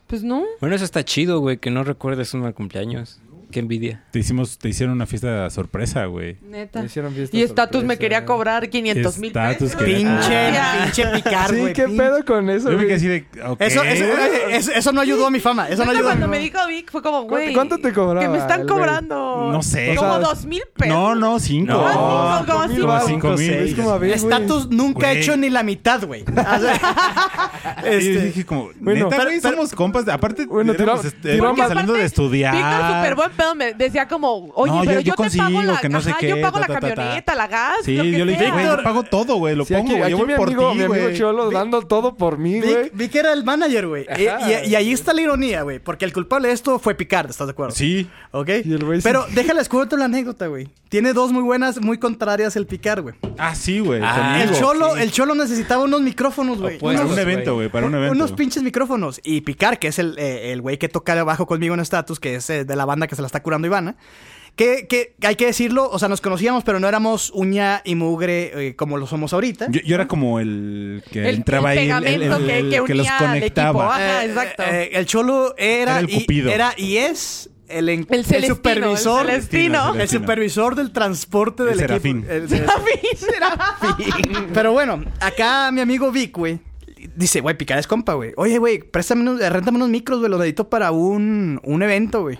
Speaker 4: Pues no.
Speaker 3: Bueno, eso está chido, güey, que no recuerdes un mal cumpleaños. Qué envidia.
Speaker 2: Te, hicimos, te hicieron una fiesta sorpresa, güey.
Speaker 4: Neta.
Speaker 5: hicieron fiesta
Speaker 4: Y Status me
Speaker 5: sorpresa.
Speaker 4: quería cobrar 500 mil
Speaker 2: Status
Speaker 4: pesos.
Speaker 2: quería-
Speaker 1: Pinche,
Speaker 4: Ah.
Speaker 1: pinche picar,
Speaker 5: Sí,
Speaker 1: güey.
Speaker 5: ¿qué
Speaker 1: pin-
Speaker 5: pedo con eso?
Speaker 2: Yo me
Speaker 5: güey?
Speaker 2: quedé así de... ok.
Speaker 1: Eso, eso, eso- eso no ayudó a mi fama. Eso no
Speaker 4: Neta,
Speaker 1: ayudó a mi
Speaker 4: cuando
Speaker 1: fama.
Speaker 4: me dijo Vic fue como, güey.
Speaker 5: cuánto te cobraba
Speaker 4: Que me están
Speaker 5: el güey?
Speaker 4: cobrando.
Speaker 2: No sé.
Speaker 4: Como
Speaker 5: O sea,
Speaker 4: dos mil pesos.
Speaker 2: No, no, cinco.
Speaker 3: No.
Speaker 4: Ah,
Speaker 5: No,
Speaker 4: cinco, como
Speaker 5: mil
Speaker 4: cinco.
Speaker 5: varos.
Speaker 2: Cinco mil.
Speaker 5: Es como a ver, güey.
Speaker 1: Status nunca ha
Speaker 2: Güey.
Speaker 1: hecho ni la mitad, güey. O sea,
Speaker 2: Y yo
Speaker 1: este,
Speaker 2: dije como,
Speaker 5: Bueno,
Speaker 2: neta,
Speaker 1: pero-
Speaker 2: güey,
Speaker 1: pero-
Speaker 2: somos compas. de- aparte,
Speaker 5: Bueno,
Speaker 2: bueno, éramos,
Speaker 5: tiramos-
Speaker 2: este,
Speaker 5: tiramos-
Speaker 2: éramos
Speaker 4: Porque
Speaker 2: saliendo
Speaker 4: aparte,
Speaker 2: de estudiar.
Speaker 4: Víctor, súper buen pedo, me decía como, oye,
Speaker 2: No, yo-
Speaker 4: pero
Speaker 2: yo
Speaker 4: yo, te pago
Speaker 2: consigo
Speaker 4: la,
Speaker 2: que no sé
Speaker 4: ajá,
Speaker 2: qué,
Speaker 4: yo pago la
Speaker 2: ta, ta, ta.
Speaker 4: camioneta, la gas,
Speaker 2: Sí,
Speaker 4: lo que
Speaker 2: yo le dije,
Speaker 4: sea.
Speaker 2: güey, yo pago todo, güey. Lo
Speaker 5: Sí,
Speaker 2: pongo,
Speaker 5: aquí,
Speaker 2: güey. Yo
Speaker 5: aquí
Speaker 2: voy
Speaker 5: mi
Speaker 2: por
Speaker 5: amigo, mi
Speaker 2: ti,
Speaker 5: amigo
Speaker 2: güey.
Speaker 5: Cholo dando todo por mí,
Speaker 1: vi,
Speaker 5: güey.
Speaker 1: vi que era el manager, güey. Y,
Speaker 5: Ajá.
Speaker 1: y- y ahí está la ironía, güey. Porque el culpable de esto fue Picard, ¿estás de acuerdo?
Speaker 2: Sí.
Speaker 1: ¿Ok?
Speaker 5: Y el güey se-
Speaker 1: Pero déjales, cuento la anécdota, güey. Tiene dos muy buenas, muy contrarias el Picard, güey.
Speaker 2: Ah, sí, güey.
Speaker 3: Ah,
Speaker 1: El
Speaker 2: conmigo.
Speaker 1: cholo, el cholo necesitaba unos micrófonos, güey.
Speaker 3: Opuestos,
Speaker 2: Para
Speaker 1: Unos-
Speaker 2: un
Speaker 3: güey.
Speaker 2: evento, güey. Para un evento.
Speaker 1: Unos pinches micrófonos. Y Picar, que es el, eh, el güey que toca abajo conmigo en Status, que es eh, de la banda que se la está curando Ivana. Que, que hay que decirlo, o sea, nos conocíamos, pero no éramos uña y mugre eh, como lo somos ahorita.
Speaker 2: Yo, yo era como el que
Speaker 4: El- el
Speaker 2: entraba ahí, el- el,
Speaker 4: pegamento
Speaker 2: el-
Speaker 4: que-
Speaker 2: el
Speaker 4: que
Speaker 2: los
Speaker 4: unía al equipo,
Speaker 2: conectaba.
Speaker 4: ah. Ajá, exacto.
Speaker 1: eh, el cholo era,
Speaker 2: Era el
Speaker 1: y-
Speaker 2: cupido.
Speaker 1: era y es el, en-
Speaker 4: El
Speaker 1: el
Speaker 4: Celestino, el
Speaker 1: supervisor. El,
Speaker 4: Celestino.
Speaker 2: Celestino.
Speaker 1: supervisor del transporte
Speaker 2: El
Speaker 1: del
Speaker 2: Serafín.
Speaker 1: equipo. El- de- Pero bueno, acá mi amigo Vic, güey, dice, güey, picar es compa, güey. Oye, güey, préstame unos, réntame unos micros, güey, los necesito para un, un evento, güey.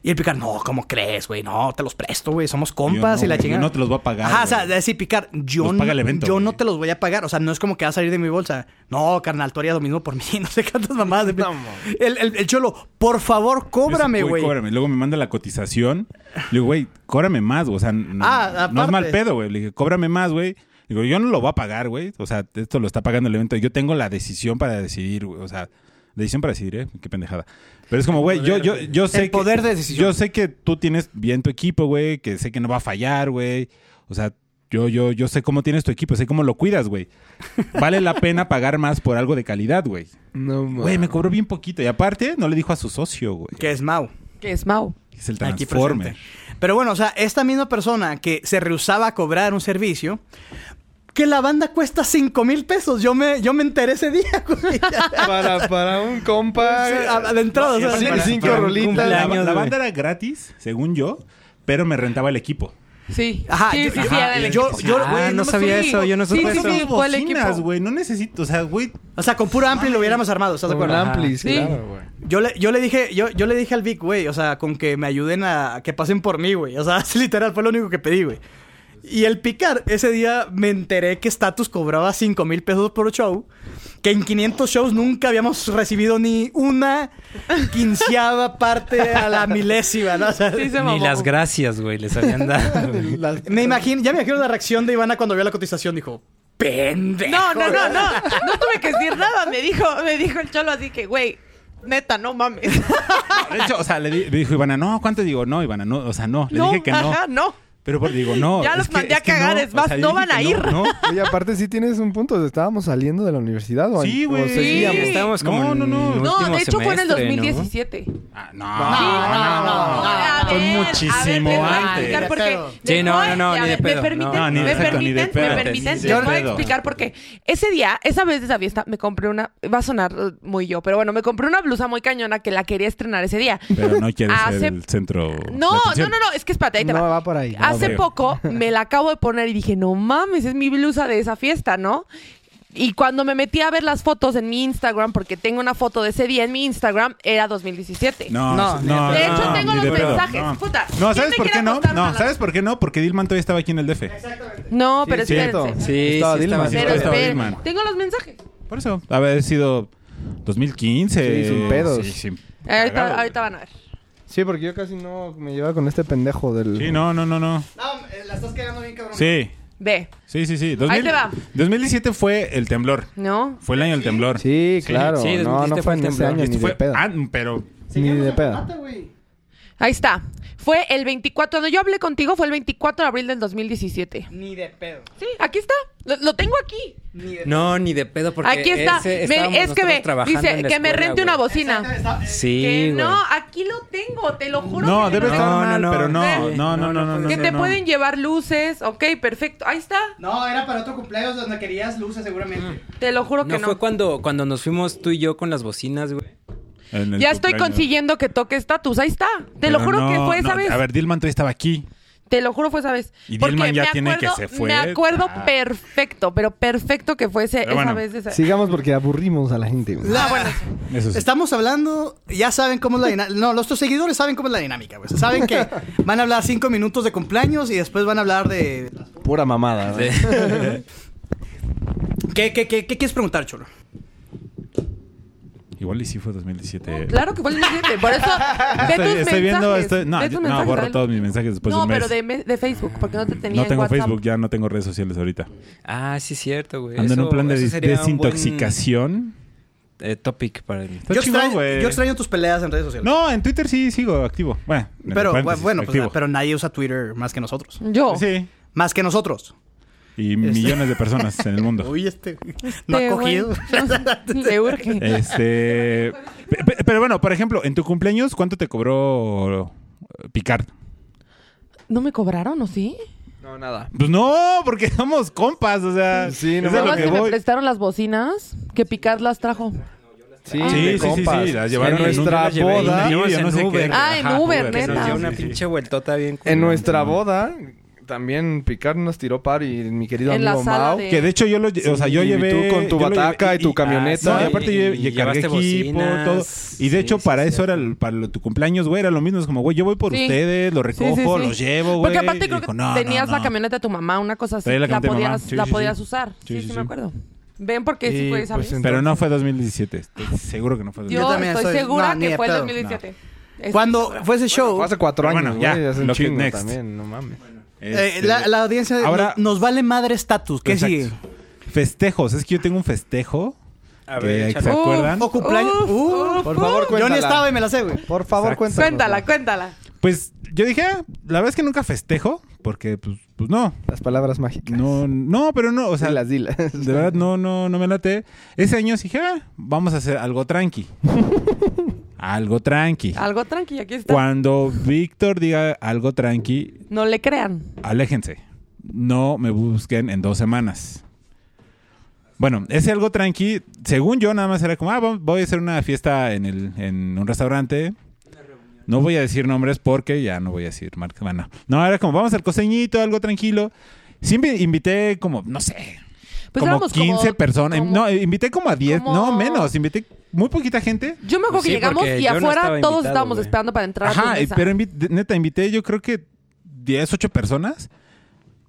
Speaker 1: Y el Picard, no, ¿cómo crees, güey? No, te los presto, güey. Somos compas
Speaker 2: Yo no,
Speaker 1: y la
Speaker 2: güey,
Speaker 1: chingada.
Speaker 2: yo no te los voy a pagar,
Speaker 1: Ajá, o sea,
Speaker 2: güey.
Speaker 1: decir, Picard, yo,
Speaker 2: Los
Speaker 1: no-
Speaker 2: paga el evento,
Speaker 1: yo no
Speaker 2: güey.
Speaker 1: te los voy a pagar. O sea, no es como que va a salir de mi bolsa. No, carnal, tú harías lo mismo por mí. No sé cuántas mamadas. de-
Speaker 5: No, mo.
Speaker 1: el, el- el cholo, por favor, cóbrame,
Speaker 2: Yo sé,
Speaker 1: güey.
Speaker 2: Cóbrame. Luego me manda la cotización. Le digo, güey, cóbrame más, güey. O sea, no,
Speaker 1: Ah,
Speaker 2: no es
Speaker 1: aparte.
Speaker 2: mal pedo, güey. Le dije, cóbrame más, güey. Le Digo, yo no lo voy a pagar, güey. O sea, esto lo está pagando el evento. Yo tengo la decisión para decidir, güey. O sea, decisión para decidir, ¿eh? Qué pendejada. Pero es como, güey, yo, yo, yo sé
Speaker 1: El poder de
Speaker 2: que,
Speaker 1: decisión.
Speaker 2: Yo sé que tú tienes bien tu equipo, güey. Que sé que no va a fallar, güey. O sea, yo, yo, yo sé cómo tienes tu equipo. Sé cómo lo cuidas, güey. Vale la pena pagar más por algo de calidad, güey.
Speaker 5: No, ma.
Speaker 2: Güey, me cobró bien poquito. Y aparte, no le dijo a su socio, güey.
Speaker 1: Que es Mau.
Speaker 4: Que es Mau.
Speaker 2: Es el
Speaker 1: aquí
Speaker 2: Transformer.
Speaker 1: presente. Pero bueno, o sea, esta misma persona que se rehusaba a cobrar un servicio, que la banda cuesta 5 mil pesos. Yo me, yo me enteré ese día, güey.
Speaker 5: Para, para un compa.
Speaker 1: Sí,
Speaker 5: ah,
Speaker 1: a- de entrada, o sea,
Speaker 5: Sí,
Speaker 1: para-
Speaker 5: cinco
Speaker 2: para un
Speaker 5: rolitas.
Speaker 2: cumpleaños,
Speaker 5: La-
Speaker 2: La,
Speaker 5: la
Speaker 2: banda era gratis, según yo, pero me rentaba el equipo.
Speaker 4: Sí.
Speaker 1: Ajá,
Speaker 4: sí,
Speaker 1: yo-
Speaker 4: sí, sí,
Speaker 1: ajá,
Speaker 4: era del
Speaker 1: yo-
Speaker 4: equipo.
Speaker 1: yo- güey,
Speaker 3: Ah,
Speaker 1: no
Speaker 3: no
Speaker 1: me
Speaker 3: sabía
Speaker 4: subí.
Speaker 3: eso, yo no
Speaker 4: Sí,
Speaker 3: supe
Speaker 4: sí,
Speaker 3: eso.
Speaker 4: sí. fue el equipo.
Speaker 2: Pues güey. No necesito, o sea, güey.
Speaker 1: O sea, con puro ampli lo hubiéramos armado, ¿estás de
Speaker 5: Con
Speaker 1: acuerdo?
Speaker 5: amplis,
Speaker 4: Sí.
Speaker 2: Ah,
Speaker 5: claro, güey.
Speaker 1: Yo le, yo le dije, yo, yo le dije al Vic, güey, o sea, con que me ayuden a a que pasen por mí, güey. O sea, es literal, fue lo único que pedí, güey. Y el picar, ese día me enteré que Status cobraba 5 mil pesos por show, que en 500 shows nunca habíamos recibido ni una quinceava parte a la milésima, ¿no? O sea,
Speaker 4: Sí, se mamó.
Speaker 3: Ni las gracias, güey, les habían dado. güey.
Speaker 5: Las-
Speaker 1: me imagino, ya me imagino la reacción de Ivana cuando vio la cotización, dijo, pendejo.
Speaker 4: No, no, no, no. No tuve que decir nada. Me dijo, me dijo el cholo así que, güey, neta, no mames.
Speaker 2: De hecho, o sea, le, di- le dijo Ivana, no, ¿cuánto? Digo, no, Ivana, no, o sea, no. Le dije que no.
Speaker 4: Ajá, no.
Speaker 2: Pero por- digo, no.
Speaker 4: Ya
Speaker 2: es
Speaker 4: los
Speaker 2: que-
Speaker 4: mandé a
Speaker 2: es que
Speaker 4: cagar,
Speaker 2: no,
Speaker 4: es más,
Speaker 2: yo
Speaker 4: no
Speaker 2: dije
Speaker 4: van a
Speaker 2: que
Speaker 4: ir.
Speaker 2: No, no.
Speaker 5: Oye, aparte sí tienes un punto. Estábamos saliendo de la universidad, ¿o-
Speaker 2: Sí,
Speaker 5: o
Speaker 2: güey.
Speaker 5: seguíamos?
Speaker 4: Sí.
Speaker 3: estábamos como
Speaker 2: No,
Speaker 3: en
Speaker 2: no, no.
Speaker 4: No,
Speaker 3: último
Speaker 4: de hecho fue en el
Speaker 3: semestre, ¿no?
Speaker 4: 2017.
Speaker 2: Ah,
Speaker 1: no, no, no,
Speaker 4: a
Speaker 2: Fue
Speaker 4: ver,
Speaker 2: muchísimo
Speaker 4: a ver, les voy a
Speaker 2: antes.
Speaker 4: explicar por qué.
Speaker 1: Pero-
Speaker 4: Les
Speaker 3: Sí, no,
Speaker 4: voy
Speaker 3: no,
Speaker 4: a-
Speaker 3: no,
Speaker 4: a
Speaker 3: ni de
Speaker 4: ver,
Speaker 3: pedo.
Speaker 4: ¿Me permiten?
Speaker 3: No,
Speaker 2: ni de
Speaker 4: ¿Me
Speaker 2: pedo,
Speaker 4: permiten?
Speaker 2: ni de
Speaker 4: ¿Me
Speaker 2: pedo.
Speaker 4: permiten?
Speaker 2: Ni de
Speaker 4: Les voy a
Speaker 2: pedo.
Speaker 4: explicar por qué. Ese día, esa vez de esa fiesta, me compré una... Va a sonar eh, muy yo, pero bueno, me compré una blusa muy cañona que la quería estrenar ese día.
Speaker 2: Pero no quieres ser
Speaker 4: Hace-
Speaker 2: el centro. de
Speaker 4: No, no,
Speaker 2: atención.
Speaker 4: no, no, es que espérate, ahí te
Speaker 5: No,
Speaker 4: va.
Speaker 5: va por ahí.
Speaker 2: Ah,
Speaker 5: Va
Speaker 4: Hace
Speaker 2: ok.
Speaker 4: poco me la acabo de poner y dije, no mames, es mi blusa de esa fiesta, ¿no? Y cuando me metí a ver las fotos en mi Instagram, porque tengo una foto de ese día en mi Instagram, era 2017.
Speaker 2: No,
Speaker 1: No,
Speaker 2: no, no.
Speaker 4: de hecho,
Speaker 2: no,
Speaker 4: tengo
Speaker 2: ni
Speaker 4: los
Speaker 2: de pedo.
Speaker 4: mensajes.
Speaker 2: No.
Speaker 4: Puta,
Speaker 2: No,
Speaker 4: ¿quién
Speaker 2: ¿sabes
Speaker 4: te
Speaker 2: por
Speaker 4: quiere
Speaker 2: qué no?
Speaker 4: acostar,
Speaker 2: No,
Speaker 4: Salazar?
Speaker 2: ¿sabes por qué no? Porque Dilman todavía estaba aquí en el DF.
Speaker 4: No, pero
Speaker 5: es cierto.
Speaker 4: espérense.
Speaker 3: Sí,
Speaker 5: Estaba
Speaker 3: sí,
Speaker 5: Dilma.
Speaker 3: estaba,
Speaker 2: Sí,
Speaker 4: Pero
Speaker 2: estaba
Speaker 4: espérense.
Speaker 2: Dilma.
Speaker 4: Tengo los mensajes.
Speaker 2: Por eso. Haber sido 2015.
Speaker 5: Sí, sin pedos.
Speaker 2: Sí, sin-
Speaker 4: Eh,
Speaker 2: cagado,
Speaker 4: Ahorita,
Speaker 2: güey.
Speaker 4: ahorita van a ver.
Speaker 5: Sí, porque yo casi no me llevaba con este pendejo del.
Speaker 2: Sí, no, no, no, no.
Speaker 1: eh, la estás quedando bien, cabrón.
Speaker 2: Sí,
Speaker 4: Ve,
Speaker 2: sí, sí, sí.
Speaker 4: Ahí te va.
Speaker 2: 2017 fue el temblor.
Speaker 4: ¿no?
Speaker 2: Fue el año del temblor.
Speaker 5: Sí, claro.
Speaker 3: sí,
Speaker 5: no,
Speaker 3: 2017
Speaker 5: no
Speaker 3: fue
Speaker 5: fue en
Speaker 3: el
Speaker 5: ese
Speaker 3: temblor.
Speaker 5: año
Speaker 2: Este
Speaker 5: ni
Speaker 2: fue-
Speaker 5: de pedo.
Speaker 2: Ah, pero
Speaker 5: Ni de pedo.
Speaker 4: Ahí está. Fue el 24. Cuando yo hablé contigo fue el 24 de abril del 2017.
Speaker 1: Ni de pedo.
Speaker 4: Sí, aquí está. Lo, lo tengo aquí.
Speaker 1: Ni de
Speaker 3: No, ni de pedo porque
Speaker 4: Aquí está.
Speaker 3: ese
Speaker 4: Me-
Speaker 3: estábamos
Speaker 4: es que
Speaker 3: nosotros
Speaker 4: ve,
Speaker 3: trabajando
Speaker 4: dice
Speaker 3: en la
Speaker 4: que me
Speaker 3: escuela,
Speaker 4: rente una
Speaker 3: güey.
Speaker 4: bocina.
Speaker 3: Sí,
Speaker 4: Que
Speaker 3: güey.
Speaker 4: no, aquí lo tengo, te lo juro.
Speaker 2: No,
Speaker 4: que
Speaker 2: debe
Speaker 4: lo
Speaker 2: estar
Speaker 4: tengo.
Speaker 3: No,
Speaker 2: mal,
Speaker 3: no, no.
Speaker 2: pero no,
Speaker 4: Ve.
Speaker 2: no, no, no, no.
Speaker 4: Que
Speaker 2: no,
Speaker 4: te
Speaker 2: no.
Speaker 4: pueden llevar luces. Ok, perfecto. Ahí está.
Speaker 1: No, era para otro cumpleaños donde querías luces seguramente.
Speaker 2: Mm.
Speaker 4: Te lo juro que
Speaker 3: No
Speaker 4: no.
Speaker 3: fue cuando, cuando nos fuimos tú y yo con las bocinas, güey.
Speaker 2: En el
Speaker 4: Ya estoy
Speaker 2: cumpleaños.
Speaker 4: consiguiendo que toque estatus. Ahí está. Te lo
Speaker 2: Pero
Speaker 4: juro que
Speaker 2: no,
Speaker 4: fue esa
Speaker 2: no,
Speaker 4: vez.
Speaker 2: A ver, Dilman todavía estaba aquí.
Speaker 4: Te lo juro fue esa vez.
Speaker 2: Y
Speaker 4: Porque
Speaker 2: Dilman ya
Speaker 4: me
Speaker 2: tiene que
Speaker 4: acuerdo-
Speaker 2: se fue.
Speaker 4: Me acuerdo
Speaker 2: Ah.
Speaker 4: perfecto, pero perfecto que fue ese-
Speaker 2: Pero
Speaker 4: esa
Speaker 2: bueno,
Speaker 4: vez. de Esa...
Speaker 5: Sigamos porque aburrimos a la gente. güey.
Speaker 2: Ah. Eso sí.
Speaker 1: Estamos hablando, ya saben cómo es la dinámica. No, nuestros seguidores saben cómo es la dinámica, güey. Saben que van a hablar cinco minutos de cumpleaños y después van a hablar de.
Speaker 5: Pura mamada. ¿no?
Speaker 1: ¿Qué, qué, qué, qué quieres preguntar, Cholo?
Speaker 2: Igual y sí fue 2017.
Speaker 4: Claro que fue el 2007. Por eso, ve
Speaker 2: Estoy,
Speaker 4: tus
Speaker 2: estoy viendo,
Speaker 4: mensajes,
Speaker 2: estoy- no,
Speaker 4: ve
Speaker 2: yo-
Speaker 4: tus
Speaker 2: no,
Speaker 4: mensajes,
Speaker 2: borro
Speaker 4: Adel.
Speaker 2: todos mis mensajes después de
Speaker 4: no,
Speaker 2: un mes.
Speaker 4: pero de, me- de Facebook, porque no te tenía
Speaker 2: no
Speaker 4: en
Speaker 2: tengo
Speaker 4: WhatsApp.
Speaker 2: Facebook, ya no tengo redes sociales ahorita.
Speaker 3: Ah, sí, es cierto, güey.
Speaker 2: Ando en un
Speaker 3: Eso-
Speaker 2: plan de
Speaker 3: eso
Speaker 2: des-
Speaker 3: sería un
Speaker 2: desintoxicación.
Speaker 3: buen, eh, topic para el...
Speaker 2: Está
Speaker 1: yo,
Speaker 2: chingón,
Speaker 1: extraño,
Speaker 2: güey.
Speaker 1: yo extraño tus peleas en redes sociales.
Speaker 2: No, en Twitter sí sigo activo. Bueno, en
Speaker 1: Pero
Speaker 2: paréntesis,
Speaker 1: bueno, pues,
Speaker 2: activo.
Speaker 1: pero nadie usa Twitter más que nosotros.
Speaker 4: Yo.
Speaker 2: Sí.
Speaker 1: Más que nosotros.
Speaker 2: Y millones de personas en el mundo.
Speaker 1: Este- Uy, este. No ha
Speaker 4: Te-
Speaker 1: cogido.
Speaker 4: Te urge.
Speaker 2: Eh. Este. pe- pe- Pero bueno, por ejemplo, en tu cumpleaños, ¿cuánto te cobró eh, Picard?
Speaker 4: ¿No me cobraron o sí?
Speaker 5: No, nada.
Speaker 2: Pues no, porque somos compas, o sea.
Speaker 5: Sí,
Speaker 2: eso
Speaker 5: no
Speaker 2: es lo
Speaker 4: Nada más
Speaker 2: que
Speaker 4: que me
Speaker 2: voy.
Speaker 4: prestaron las bocinas, que Picard las trajo.
Speaker 5: Sí,
Speaker 4: Ah.
Speaker 5: de
Speaker 2: Sí, sí, sí, sí,
Speaker 5: compas.
Speaker 2: las llevaron
Speaker 5: en
Speaker 2: en un-
Speaker 5: nuestra
Speaker 2: las llevé en
Speaker 5: boda.
Speaker 2: un-
Speaker 3: Íbamos
Speaker 2: yo no
Speaker 3: en
Speaker 2: sé qué.
Speaker 3: Uber.
Speaker 4: Ah, en Uber,
Speaker 3: que nos
Speaker 4: neta.
Speaker 3: dio
Speaker 2: Sí,
Speaker 3: una
Speaker 2: sí, sí.
Speaker 3: pinche vueltota bien. culera.
Speaker 5: En nuestra boda también Picard nos tiró par y mi querido
Speaker 4: En la
Speaker 5: amigo
Speaker 4: sala
Speaker 5: Mao.
Speaker 4: de-
Speaker 2: Que de hecho yo lo, lle- o sea, yo
Speaker 5: Sí, y
Speaker 2: llevé
Speaker 5: tú con tu
Speaker 2: yo lo llevé-
Speaker 5: bataca y tu camioneta.
Speaker 2: no, y
Speaker 5: Sí,
Speaker 2: aparte
Speaker 3: y-
Speaker 2: yo
Speaker 3: y
Speaker 2: lle- cargué
Speaker 3: llevaste
Speaker 2: equipo,
Speaker 3: bocinas.
Speaker 2: todo. Y de
Speaker 3: Sí,
Speaker 2: hecho
Speaker 3: sí,
Speaker 2: para
Speaker 3: sí.
Speaker 2: eso era el- para lo- tu cumpleaños, güey, era lo mismo, es como, güey, yo voy por
Speaker 4: Sí.
Speaker 2: ustedes, los
Speaker 4: Sí,
Speaker 2: recojo,
Speaker 4: sí, sí.
Speaker 2: los llevo, güey.
Speaker 4: Porque aparte
Speaker 2: Y
Speaker 4: creo que
Speaker 2: dijo, no, no,
Speaker 4: tenías la
Speaker 2: no.
Speaker 4: camioneta de tu mamá, una cosa así.
Speaker 2: Traía la
Speaker 4: La
Speaker 2: camioneta de mi mamá.
Speaker 4: podías,
Speaker 2: Sí,
Speaker 4: la
Speaker 2: sí,
Speaker 4: podías
Speaker 2: sí.
Speaker 4: usar. Sí,
Speaker 2: Sí,
Speaker 4: sí,
Speaker 2: sí,
Speaker 4: me
Speaker 2: sí.
Speaker 4: acuerdo. Ven porque sí
Speaker 5: Y,
Speaker 4: fue esa
Speaker 5: pues,
Speaker 4: vez.
Speaker 2: Pero no fue 2017, estoy seguro que no fue
Speaker 4: Yo
Speaker 1: Yo
Speaker 2: 2017.
Speaker 1: también
Speaker 4: estoy
Speaker 1: estoy-
Speaker 4: segura
Speaker 1: no, ni
Speaker 4: que
Speaker 1: de
Speaker 4: fue el
Speaker 1: pedo.
Speaker 4: 2017. Es-
Speaker 1: Cuando fue ese show,
Speaker 5: Fue hace cuatro
Speaker 2: Bueno,
Speaker 5: años,
Speaker 2: ya,
Speaker 5: güey, hace un
Speaker 2: lo que
Speaker 5: chingo
Speaker 2: next.
Speaker 5: también, no mames.
Speaker 1: eh, la, la audiencia
Speaker 2: este, Ahora-
Speaker 1: no- nos vale madre estatus. ¿Qué
Speaker 2: Exacto.
Speaker 1: sigue?
Speaker 2: Festejos, es que yo tengo un festejo.
Speaker 3: A
Speaker 2: que-
Speaker 3: ver,
Speaker 2: ¿Se
Speaker 3: échale.
Speaker 2: acuerdan?
Speaker 1: O cumpleaños.
Speaker 4: Uf,
Speaker 1: Uh,
Speaker 4: uf,
Speaker 5: Por
Speaker 4: uf.
Speaker 5: favor,
Speaker 1: yo ni
Speaker 5: cuéntala.
Speaker 1: estaba y me la sé, güey.
Speaker 5: Por favor,
Speaker 2: Exacto.
Speaker 5: cuéntanos.
Speaker 4: Cuéntala, cuéntala.
Speaker 2: Pues yo dije, ah, la verdad es que nunca festejo, porque pues, pues no.
Speaker 5: Las palabras mágicas.
Speaker 2: No, no, pero no, o sea,
Speaker 5: las dilas.
Speaker 2: de verdad no, no, no me late. Ese año sí dije, ah, vamos a hacer algo tranqui. algo tranqui.
Speaker 4: Algo tranqui, aquí está.
Speaker 2: Cuando Víctor diga algo tranqui,
Speaker 4: No le crean.
Speaker 2: aléjense. No me busquen en dos semanas. Bueno, ese algo tranqui, según yo, nada más era como, ah, va- voy a hacer una fiesta en, el, en un restaurante. No voy a decir nombres porque ya no voy a decir marcas. Bueno, no, era como, vamos al costeñito, algo tranquilo. Sí, invi- invité como, no sé,
Speaker 4: Pues
Speaker 2: como
Speaker 4: éramos
Speaker 2: 15 personas.
Speaker 4: como-
Speaker 2: No, eh, invité como a 10,
Speaker 4: como-
Speaker 2: no menos, invité muy poquita gente.
Speaker 4: Yo me acuerdo que
Speaker 3: Sí,
Speaker 4: llegamos
Speaker 3: porque
Speaker 4: y
Speaker 3: yo no
Speaker 4: afuera
Speaker 3: estaba
Speaker 4: todos
Speaker 3: invitado,
Speaker 4: estábamos
Speaker 3: güey.
Speaker 4: esperando para entrar. a tu
Speaker 2: Ajá, eh,
Speaker 4: mesa.
Speaker 2: pero invi- de- neta, invité yo creo que 10, 8 personas.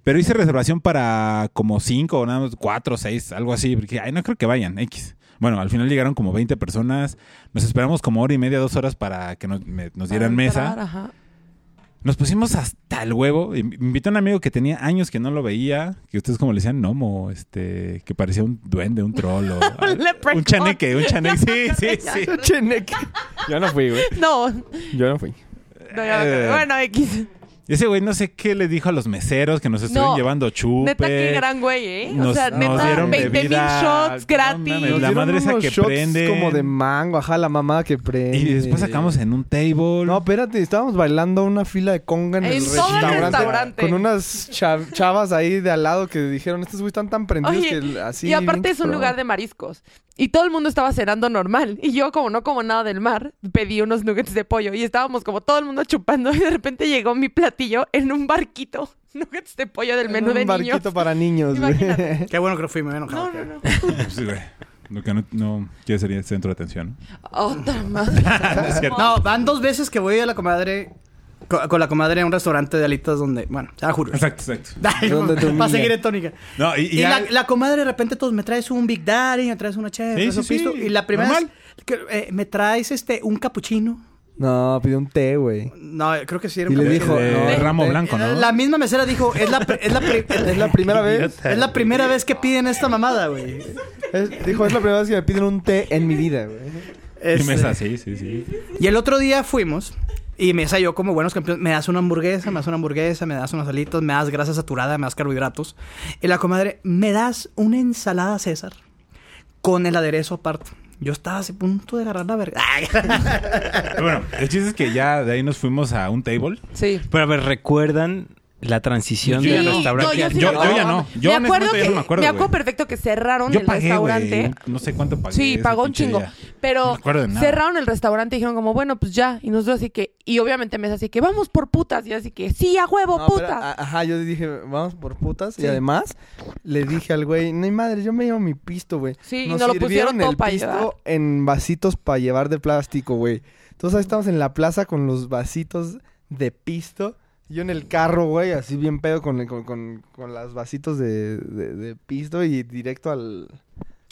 Speaker 2: Pero hice reservación para como 5 o nada más 4, 6, algo así. Porque, ay, no creo que vayan, X. Bueno, al final llegaron como 20 personas. Nos esperamos como hora y media, dos horas para que nos, me- nos
Speaker 4: Para
Speaker 2: dieran
Speaker 4: entrar,
Speaker 2: mesa.
Speaker 4: ajá.
Speaker 2: Nos pusimos hasta el huevo. Y Me invité a un amigo que tenía años que no lo veía. Que ustedes como le decían gnomo, este, que parecía un duende, un troll. o-
Speaker 4: leprechaun.
Speaker 2: un chaneque, un chaneque. Sí, sí, sí.
Speaker 5: Cheneque. Yo no fui, güey.
Speaker 4: No, no,
Speaker 5: Yo no fui.
Speaker 4: ya me
Speaker 2: Eh,
Speaker 4: acuerdo. bueno, X.
Speaker 2: Y Ese güey no sé qué le dijo a los meseros que nos estuvieron
Speaker 4: No.
Speaker 2: llevando chupe.
Speaker 4: Neta, qué gran güey, ¿eh? o
Speaker 2: Nos-
Speaker 4: sea,
Speaker 2: nos
Speaker 4: neta,
Speaker 2: dieron
Speaker 4: 20 mil
Speaker 2: bebida.
Speaker 4: shots
Speaker 2: No
Speaker 4: gratis.
Speaker 2: mames, La
Speaker 5: Nos
Speaker 2: madre
Speaker 5: dieron
Speaker 2: esa
Speaker 5: unos
Speaker 2: que
Speaker 5: shots
Speaker 2: prende.
Speaker 5: como de mango, ajá, la mamada que prende.
Speaker 2: Y después acabamos en un table.
Speaker 5: No, pues, espérate, estábamos bailando una fila de conga en,
Speaker 4: En
Speaker 5: el,
Speaker 4: todo
Speaker 2: el
Speaker 5: restaurante,
Speaker 4: restaurante.
Speaker 5: Con unas cha- chavas ahí de al lado que dijeron, estos güey están tan prendidos
Speaker 4: Oye,
Speaker 5: que así...
Speaker 4: y aparte
Speaker 5: bien
Speaker 4: es un
Speaker 5: pro".
Speaker 4: lugar de mariscos. Y todo el mundo estaba cenando normal. Y yo, como no como nada del mar, pedí unos nuggets de pollo. Y estábamos como todo el mundo chupando. Y de repente llegó mi platillo en un barquito. Nuggets de pollo del
Speaker 5: En
Speaker 4: menú
Speaker 5: un
Speaker 4: de
Speaker 5: barquito
Speaker 4: niños.
Speaker 5: para niños, güey.
Speaker 4: Imagínate.
Speaker 1: Qué bueno que no fui, me había enojado.
Speaker 4: No, no, no.
Speaker 2: Sí, Pues, güey. Lo que no, no quiere sería el centro de atención.
Speaker 4: Otra madre.
Speaker 2: Es cierto.
Speaker 1: No, van dos veces que voy a la comadre. co- Con, la comadre a un restaurante de alitas donde. Bueno, se la juro.
Speaker 2: Exacto, exacto.
Speaker 5: Donde tu
Speaker 1: Para
Speaker 5: niña.
Speaker 1: seguir en tónica.
Speaker 2: No, y, y
Speaker 1: Y,
Speaker 2: ya-
Speaker 1: la, la comadre de repente todos me traes un Big Daddy, me traes una chef,
Speaker 2: Sí,
Speaker 1: me traes
Speaker 2: sí,
Speaker 1: un
Speaker 2: sí.
Speaker 1: pisto. Y la primera vez
Speaker 2: Normal.
Speaker 1: que, eh, me traes este un capuchino.
Speaker 5: No, pidió un té, güey.
Speaker 1: No, eh, creo que sí era
Speaker 5: Y
Speaker 1: un
Speaker 5: le
Speaker 2: de-
Speaker 5: dijo,
Speaker 1: capuchino.
Speaker 2: de
Speaker 5: no,
Speaker 2: ramo
Speaker 5: eh,
Speaker 2: blanco, ¿no?
Speaker 1: La misma mesera dijo, es la, pri- es la, pri-
Speaker 5: Es la primera vez.
Speaker 1: es la primera vez que piden esta mamada, güey.
Speaker 5: es- dijo, es la primera vez que me piden un té en mi vida, güey.
Speaker 2: Y
Speaker 1: Este,
Speaker 2: mesa, sí, sí, sí.
Speaker 1: Y el otro día fuimos y me yo como buenos campeones, me das una hamburguesa, me das una hamburguesa, me das unos alitos, me das grasa saturada, me das carbohidratos. Y la comadre, me das una ensalada César con el aderezo aparte. Yo estaba a punto de agarrar la verga. Ay.
Speaker 2: Pero bueno, el chiste es que ya de ahí nos fuimos a un table.
Speaker 4: Sí.
Speaker 3: Pero a ver, ¿recuerdan la transición
Speaker 2: Yo
Speaker 4: Sí,
Speaker 2: ya
Speaker 3: del
Speaker 2: no.
Speaker 3: restaurante?
Speaker 2: Yo-
Speaker 4: sí
Speaker 2: yo-
Speaker 4: me
Speaker 2: yo
Speaker 4: acuerdo.
Speaker 2: ya no. Yo
Speaker 4: me
Speaker 2: en ese
Speaker 4: acuerdo
Speaker 2: momento ya
Speaker 4: que,
Speaker 2: no me acuerdo, güey.
Speaker 4: perfecto que cerraron
Speaker 2: Yo
Speaker 4: el
Speaker 2: pagué,
Speaker 4: restaurante.
Speaker 2: güey. No sé cuánto pagué.
Speaker 4: Sí,
Speaker 2: ese
Speaker 4: pagó un
Speaker 2: pinche
Speaker 4: chingo.
Speaker 2: día. No me
Speaker 4: Pero
Speaker 2: acuerdo de nada.
Speaker 4: cerraron el restaurante y dijeron como, bueno, pues ya. Y nosotros así que, y obviamente me así que, vamos por putas. Y así que, sí, a huevo,
Speaker 5: No, pero,
Speaker 4: putas.
Speaker 5: a- ajá, yo dije, vamos por putas. Y además, le dije al güey, no hay madre, yo me llevo mi pisto, güey.
Speaker 4: Sí, y nos lo pusieron todo
Speaker 5: el
Speaker 4: pa'
Speaker 5: pisto
Speaker 4: llevar.
Speaker 5: en vasitos para llevar de plástico, güey. Entonces ahí estamos en la plaza con los vasitos de pisto. Yo en el carro, güey, así bien pedo con, con, con, con las vasitos de, de- de pisto y directo al...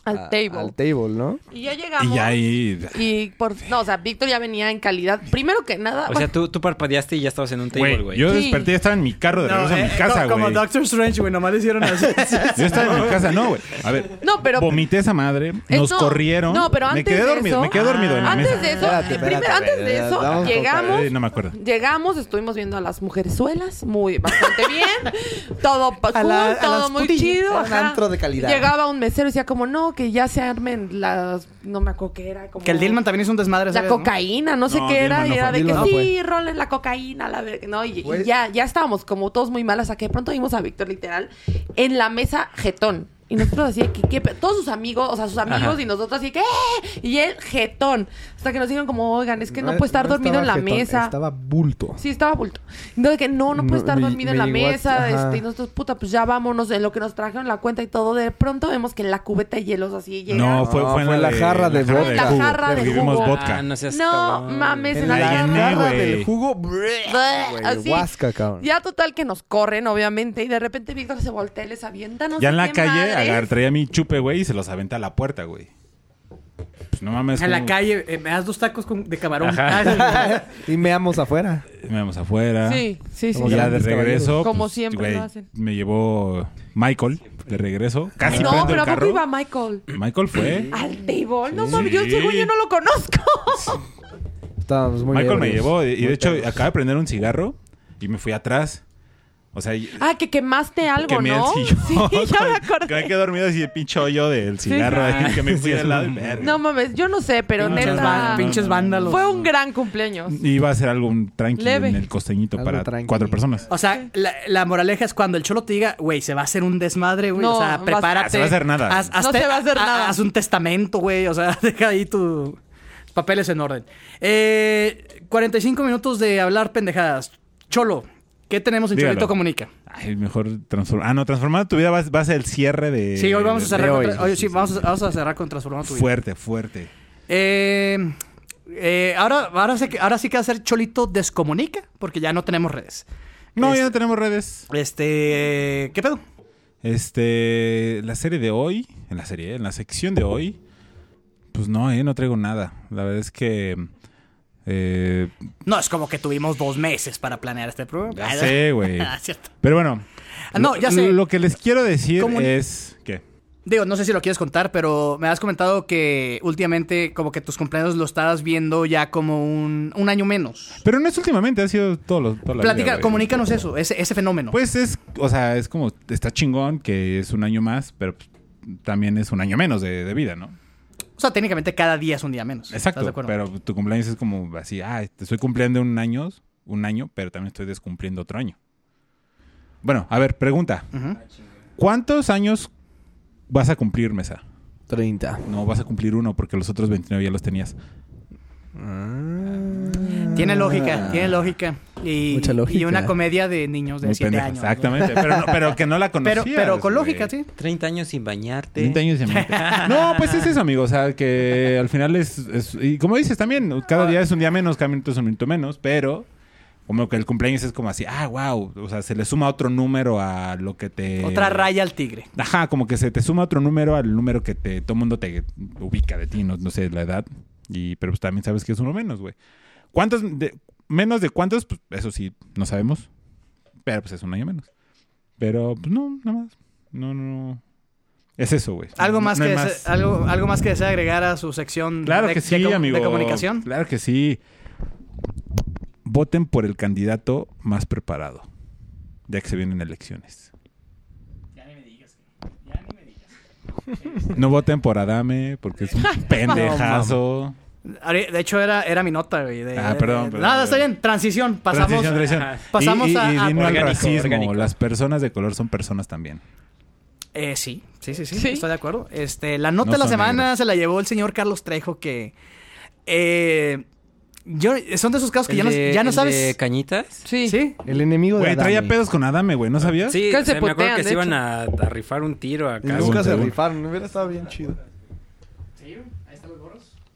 Speaker 4: al
Speaker 5: a-
Speaker 4: table.
Speaker 5: Al table, ¿no?
Speaker 4: y ya llegamos.
Speaker 2: Y
Speaker 4: Y,
Speaker 2: ya ahí.
Speaker 4: por, no, o sea, Víctor ya venía en calidad. Primero que nada,
Speaker 3: O sea, tú, tú parpadeaste y ya estabas en un table,
Speaker 2: Güey,
Speaker 3: güey.
Speaker 2: yo
Speaker 4: Sí.
Speaker 2: desperté, estaba en mi carro de regreso
Speaker 1: No,
Speaker 2: a
Speaker 1: eh,
Speaker 2: mi casa,
Speaker 1: co- Como
Speaker 2: güey.
Speaker 1: Doctor Strange, güey, nomás le hicieron así.
Speaker 2: Yo estaba en mi casa, no, güey. A ver.
Speaker 4: No, pero-
Speaker 2: Vomité esa madre.
Speaker 4: Eh,
Speaker 2: Nos
Speaker 4: no.
Speaker 2: corrieron.
Speaker 4: No, pero
Speaker 2: Me
Speaker 4: antes
Speaker 2: quedé
Speaker 4: de
Speaker 2: dormido.
Speaker 4: eso-
Speaker 2: Me quedé dormido en la
Speaker 4: antes
Speaker 2: mesa.
Speaker 4: de eso,
Speaker 5: Espérate,
Speaker 4: eh,
Speaker 5: espérate,
Speaker 4: primero, antes de
Speaker 5: espérate,
Speaker 4: eso,
Speaker 5: vamos con
Speaker 4: llegamos.
Speaker 2: Eh, no me acuerdo.
Speaker 4: Llegamos, estuvimos viendo a las mujerzuelas, muy bastante bien, todo pa-
Speaker 1: A
Speaker 4: cool,
Speaker 1: la- a
Speaker 4: todo
Speaker 1: las
Speaker 4: muy
Speaker 1: putillas,
Speaker 4: chido.
Speaker 5: era un
Speaker 4: ajá.
Speaker 5: antro de calidad.
Speaker 4: Llegaba un mesero y decía como, no, que ya se armen las, no me acuerdo qué era. Como
Speaker 1: que el Dilman también hizo un desmadre. esa
Speaker 4: La
Speaker 1: vez, ¿no?
Speaker 4: cocaína, no, sé
Speaker 2: No,
Speaker 4: qué era,
Speaker 2: Dilman no
Speaker 4: y era
Speaker 2: fue,
Speaker 4: de que
Speaker 5: Dilman no
Speaker 4: sí, roles la cocaína, la verga, no, y, y
Speaker 5: Güey.
Speaker 4: ya, ya estábamos como todos muy malas, a que de pronto vimos a Víctor literal en la mesa jetón. Y nosotros así de que, ¿qué pe-? todos sus amigos, o sea, sus amigos
Speaker 3: Ajá.
Speaker 4: y nosotros así que, ¡eh! Y él jetón. Hasta que nos dijeron como, oigan, es que no,
Speaker 5: No,
Speaker 4: puede estar
Speaker 5: no
Speaker 4: dormido en la
Speaker 5: estaba jetón,
Speaker 4: mesa.
Speaker 5: Estaba bulto.
Speaker 4: Sí, estaba bulto. No, de que no, no
Speaker 5: No,
Speaker 4: puede estar
Speaker 5: me-
Speaker 4: dormido en
Speaker 5: me
Speaker 4: la
Speaker 5: llegó a-
Speaker 4: mesa.
Speaker 5: ajá.
Speaker 4: este, y nosotros, puta, pues ya vámonos. En lo que nos trajeron la cuenta y todo, de pronto vemos que la cubeta de hielos así llega.
Speaker 2: No, fue,
Speaker 5: No,
Speaker 2: fue, en
Speaker 5: fue la jarra de
Speaker 2: jarra
Speaker 5: vodka.
Speaker 4: La jarra de
Speaker 2: Porque vimos
Speaker 4: jugo.
Speaker 2: vodka.
Speaker 3: Ah, no seas
Speaker 4: No,
Speaker 3: cabrón.
Speaker 4: mames,
Speaker 5: En
Speaker 4: en
Speaker 5: la
Speaker 4: la
Speaker 2: llené,
Speaker 5: jarra
Speaker 2: güey.
Speaker 5: del jugo.
Speaker 4: Bleh, así.
Speaker 5: Huasca, cabrón.
Speaker 4: Ya total que nos corren, obviamente. Y de repente Víctor se voltea y les avienta. No
Speaker 2: ya
Speaker 4: sé
Speaker 2: en la
Speaker 4: qué
Speaker 2: calle
Speaker 4: madres.
Speaker 2: agar, traía mi chupe, güey, y se los aventa a la puerta, güey. Pues no mames.
Speaker 1: En la
Speaker 2: ¿cómo?
Speaker 1: calle, eh, me das dos tacos con- de camarón. Ah,
Speaker 2: Ajá.
Speaker 5: Y meamos afuera.
Speaker 2: Vamos afuera.
Speaker 4: Sí, sí, sí.
Speaker 5: Como
Speaker 2: Y ya de
Speaker 5: grandes
Speaker 2: regreso.
Speaker 4: caballeros. Como
Speaker 2: pues,
Speaker 4: siempre
Speaker 2: güey,
Speaker 4: lo hacen.
Speaker 2: Me llevó Michael de regreso. Casi
Speaker 4: no,
Speaker 2: prendo
Speaker 4: pero
Speaker 2: el
Speaker 4: ¿a poco
Speaker 2: carro.
Speaker 4: iba Michael?
Speaker 2: Michael fue.
Speaker 4: Al table. No
Speaker 2: Sí.
Speaker 4: mames, yo ese güey yo no lo conozco.
Speaker 5: Estábamos muy
Speaker 2: Michael me
Speaker 5: ebrios.
Speaker 2: llevó y- y
Speaker 5: Muy
Speaker 2: de hecho
Speaker 5: pedos.
Speaker 2: acaba de prender un cigarro y me fui atrás. O sea, y-
Speaker 4: Ah, que quemaste algo,
Speaker 2: quemé el
Speaker 4: ¿no?
Speaker 2: sillón.
Speaker 4: Sí, ya me
Speaker 2: Que me
Speaker 4: acordé.
Speaker 2: quedé dormido así de pinche hoyo del cigarro
Speaker 3: Sí.
Speaker 2: ahí que me fui
Speaker 3: Sí,
Speaker 2: de lado.
Speaker 3: es un-
Speaker 2: y verga.
Speaker 4: No mames, yo no sé, pero
Speaker 1: pinches,
Speaker 4: neta.
Speaker 1: van- pinches vándalos.
Speaker 4: Fue un gran cumpleaños.
Speaker 2: Iba a ser algo tranquilo
Speaker 4: Leve.
Speaker 2: en el costeñito
Speaker 5: Algo
Speaker 2: para
Speaker 5: tranqui.
Speaker 2: cuatro personas.
Speaker 1: O sea, la, la moraleja es cuando el cholo te diga, güey, se va a hacer un desmadre, güey.
Speaker 4: No,
Speaker 1: o sea,
Speaker 4: vas-
Speaker 1: prepárate.
Speaker 2: Ah, se va a hacer nada.
Speaker 1: Haz, haz
Speaker 4: No
Speaker 1: te-
Speaker 4: se va a hacer
Speaker 1: ha-
Speaker 4: nada.
Speaker 1: Haz un testamento, güey. O sea, deja ahí tus papeles en orden. Eh, 45 minutos de hablar pendejadas. Cholo, ¿qué tenemos en
Speaker 2: Dígalo.
Speaker 1: Cholito Comunica?
Speaker 2: Ay, mejor transformar. Ah, no, transformando tu vida va, va a ser el cierre de.
Speaker 1: Sí, hoy vamos a
Speaker 2: Eh, de-
Speaker 1: cerrar.
Speaker 2: de
Speaker 1: con
Speaker 2: hoy.
Speaker 1: tra- hoy sí, vamos a, vamos a cerrar con Transformando tu vida.
Speaker 2: Fuerte, fuerte.
Speaker 1: Eh, eh, ahora, ahora, sí, que- ahora sí que va a ser Cholito Descomunica, porque ya no tenemos redes.
Speaker 2: No,
Speaker 1: Es-
Speaker 2: ya no tenemos redes.
Speaker 1: Este. ¿Qué pedo?
Speaker 2: Este. La serie de hoy. En la serie, en la sección de hoy. Pues no, eh, no traigo nada. La verdad es que. Eh,
Speaker 1: No, es como que tuvimos dos meses para planear este programa.
Speaker 2: Ya sé, güey.
Speaker 1: Ah, cierto.
Speaker 2: pero bueno.
Speaker 1: Ah, no,
Speaker 2: lo-
Speaker 1: ya sé.
Speaker 2: Lo que les quiero decir
Speaker 1: Comuni-
Speaker 2: es. ¿Qué?
Speaker 1: Digo, no sé si lo quieres contar, pero me has comentado que últimamente como que tus cumpleaños lo estabas viendo ya como un, un año menos.
Speaker 2: Pero no es últimamente, ha sido todos los. toda la vida,
Speaker 1: Platica,
Speaker 2: güey.
Speaker 1: comunícanos eso, ese, ese fenómeno.
Speaker 2: Pues es, o sea, es como, está chingón que es un año más, pero pues, también es un año menos de, de vida, ¿no?
Speaker 1: o sea, técnicamente cada día es un día menos. ¿Estás de
Speaker 2: Exacto,
Speaker 1: acuerdo?
Speaker 2: pero tu cumpleaños es como así, ah, te estoy cumpliendo un año, un año, pero también estoy descumpliendo otro año. Bueno, a ver, pregunta.
Speaker 1: Ujú.
Speaker 2: ¿Cuántos años vas a cumplir, Mesa?
Speaker 5: 30.
Speaker 2: No, vas a cumplir uno porque los otros 29 ya los tenías.
Speaker 1: Pues Tiene lógica, tiene lógica. Y,
Speaker 5: Ah. Mucha lógica.
Speaker 1: y una comedia de niños de
Speaker 2: Muy
Speaker 1: 7
Speaker 2: pendejo,
Speaker 1: años. ¿no?
Speaker 2: Exactamente, pero, no- pero que no la
Speaker 1: Pero,
Speaker 2: conocías.
Speaker 1: pero con
Speaker 2: güey.
Speaker 1: lógica, sí.
Speaker 3: 30 años sin bañarte.
Speaker 2: 20 años y amiguita. No, pues es eso, amigo. O sea, que al final es. es- y como dices también, cada día es un día menos, cada minuto es un minuto menos, pero. Como que el cumpleaños es como así, ah, wow. O sea, se le suma otro número a lo que te.
Speaker 1: Otra raya al tigre.
Speaker 2: Ajá, como que se te suma otro número al número que te, todo mundo te ubica de ti, no, no sé, la edad. Y, pero pues también sabes que es uno menos, güey. ¿Cuántos? de- ¿Menos de cuántos? Pues eso sí, no sabemos. Pero pues es un año menos. Pero pues no, nada más. No, no. Es eso, güey.
Speaker 1: ¿Algo
Speaker 2: No-
Speaker 1: más,
Speaker 2: no
Speaker 1: que
Speaker 2: hay
Speaker 1: dese- Algo, ¿Algo más que desea agregar a su sección
Speaker 2: Claro
Speaker 1: de,
Speaker 2: que
Speaker 1: de
Speaker 2: sí,
Speaker 1: com- de
Speaker 2: amigo.
Speaker 1: comunicación?
Speaker 2: Claro que sí. Voten por el candidato más preparado. Ya que se vienen elecciones. No voten por Adame porque es un pendejazo.
Speaker 1: Ari- De hecho, era, era mi nota, güey. de-
Speaker 2: Ah,
Speaker 1: de-
Speaker 2: perdón,
Speaker 1: de-
Speaker 2: perdón,
Speaker 1: Nada, está
Speaker 2: perdón.
Speaker 1: bien. Transición. Pasamos,
Speaker 2: Transición, transición.
Speaker 3: Ajá.
Speaker 1: pasamos
Speaker 2: y, y-
Speaker 1: a...
Speaker 2: y
Speaker 1: a-
Speaker 2: vino al
Speaker 3: Orgánico,
Speaker 2: racismo.
Speaker 3: orgánico.
Speaker 2: Las personas de color son personas también.
Speaker 1: Eh, sí, sí, sí, sí,
Speaker 4: Sí.
Speaker 1: Estoy de acuerdo. Este, la nota
Speaker 2: No
Speaker 1: de la
Speaker 2: son
Speaker 1: semana
Speaker 2: negros.
Speaker 1: se la llevó el señor Carlos Trejo que... eh, yo, son de esos casos que ya no, ya no sabes...
Speaker 3: ¿De cañitas?
Speaker 4: Sí.
Speaker 1: ¿Sí?
Speaker 5: El enemigo de
Speaker 2: Güey, traía
Speaker 5: Adame.
Speaker 2: pedos con Adame, güey.
Speaker 1: Ah,
Speaker 2: ¿No sabías?
Speaker 3: Sí, o
Speaker 4: Que
Speaker 3: sea,
Speaker 4: se
Speaker 3: me acuerdo
Speaker 4: potean,
Speaker 3: que
Speaker 4: de
Speaker 3: se iban
Speaker 4: hecho.
Speaker 3: a, a rifar un tiro
Speaker 5: Y
Speaker 3: acá.
Speaker 5: Nunca se
Speaker 2: Según.
Speaker 5: rifaron. Hubiera estado bien chido.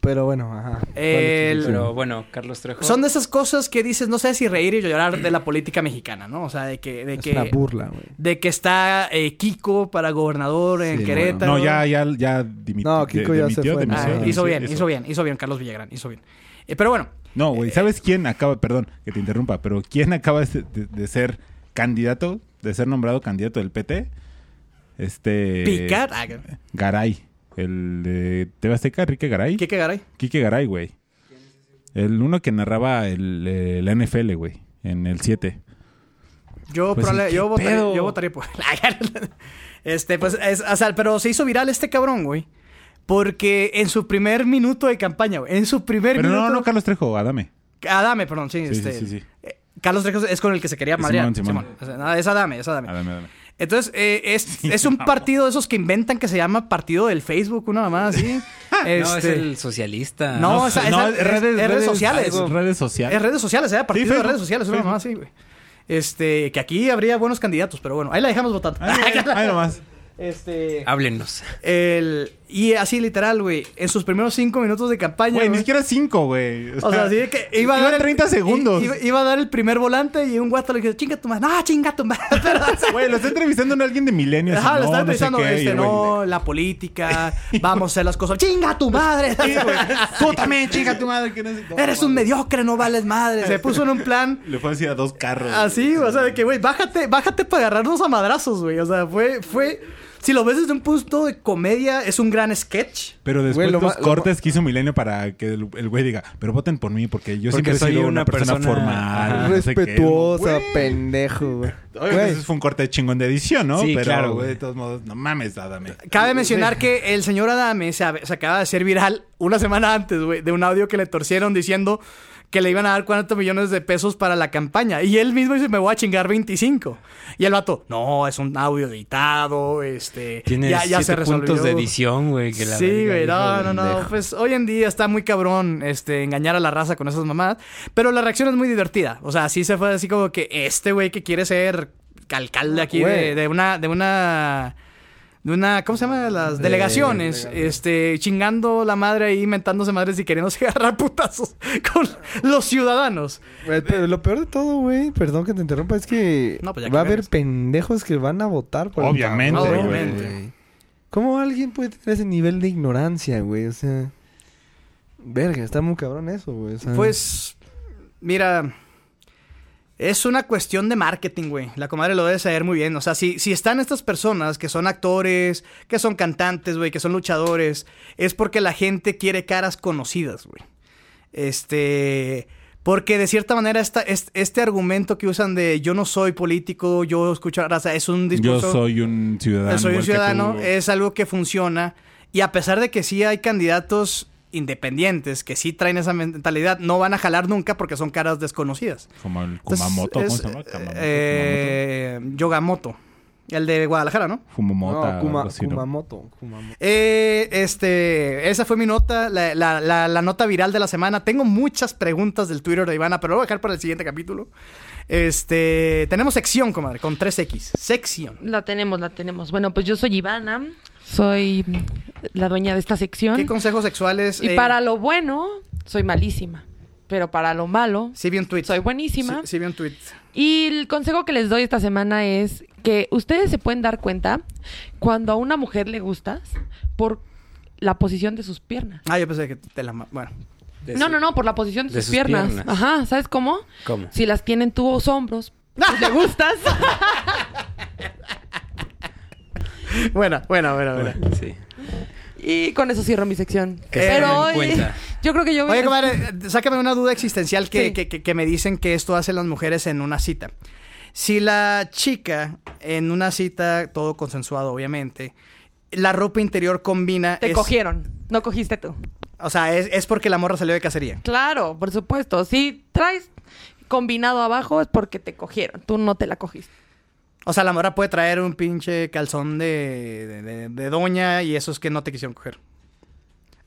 Speaker 5: Pero bueno, ajá.
Speaker 1: El-
Speaker 3: Pero bueno, Carlos Trejo.
Speaker 1: Son de esas cosas que dices, no sé si reír y llorar de la política mexicana, ¿no? O sea, de que... De
Speaker 5: Es
Speaker 1: que
Speaker 5: una burla, güey.
Speaker 1: de que está eh, Kiko para gobernador en
Speaker 5: Sí,
Speaker 1: Querétaro.
Speaker 2: No, ya, ya, ya dimitió.
Speaker 5: No, Kiko
Speaker 2: de-
Speaker 5: ya se
Speaker 2: dimitió,
Speaker 5: fue, ¿no?
Speaker 1: Ah,
Speaker 2: dimitió,
Speaker 5: Sí,
Speaker 1: hizo
Speaker 2: dimitió,
Speaker 1: bien,
Speaker 2: eso.
Speaker 1: hizo bien, hizo bien Carlos Villagrán, hizo bien. Eh, pero bueno,
Speaker 2: No, güey, ¿sabes quién acaba, perdón, que te interrumpa, pero quién acaba de, de- de ser candidato, de ser nombrado candidato del PT? Este...
Speaker 1: picar. ah, ¿Qué
Speaker 2: Garay. El de TV Azteca, Enrique Garay.
Speaker 1: qué Garay?
Speaker 2: Quique Garay, güey. El uno que narraba el, eh, la NFL, güey, en el 7.
Speaker 1: Yo,
Speaker 2: Pues,
Speaker 1: probable-
Speaker 2: ¿qué
Speaker 1: yo, votaré,
Speaker 2: pedo?
Speaker 1: yo votaré por. este, pues, es- o sea, pero se hizo viral este cabrón, güey. Porque en su primer minuto de campaña, güey. En su primer
Speaker 2: Pero
Speaker 1: minuto. Ah,
Speaker 2: no, no Carlos Trejo, Adame.
Speaker 1: Adame, perdón, sí.
Speaker 2: Sí,
Speaker 1: este,
Speaker 2: sí, sí, sí.
Speaker 1: eh, Carlos Trejo es con el que se quería
Speaker 2: Simón,
Speaker 1: madrear.
Speaker 2: Simón.
Speaker 1: Simón. O sea, nada, es Adame, es Adame.
Speaker 2: Adame, Adame.
Speaker 1: Entonces, eh, es, es un partido de esos que inventan que se llama partido del Facebook, una mamá así.
Speaker 3: No, es
Speaker 1: Este,
Speaker 3: el socialista.
Speaker 1: No, o sea, esa- es- es redes sociales.
Speaker 2: algo, Redes sociales.
Speaker 1: Es redes sociales, ¿eh? Partido de
Speaker 2: Facebook.
Speaker 1: redes sociales, una mamá así, güey. Este, que aquí habría buenos candidatos, pero bueno, ahí la dejamos votando.
Speaker 2: Ahí, ahí nomás.
Speaker 1: este,
Speaker 3: Háblenos.
Speaker 1: el, y así literal, güey, en sus primeros cinco minutos de campaña.
Speaker 2: Güey, ni
Speaker 1: güey,
Speaker 2: siquiera cinco, güey.
Speaker 1: O sea, así de que iba a
Speaker 2: Iban
Speaker 1: dar el-
Speaker 2: 30 segundos.
Speaker 1: Iba, iba a dar el primer volante y un guato le dijo, chinga tu madre. No, chinga tu madre. Pero, o sea,
Speaker 2: Güey, lo está entrevistando a alguien de milenios.
Speaker 1: Ajá, lo estaba
Speaker 2: sé
Speaker 1: pensando,
Speaker 2: qué, y
Speaker 1: este,
Speaker 2: el güey-
Speaker 1: no, la política, vamos a hacer las cosas. ¡Chinga tu madre! Tú también, chinga tu madre.
Speaker 2: que no sé- no,
Speaker 1: Eres un mediocre, no vales madre. Se puso en un plan
Speaker 2: Le fue así a dos carros.
Speaker 1: así, Ah, o sea, de que, güey, bájate, bájate para agarrarnos a madrazos, güey. O sea, fue, fue... Si lo ves desde un punto de comedia, es un gran sketch.
Speaker 2: Pero después
Speaker 5: Güey, lo
Speaker 2: los
Speaker 5: ma- lo
Speaker 2: cortes que hizo Milenio para que el el güey diga, pero voten por mí porque yo
Speaker 3: Porque
Speaker 2: siempre
Speaker 3: soy
Speaker 2: soy una,
Speaker 3: una
Speaker 2: persona,
Speaker 3: persona-
Speaker 2: formal.
Speaker 3: Ajá.
Speaker 2: Ah, no sé qué".
Speaker 5: Respetuosa,
Speaker 2: Güey. pues,
Speaker 5: pendejo, güey.
Speaker 2: Obviamente
Speaker 5: Güey,
Speaker 2: ese fue un corte chingón de edición, ¿no?
Speaker 3: Sí,
Speaker 2: pero,
Speaker 3: claro,
Speaker 2: güey,
Speaker 3: güey.
Speaker 2: de todos modos, no mames, Adame.
Speaker 1: Cabe mencionar que el señor Adame se, ab- se acaba de hacer viral una semana antes, güey, de un audio que le torcieron diciendo que le iban a dar 40 millones de pesos para la campaña. Y él mismo dice, me voy a chingar 25. Y el vato, no, es un audio editado, este...
Speaker 3: Tiene
Speaker 1: ya, ya se
Speaker 3: siete
Speaker 1: resolvió.
Speaker 3: puntos de edición, güey. que la
Speaker 1: Sí,
Speaker 3: verga,
Speaker 1: güey, no,
Speaker 3: hijo
Speaker 1: no,
Speaker 3: de
Speaker 1: no.
Speaker 3: pendejo.
Speaker 1: Pues hoy en día está muy cabrón este, engañar a la raza con esas mamadas. Pero la reacción es muy divertida. O sea, sí se fue así como que este güey que quiere ser alcalde aquí de,
Speaker 5: Güey.
Speaker 1: de una. de una. de una. ¿Cómo se llama? Las delegaciones. Este. chingando la madre ahí, mentándose madres y queriéndose agarrar putazos con los ciudadanos.
Speaker 5: güey, pero lo peor de todo, güey, perdón que te interrumpa, es que
Speaker 1: No, pues ya que
Speaker 5: va a haber
Speaker 1: veas.
Speaker 5: pendejos que van a votar por el
Speaker 2: Obviamente,
Speaker 5: cabrón,
Speaker 1: Obviamente.
Speaker 5: güey. ¿Cómo alguien puede tener ese nivel de ignorancia, güey? O sea, verga, está muy cabrón eso, güey. o sea.
Speaker 1: Pues, mira, es una cuestión de marketing, güey. La comadre lo debe saber muy bien. O sea, si, si están estas personas que son actores, que son cantantes, güey, que son luchadores, es porque la gente quiere caras conocidas, güey. Este. Porque de cierta manera esta, est- este, argumento que usan de yo no soy político, yo escucho a la raza, es un
Speaker 2: Yo
Speaker 1: discurso...
Speaker 2: soy un ciudadano.
Speaker 1: El soy un
Speaker 2: igual que
Speaker 1: ciudadano
Speaker 2: tú.
Speaker 1: es algo que funciona y a pesar de que sí hay candidatos independientes que sí traen esa mentalidad, no van a jalar nunca porque son caras desconocidas.
Speaker 2: Como el
Speaker 1: Entonces,
Speaker 2: Kumamoto, ¿cómo
Speaker 1: es,
Speaker 2: se llama? Kamamoto,
Speaker 1: eh, Yogamoto, el de Guadalajara, ¿no?
Speaker 2: Fumamoto,
Speaker 5: No, Kuma-
Speaker 2: algo así, ¿no?
Speaker 5: Kumamoto, Kumamoto.
Speaker 1: Eh, este, esa fue mi nota, la, la- la- la nota viral de la semana. Tengo muchas preguntas del Twitter de Ivana, pero lo voy a dejar para el siguiente capítulo. Este, tenemos sección, comadre, con 3X. Sección.
Speaker 4: La tenemos, la tenemos. Bueno, pues yo soy Ivana, soy la dueña de esta sección.
Speaker 1: ¿Qué consejos sexuales?
Speaker 4: Y
Speaker 1: eh,
Speaker 4: para lo bueno, soy malísima. Pero para lo malo,
Speaker 1: Sí vi un tweet.
Speaker 4: soy buenísima.
Speaker 1: Sí, sí vi un tweet.
Speaker 4: Y el consejo que les doy esta semana es que ustedes se pueden dar cuenta cuando a una mujer le gustas por la posición de sus piernas.
Speaker 1: Ah, yo pensé que te la... ma- Bueno.
Speaker 3: De
Speaker 4: no,
Speaker 3: su-
Speaker 4: no, no, por la posición de,
Speaker 3: de
Speaker 4: sus,
Speaker 3: sus
Speaker 4: piernas.
Speaker 3: piernas.
Speaker 4: Ajá, ¿sabes cómo?
Speaker 3: ¿Cómo?
Speaker 4: Si las tienen tus hombros, pues le gustas.
Speaker 1: Buena, buena, buena, buena.
Speaker 3: Sí.
Speaker 4: y con eso cierro mi sección.
Speaker 3: Que se
Speaker 4: Pero
Speaker 3: tomen
Speaker 4: hoy,
Speaker 3: cuenta.
Speaker 4: yo creo que yo voy
Speaker 1: Oye,
Speaker 4: a-
Speaker 1: comadre, eh, sácame una duda existencial que,
Speaker 4: Sí.
Speaker 1: que- que- que me dicen que esto hacen las mujeres en una cita. Si la chica en una cita, todo consensuado, obviamente, la ropa interior combina.
Speaker 4: te
Speaker 1: es-
Speaker 4: cogieron, no cogiste tú.
Speaker 1: O sea, es, es porque la morra salió de cacería.
Speaker 4: Claro, por supuesto. Si traes combinado abajo es porque te cogieron. Tú no te la cogiste.
Speaker 1: O sea, la morra puede traer un pinche calzón de, de- de- de doña y eso es que no te quisieron coger.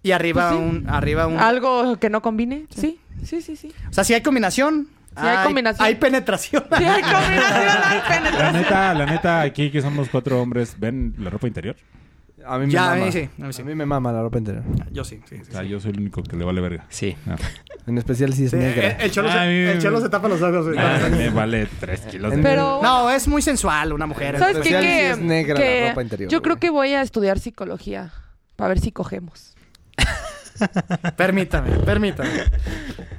Speaker 1: Y arriba
Speaker 4: Pues sí.
Speaker 1: un. Arriba un.
Speaker 4: ¿Algo que no combine? Sí, sí, sí, sí.
Speaker 1: O sea, si hay combinación.
Speaker 4: Sí hay combinación.
Speaker 1: Hay penetración.
Speaker 4: Sí, hay combinación, hay
Speaker 2: La
Speaker 4: penetración.
Speaker 2: neta, la neta, aquí que somos cuatro hombres, ¿ven la ropa interior?
Speaker 5: A mí me
Speaker 1: Ya, a
Speaker 5: mama.
Speaker 1: mí sí, a mí sí.
Speaker 5: A mí me mama la ropa entera.
Speaker 1: Yo sí, sí, sí,
Speaker 2: O sea,
Speaker 1: sí.
Speaker 2: yo soy el único que le vale verga.
Speaker 3: Sí.
Speaker 2: Ah.
Speaker 5: En especial si es
Speaker 1: Sí, Eh,
Speaker 5: negra.
Speaker 1: el, el cholo
Speaker 2: Ay,
Speaker 1: se, el
Speaker 2: mi-
Speaker 1: cholo se tapa los ojos. güey.
Speaker 2: Ah, me vale tres kilos de
Speaker 4: Pero
Speaker 1: No, es muy sensual una mujer.
Speaker 4: ¿sabes qué?
Speaker 5: especial si
Speaker 4: Que-
Speaker 5: es negra
Speaker 4: que
Speaker 5: la ropa interior,
Speaker 4: yo creo
Speaker 5: güey.
Speaker 4: que voy a estudiar psicología para ver si cogemos.
Speaker 1: Permítame, permítame.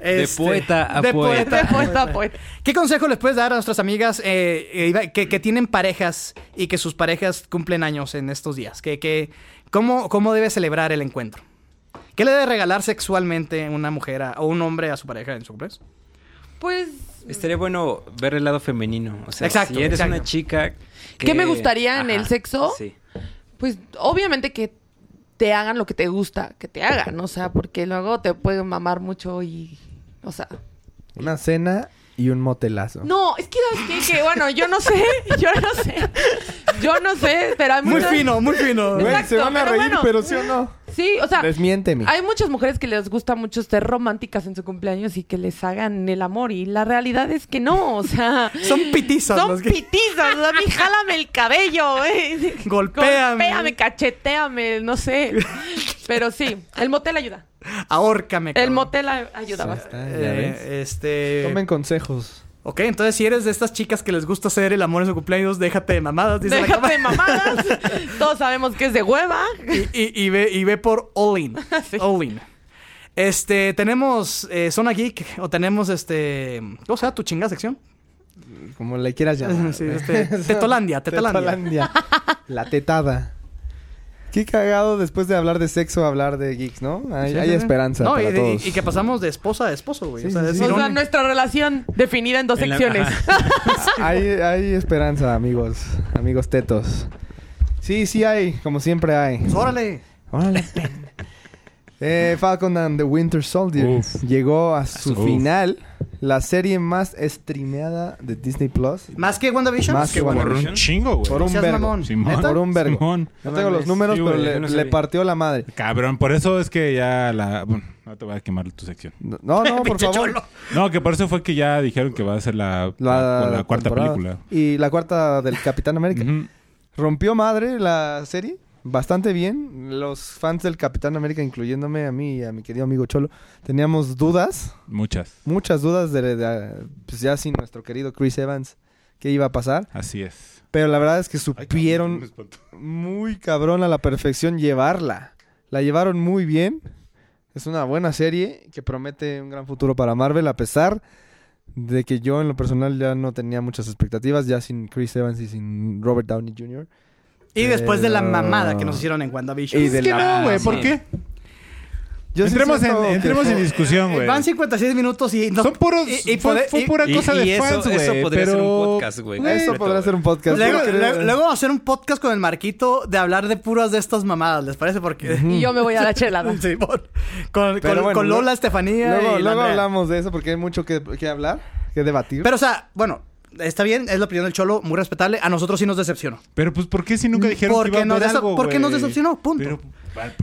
Speaker 1: Este,
Speaker 3: poeta a
Speaker 1: de
Speaker 3: poeta.
Speaker 4: De poeta a poeta.
Speaker 1: ¿Qué consejo les puedes dar a nuestras amigas eh, eh, Iba- que, que tienen parejas y que sus parejas cumplen años en estos días? ¿Qué, qué, cómo, ¿Cómo debe celebrar el encuentro? ¿Qué le debe regalar sexualmente una mujer a- o un hombre a su pareja en su cumpleaños?
Speaker 4: Pues,
Speaker 3: Estaría bueno ver el lado femenino. O sea,
Speaker 1: Exacto,
Speaker 3: si eres
Speaker 1: exacto.
Speaker 3: una chica. Que...
Speaker 4: ¿Qué me gustaría en el sexo?
Speaker 3: Sí.
Speaker 4: pues obviamente que te hagan lo que te gusta que te hagan, o sea, porque luego te pueden mamar mucho y, o sea,
Speaker 5: Una cena y un motelazo.
Speaker 4: No, es que ¿sabes qué? que bueno, yo no sé, yo no sé, yo no sé, pero hay
Speaker 1: Muy
Speaker 4: muchas-
Speaker 1: fino, muy fino.
Speaker 4: Exacto,
Speaker 5: Güey, se van a
Speaker 4: pero
Speaker 5: reír,
Speaker 4: bueno.
Speaker 5: pero sí o no.
Speaker 4: Sí, o sea,
Speaker 5: Desmiénteme.
Speaker 4: hay muchas mujeres que les gusta mucho ser románticas en su cumpleaños y que les hagan el amor y la realidad es que no, o sea,
Speaker 1: Son pitizas
Speaker 4: son
Speaker 1: las que-
Speaker 4: pitizas, o sea, a mí jálame el cabello, güey.
Speaker 1: Golpéame.
Speaker 4: Golpéame, cacheteame, no sé. Pero sí, el motel ayuda.
Speaker 1: Ahórcame.
Speaker 4: El
Speaker 1: cabrón.
Speaker 4: motel a- ayuda
Speaker 5: Ahí
Speaker 4: bastante.
Speaker 5: está, ya
Speaker 1: Eh,
Speaker 5: ves.
Speaker 1: este.
Speaker 5: Tomen consejos.
Speaker 1: Ok, entonces si eres de estas chicas que les gusta hacer el amor en su cumpleaños, déjate de mamadas, dice la
Speaker 4: Déjate de
Speaker 1: cámara.
Speaker 4: mamadas. Todos sabemos que es de hueva.
Speaker 1: Y, y ve, y ve por All In.
Speaker 4: Sí.
Speaker 1: All In. Este, tenemos eh, Zona Geek, o tenemos este. ¿Cómo se llama tu chingada sección?
Speaker 5: Como le quieras llamar. ¿eh?
Speaker 1: Sí, este, Tetolandia, Tetolandia.
Speaker 5: Tetolandia. La tetada. Qué cagado después de hablar de sexo, hablar de geeks, ¿no? Hay,
Speaker 1: Sí,
Speaker 5: hay
Speaker 1: sí, sí.
Speaker 5: esperanza
Speaker 1: No,
Speaker 5: para
Speaker 1: y, y-
Speaker 5: todos.
Speaker 1: y que pues, pasamos de esposa a esposo, güey.
Speaker 5: Sí,
Speaker 1: o sea,
Speaker 5: sí,
Speaker 1: es
Speaker 5: sí.
Speaker 4: O sea,
Speaker 1: irónico.
Speaker 4: nuestra relación definida en dos
Speaker 2: En la-
Speaker 4: secciones.
Speaker 1: pues,
Speaker 5: hay, hay esperanza, amigos. Amigos tetos. Sí, sí hay. Como siempre hay.
Speaker 1: Pues, órale.
Speaker 5: Órale, pen. Eh, Falcon and the Winter Soldier
Speaker 2: Uf.
Speaker 5: llegó a su
Speaker 2: Uf.
Speaker 5: final. La serie más streameada de Disney Plus.
Speaker 1: Más que WandaVision.
Speaker 5: Más que
Speaker 2: Por
Speaker 5: WandaVision.
Speaker 2: un chingo, güey.
Speaker 5: Por un
Speaker 1: Seas
Speaker 5: vergo.
Speaker 1: mamón.
Speaker 2: Simón.
Speaker 1: ¿Neta?
Speaker 5: Por un vergo.
Speaker 2: Simón.
Speaker 5: No tengo los números,
Speaker 2: Sí,
Speaker 5: pero
Speaker 2: güey,
Speaker 5: le,
Speaker 2: yo no
Speaker 5: le
Speaker 2: sabía.
Speaker 5: partió la madre.
Speaker 2: Cabrón, por eso es que ya la... Bueno, no te voy a quemar tu sección.
Speaker 5: No, no, por
Speaker 1: Pinche
Speaker 5: favor.
Speaker 1: cholo.
Speaker 2: No, que por eso fue que ya dijeron que va a ser la,
Speaker 5: La,
Speaker 2: Ah, la- la cuarta
Speaker 5: temporada.
Speaker 2: película.
Speaker 5: Y la cuarta del Capitán América.
Speaker 2: Ujú.
Speaker 5: Rompió madre la serie. Bastante bien. Los fans del Capitán América, incluyéndome a mí y a mi querido amigo Cholo, teníamos dudas.
Speaker 2: Muchas.
Speaker 5: Muchas dudas de, de- pues ya sin nuestro querido Chris Evans. ¿Qué iba a pasar?
Speaker 2: Así es.
Speaker 5: Pero la verdad es que
Speaker 2: Ay, cabrón, me
Speaker 5: supieron
Speaker 2: espanto.
Speaker 5: muy cabrón a la perfección llevarla. La llevaron muy bien. Es una buena serie que promete un gran futuro para Marvel, a pesar de que yo en lo personal ya no tenía muchas expectativas, ya sin Chris Evans y sin Robert Downey Jr.
Speaker 1: Y después de la
Speaker 5: Pero-
Speaker 1: mamada que nos hicieron en WandaVision.
Speaker 5: Y de
Speaker 2: que
Speaker 5: la-
Speaker 2: no, güey, ¿por
Speaker 1: sí.
Speaker 2: qué?
Speaker 5: Yo sí
Speaker 2: entremos en,
Speaker 5: siento que
Speaker 2: entremos en
Speaker 5: fue-
Speaker 2: discusión, güey.
Speaker 1: Van 56 minutos y... no-
Speaker 2: Son puros.
Speaker 1: y- y
Speaker 2: fue,
Speaker 1: poder-
Speaker 2: fue
Speaker 1: y-
Speaker 2: pura
Speaker 6: y-
Speaker 2: cosa
Speaker 6: y
Speaker 2: de
Speaker 6: eso-
Speaker 2: fans, güey.
Speaker 6: eso podría
Speaker 2: pero...
Speaker 6: ser un podcast, güey.
Speaker 5: Eso
Speaker 6: completo,
Speaker 5: podría
Speaker 6: güey.
Speaker 5: ser un podcast.
Speaker 1: Luego,
Speaker 5: Pero-
Speaker 1: luego- luego vamos a hacer un podcast con el Marquito de hablar de puras de estas mamadas, ¿les parece? Porque...
Speaker 4: y yo me voy a la chelada.
Speaker 1: Sí, por- con, con-
Speaker 5: Pero bueno,
Speaker 1: con
Speaker 5: lo-
Speaker 1: Lola, Estefanía y
Speaker 5: Luego,
Speaker 1: la
Speaker 5: luego
Speaker 1: Andrea.
Speaker 5: hablamos de eso porque hay mucho que, que hablar, que debatir.
Speaker 1: Pero, o sea, bueno, está bien, es la opinión del Cholo, muy respetable. A nosotros sí nos decepcionó.
Speaker 2: Pero, pues, ¿por qué si nunca dijeron
Speaker 1: Porque
Speaker 2: que iba a
Speaker 1: nos
Speaker 2: haber
Speaker 1: dece-
Speaker 2: algo,
Speaker 1: porque
Speaker 2: güey?
Speaker 1: nos decepcionó, punto.
Speaker 2: Pero,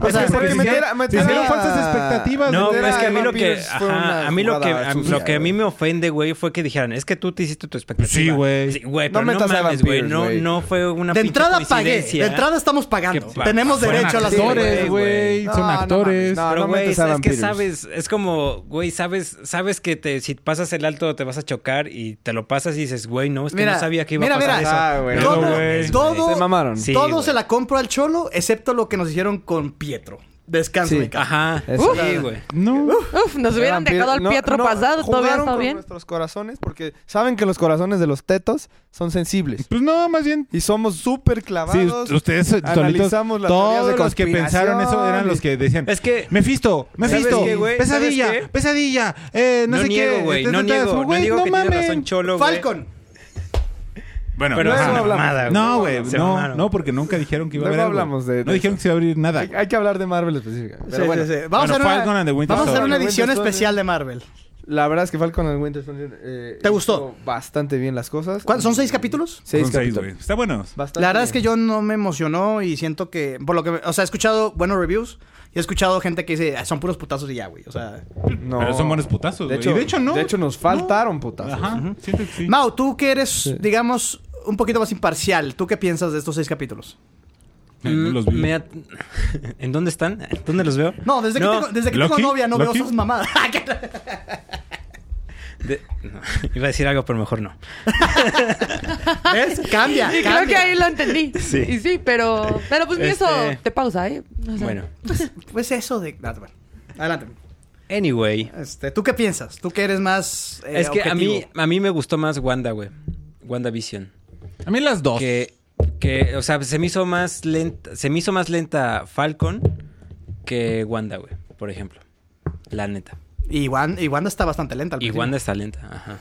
Speaker 1: O sea,
Speaker 2: es
Speaker 1: porque
Speaker 2: que porque se
Speaker 5: meter-
Speaker 2: hicieron-
Speaker 5: meter
Speaker 2: se hicieron
Speaker 5: a-
Speaker 2: falsas expectativas.
Speaker 5: Pues
Speaker 6: No,
Speaker 2: meter
Speaker 5: era
Speaker 6: pero es que a mí
Speaker 5: Evan
Speaker 6: lo que,
Speaker 5: Peters fue
Speaker 6: ajá,
Speaker 5: una
Speaker 6: a mí lo que,
Speaker 5: jugada
Speaker 6: a-
Speaker 5: sucia,
Speaker 6: lo que a mí
Speaker 5: güey.
Speaker 6: me ofende, güey, fue que dijeran, es que tú te hiciste tu expectativa.
Speaker 2: Sí, güey.
Speaker 6: Sí, güey,
Speaker 5: No
Speaker 6: pero no,
Speaker 5: metas a
Speaker 6: mames,
Speaker 5: vampiros,
Speaker 6: güey. No,
Speaker 5: güey.
Speaker 6: no fue una
Speaker 1: De
Speaker 6: pinche
Speaker 1: entrada pagué, de
Speaker 6: coincidencia.
Speaker 1: entrando estamos pagando.
Speaker 6: Que pa-
Speaker 1: Tenemos
Speaker 6: fueron
Speaker 1: derecho a las
Speaker 2: actores,
Speaker 5: actores,
Speaker 2: güey.
Speaker 5: güey.
Speaker 2: Son
Speaker 5: No, no
Speaker 2: actores.
Speaker 5: mames, no.
Speaker 6: Pero, güey,
Speaker 5: metas
Speaker 6: es,
Speaker 5: a
Speaker 6: es que
Speaker 5: vampiros.
Speaker 6: sabes, es como, güey, sabes, sabes que te, si pasas el alto te vas a chocar y te lo pasas y dices, güey, no, es que no sabía que iba
Speaker 1: mira,
Speaker 6: a pasar
Speaker 1: mira,
Speaker 6: eso.
Speaker 5: Ah, güey.
Speaker 1: Todo,
Speaker 2: No, güey.
Speaker 1: todo-
Speaker 5: Se mamaron.
Speaker 6: Sí,
Speaker 1: todo
Speaker 6: güey.
Speaker 1: se la compro al Cholo, excepto lo que nos hicieron con Pietro. Descanso,
Speaker 5: Sí.
Speaker 1: mi cara.
Speaker 6: Ajá.
Speaker 5: Eso.
Speaker 6: Sí, güey.
Speaker 2: No.
Speaker 4: Uf, nos hubieran
Speaker 5: Eran
Speaker 4: dejado
Speaker 5: pier-
Speaker 4: al
Speaker 5: no,
Speaker 4: Pietro
Speaker 5: no,
Speaker 4: pasado, todavía
Speaker 5: jugaron
Speaker 4: está
Speaker 5: con
Speaker 4: bien.
Speaker 5: nuestros corazones porque saben que los corazones de los tetos son sensibles.
Speaker 2: Pues no, más bien.
Speaker 5: Y somos súper
Speaker 2: Sí,
Speaker 5: clavados.
Speaker 2: ustedes solitos.
Speaker 5: analizamos las teorías de
Speaker 2: Todos los que pensaron eso eran
Speaker 5: conspiración
Speaker 2: los que decían.
Speaker 6: Es que
Speaker 2: Mefisto, Mefisto,
Speaker 6: qué, güey?
Speaker 2: pesadilla,
Speaker 6: ¿Sabes qué?
Speaker 2: pesadilla, eh, no,
Speaker 6: no
Speaker 2: sé
Speaker 6: niego,
Speaker 2: qué.
Speaker 6: güey,
Speaker 2: este,
Speaker 6: no
Speaker 2: este,
Speaker 6: niego,
Speaker 2: este,
Speaker 6: no
Speaker 2: güey,
Speaker 6: niego que tiene
Speaker 2: mames.
Speaker 6: razón Ah, Cholo, güey.
Speaker 1: Falcon.
Speaker 2: Bueno,
Speaker 6: Pero
Speaker 2: ajá.
Speaker 6: es una
Speaker 5: hablamos.
Speaker 6: mamada, güey.
Speaker 2: No, güey,
Speaker 6: Se
Speaker 2: no,
Speaker 6: mamaron.
Speaker 2: no, porque nunca dijeron que iba a haber
Speaker 5: Luego
Speaker 2: algo.
Speaker 5: hablamos de- de
Speaker 2: No dijeron
Speaker 5: eso.
Speaker 2: que se iba a abrir nada.
Speaker 5: Hay, hay que hablar de Marvel específica. Pero
Speaker 1: Sí,
Speaker 5: bueno,
Speaker 1: sí, sí. Vamos,
Speaker 2: Bueno,
Speaker 1: a hacer
Speaker 2: Falcon and the
Speaker 1: una,
Speaker 2: Winter
Speaker 1: vamos a hacer una
Speaker 5: Soldier.
Speaker 1: edición
Speaker 5: Winter Soldier.
Speaker 1: especial de Marvel.
Speaker 5: la verdad es que Falcon and Winter Soldier eh,
Speaker 1: ¿Te
Speaker 5: hizo
Speaker 1: gustó?
Speaker 5: Bastante bien las cosas.
Speaker 1: ¿Cuál- ¿Son seis capítulos?
Speaker 5: Seis
Speaker 2: Son seis,
Speaker 5: capítulos.
Speaker 2: güey. Está bueno.
Speaker 5: Bastante
Speaker 1: La verdad es que
Speaker 5: bien.
Speaker 1: yo no me emocionó y siento que, por lo que, o sea, he escuchado buenos reviews y he escuchado gente que dice, "Ah, son puros putazos y ya, güey. O sea,
Speaker 5: No.
Speaker 2: Pero son buenos putazos,
Speaker 5: De
Speaker 2: güey.
Speaker 5: hecho,
Speaker 2: Y de hecho, no.
Speaker 5: De hecho, nos faltaron putazos.
Speaker 2: Ajá, siento que sí.
Speaker 1: Mau, tú que eres, digamos, un poquito más imparcial, ¿tú qué piensas de estos seis capítulos?
Speaker 2: Eh, no los vi.
Speaker 6: Me at- ¿En dónde están? ¿Dónde los veo?
Speaker 1: No, desde que, tengo, desde que tengo
Speaker 2: ¿Loki?
Speaker 1: novia no
Speaker 2: ¿Loki?
Speaker 1: veo esas mamadas.
Speaker 6: De- no, Iba a decir algo, pero mejor no.
Speaker 1: ¿Ves? Cambia, cambia.
Speaker 4: Y creo que ahí lo entendí.
Speaker 6: Sí.
Speaker 4: Y sí, pero, pero pues ni
Speaker 6: Este-
Speaker 4: eso te pausa, ¿eh? O sea,
Speaker 6: Bueno,
Speaker 1: Pues eso de... ah, bueno. Adelante.
Speaker 6: anyway.
Speaker 1: Este, ¿Tú qué piensas? ¿Tú que eres más... eh,
Speaker 6: es que a mí,
Speaker 1: objetivo?
Speaker 6: a mí me gustó más Wanda, güey. WandaVision.
Speaker 2: A mí las dos.
Speaker 6: Que, que, o sea, se me hizo más lenta, se me hizo más lenta Falcon que Wanda, güey, por ejemplo. La neta.
Speaker 1: Y, Wan- y Wanda está bastante lenta. al
Speaker 6: Y
Speaker 1: principio.
Speaker 6: Wanda está lenta, ajá.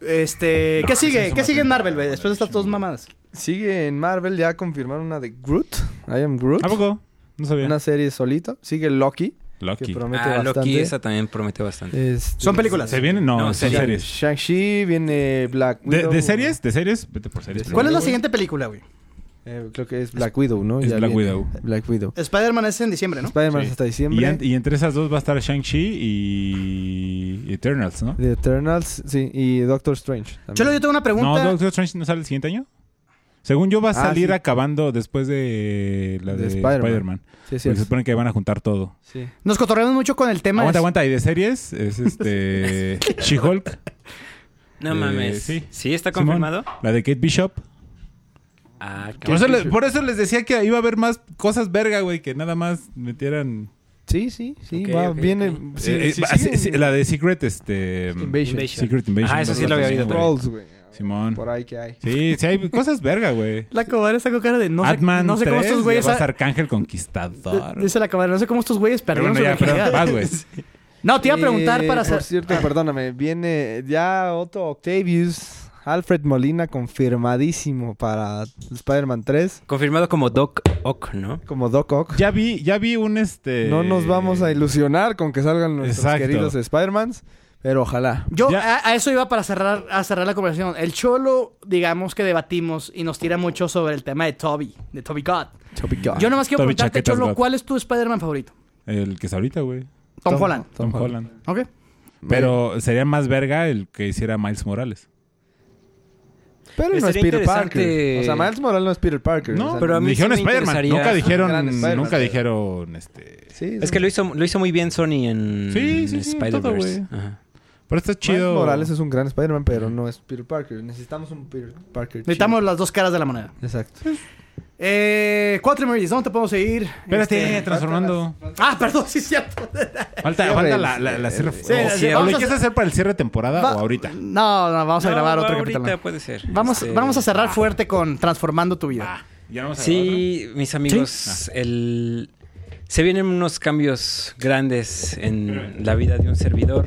Speaker 1: Este, ¿Qué
Speaker 2: No, sí,
Speaker 1: sigue?
Speaker 2: eso
Speaker 1: ¿Qué
Speaker 2: me
Speaker 1: sigue en
Speaker 2: atenta.
Speaker 1: Marvel, güey? Después de estas dos mamadas.
Speaker 5: Sigue en Marvel, ya confirmaron una de Groot. I am Groot.
Speaker 2: ¿A poco? No sabía.
Speaker 5: Una serie solito. Sigue Loki.
Speaker 2: Lucky.
Speaker 5: que promete
Speaker 3: Ah,
Speaker 5: bastante.
Speaker 3: Loki, esa también promete bastante.
Speaker 5: Este,
Speaker 1: Son películas.
Speaker 2: ¿Se vienen? No,
Speaker 3: No,
Speaker 2: son
Speaker 3: series.
Speaker 2: series.
Speaker 5: Shang-Chi, viene Black
Speaker 2: De,
Speaker 5: Widow.
Speaker 2: de series? ¿De series? Vete por series.
Speaker 5: ¿De
Speaker 1: ¿Cuál es la
Speaker 5: Pero-
Speaker 1: siguiente película, güey?
Speaker 5: Eh, creo que es Black Widow, ¿no?
Speaker 2: Es Black
Speaker 5: viene.
Speaker 2: Widow.
Speaker 5: Black Widow.
Speaker 1: Spider-Man es en diciembre, ¿no?
Speaker 5: Spider-Man
Speaker 2: Sí.
Speaker 5: hasta diciembre.
Speaker 2: Y, an- y entre esas dos va a estar Shang-Chi y y Eternals, ¿no?
Speaker 5: The Eternals, sí, y Doctor Strange. también.
Speaker 1: Cholo, yo tengo una
Speaker 2: No,
Speaker 1: pregunta.
Speaker 2: Doctor Strange no sale el siguiente año. Según yo va a
Speaker 5: Ah,
Speaker 2: salir
Speaker 5: sí.
Speaker 2: acabando después de la
Speaker 5: De
Speaker 2: de,
Speaker 5: Spider-Man.
Speaker 2: Spider-Man.
Speaker 5: Sí,
Speaker 2: Porque
Speaker 5: es cierto.
Speaker 2: se supone que van a juntar todo.
Speaker 5: Sí.
Speaker 1: Nos cotorreamos mucho con el tema.
Speaker 2: Aguanta,
Speaker 1: es-
Speaker 2: aguanta. Y de series es este She-Hulk,
Speaker 3: No
Speaker 2: Eh,
Speaker 3: mames.
Speaker 2: sí.
Speaker 3: Sí. está
Speaker 2: Simón.
Speaker 3: confirmado?
Speaker 2: la de Kate Bishop.
Speaker 3: Ah,
Speaker 2: Por
Speaker 3: cabrón.
Speaker 2: eso, le- por eso les decía que iba a haber más cosas verga, güey, que nada más metieran.
Speaker 5: Sí, sí, sí.
Speaker 3: Ok,
Speaker 5: va,
Speaker 3: ok,
Speaker 5: viene.
Speaker 3: ok.
Speaker 5: sí,
Speaker 2: Eh, eh,
Speaker 5: sí,
Speaker 2: va-
Speaker 5: sigue-
Speaker 2: sí, sí, la de Secret, este.
Speaker 5: Invasion.
Speaker 3: Invasion.
Speaker 2: Secret Invasion.
Speaker 3: Ah, eso sí lo había oído.
Speaker 2: Güey.
Speaker 5: Trolls, güey.
Speaker 2: Simón.
Speaker 5: Por ahí que hay.
Speaker 2: Sí, sí, hay cosas verga, güey.
Speaker 1: La cobarde está con cara de no sé,
Speaker 2: Atman
Speaker 1: no sé cómo
Speaker 2: 3,
Speaker 1: estos güeyes.
Speaker 2: ya vas
Speaker 1: a-
Speaker 2: Arcángel Conquistador.
Speaker 1: D- Dice la cobarde, no sé cómo estos güeyes
Speaker 2: Pero
Speaker 1: perdieron
Speaker 2: bueno, ya,
Speaker 1: su virginidad.
Speaker 2: pero vas, güey.
Speaker 1: No, te iba a preguntar
Speaker 5: Eh,
Speaker 1: para
Speaker 5: Por
Speaker 1: hacer. Ah.
Speaker 5: cierto, perdóname. Viene ya Otto Octavius. Alfred Molina confirmadísimo para Spider-Man 3
Speaker 3: Confirmado como Doc Ock, ¿no?
Speaker 5: como Doc Ock.
Speaker 2: Ya vi, ya vi un este.
Speaker 5: No nos vamos a ilusionar con que salgan nuestros
Speaker 2: Exacto.
Speaker 5: queridos Spider-Mans, pero ojalá.
Speaker 1: Yo
Speaker 2: Ya.
Speaker 1: a, a eso iba para cerrar, a cerrar la conversación. El Cholo, digamos que debatimos y nos tira mucho sobre el tema de Toby, de Toby God. Yo nomás quiero
Speaker 2: Ah,
Speaker 1: preguntarte,
Speaker 2: Toby Chaquetas
Speaker 1: Cholo,
Speaker 2: God.
Speaker 1: ¿cuál es tu Spider-Man favorito?
Speaker 2: El que es ahorita, güey.
Speaker 1: Tom, Holland.
Speaker 2: Tom, Holland.
Speaker 1: Ok.
Speaker 2: Pero sería más verga el que hiciera Miles Morales.
Speaker 5: Pero no es
Speaker 3: Estaría
Speaker 5: Peter
Speaker 3: interesante-
Speaker 5: Parker. O sea, Miles Morales no es Peter Parker.
Speaker 2: No,
Speaker 5: O sea,
Speaker 3: pero a mí
Speaker 2: dijeron
Speaker 3: sí me
Speaker 2: Spider-Man.
Speaker 3: interesaría.
Speaker 2: Nunca dijeron.
Speaker 5: Gran Spider-Man.
Speaker 2: Nunca dijeron este.
Speaker 5: Sí,
Speaker 3: Es que lo hizo, lo hizo muy bien Sony en
Speaker 2: Sí, sí, sí, todo, güey.
Speaker 3: Spider-Verse. Ajá.
Speaker 2: Pero está
Speaker 5: Miles
Speaker 2: chido.
Speaker 5: Morales es un gran Spider-Man, pero no es Peter Parker. Necesitamos un Peter Parker. chido.
Speaker 1: Necesitamos las dos caras de la moneda.
Speaker 5: Exacto.
Speaker 1: Eh, cuatro emojis, ¿dónde te podemos seguir?
Speaker 2: Espérate,
Speaker 1: Este-
Speaker 2: transformando.
Speaker 1: Ah, perdón, sí, es cierto.
Speaker 2: Falta,
Speaker 5: Cierre,
Speaker 2: falta la, la, la
Speaker 5: sí,
Speaker 2: cierre.
Speaker 1: sí,
Speaker 2: o,
Speaker 1: sí,
Speaker 2: o
Speaker 1: vamos
Speaker 2: ¿Lo
Speaker 1: a-
Speaker 2: quieres hacer para el cierre de temporada
Speaker 1: Va-
Speaker 2: o ahorita?
Speaker 1: No, no, vamos a
Speaker 3: No,
Speaker 1: grabar otro
Speaker 3: ahorita
Speaker 1: capítulo.
Speaker 3: puede ser.
Speaker 1: Vamos,
Speaker 3: Este,
Speaker 1: vamos a cerrar fuerte con Transformando tu vida.
Speaker 2: Ya no vamos a grabar,
Speaker 3: Sí, mis amigos,
Speaker 1: Ah.
Speaker 3: el... se vienen unos cambios grandes en la vida de un servidor.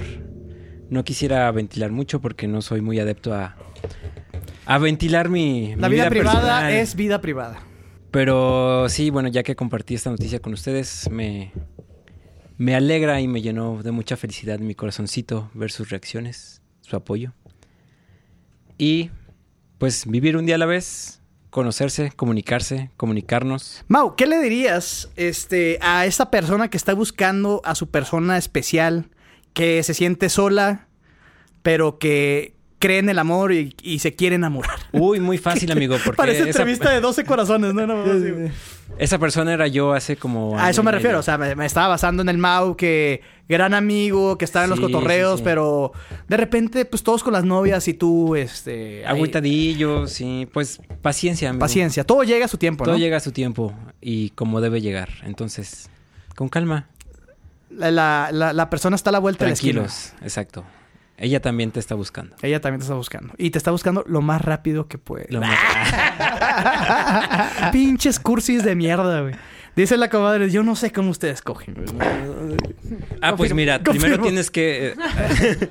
Speaker 3: No quisiera ventilar mucho porque no soy muy adepto a, a ventilar mi,
Speaker 1: La
Speaker 3: mi
Speaker 1: vida, privada
Speaker 3: personal.
Speaker 1: es vida privada.
Speaker 3: Pero sí, bueno, ya que compartí esta noticia con ustedes, me, me alegra y me llenó de mucha felicidad mi corazoncito ver sus reacciones, su apoyo. Y pues vivir un día a la vez, conocerse, comunicarse, comunicarnos.
Speaker 1: Mau, ¿qué le dirías este, a esta persona que está buscando a su persona especial, que se siente sola, pero que cree en el amor y, y se quiere enamorar?
Speaker 3: Uy, muy fácil, amigo, porque
Speaker 1: Parece
Speaker 3: esa,
Speaker 1: entrevista de 12 corazones, ¿no? No, sí, güey.
Speaker 3: esa persona era yo hace como...
Speaker 1: a eso
Speaker 3: año
Speaker 1: me
Speaker 3: y
Speaker 1: refiero,
Speaker 3: medio.
Speaker 1: o sea, me, me estaba basando en el Mau, que gran amigo, que estaba en los
Speaker 3: Sí,
Speaker 1: cotorreos,
Speaker 3: sí, sí.
Speaker 1: pero de repente, pues todos con las novias y tú, este... ahí-
Speaker 3: Agüitadillo, sí, pues paciencia, amigo.
Speaker 1: Paciencia, todo llega a su tiempo,
Speaker 3: Todo
Speaker 1: ¿no?
Speaker 3: llega a su tiempo y como debe llegar. Entonces, con calma.
Speaker 1: La, la- la- la persona está a la vuelta de la esquina.
Speaker 3: Tranquilos, exacto. Ella también te está buscando.
Speaker 1: Ella también te está buscando. Y te está buscando lo más rápido que puede.
Speaker 3: Lo más- Ah,
Speaker 1: Pinches cursis de mierda, güey. Dice la comadre, yo no sé cómo ustedes cogen.
Speaker 3: Ah, pues
Speaker 1: Confirmo,
Speaker 3: mira, primero
Speaker 1: confirmo.
Speaker 3: tienes que... eh,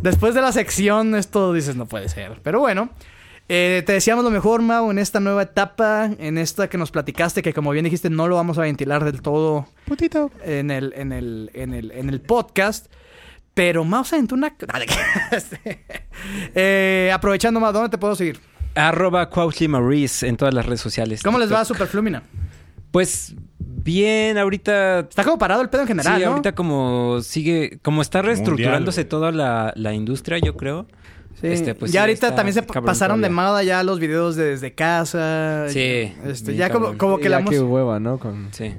Speaker 1: Después de la sección, esto dices, no puede ser. Pero bueno, eh, te deseamos lo mejor, Mau, en esta nueva etapa, en esta que nos platicaste, que como bien dijiste, no lo vamos a ventilar del todo
Speaker 2: Putito.
Speaker 1: en el, en el, en el, en el podcast. Pero Mau se aventó una... Este, Eh, aprovechando más, ¿dónde te puedo seguir?
Speaker 3: Arroba Cuautli Maurice en todas las redes sociales.
Speaker 1: ¿Cómo les va a
Speaker 3: TikTok.
Speaker 1: Superflumina?
Speaker 3: Pues bien, ahorita...
Speaker 1: Está como parado el pedo en general,
Speaker 3: sí,
Speaker 1: ¿no?
Speaker 3: ahorita como sigue... Como está reestructurándose
Speaker 2: güey.
Speaker 3: toda la, la industria, yo creo.
Speaker 1: Sí.
Speaker 3: Este, pues,
Speaker 1: ya
Speaker 3: sí,
Speaker 1: ahorita
Speaker 3: está
Speaker 1: también se
Speaker 3: cabrón
Speaker 1: pasaron de
Speaker 3: todavía.
Speaker 1: moda ya los videos de desde casa.
Speaker 3: Sí,
Speaker 1: Este,
Speaker 3: bien
Speaker 1: ya como,
Speaker 3: cabrón.
Speaker 1: como que la
Speaker 5: Ya qué
Speaker 1: música.
Speaker 5: hueva, ¿no? Con...
Speaker 3: Sí.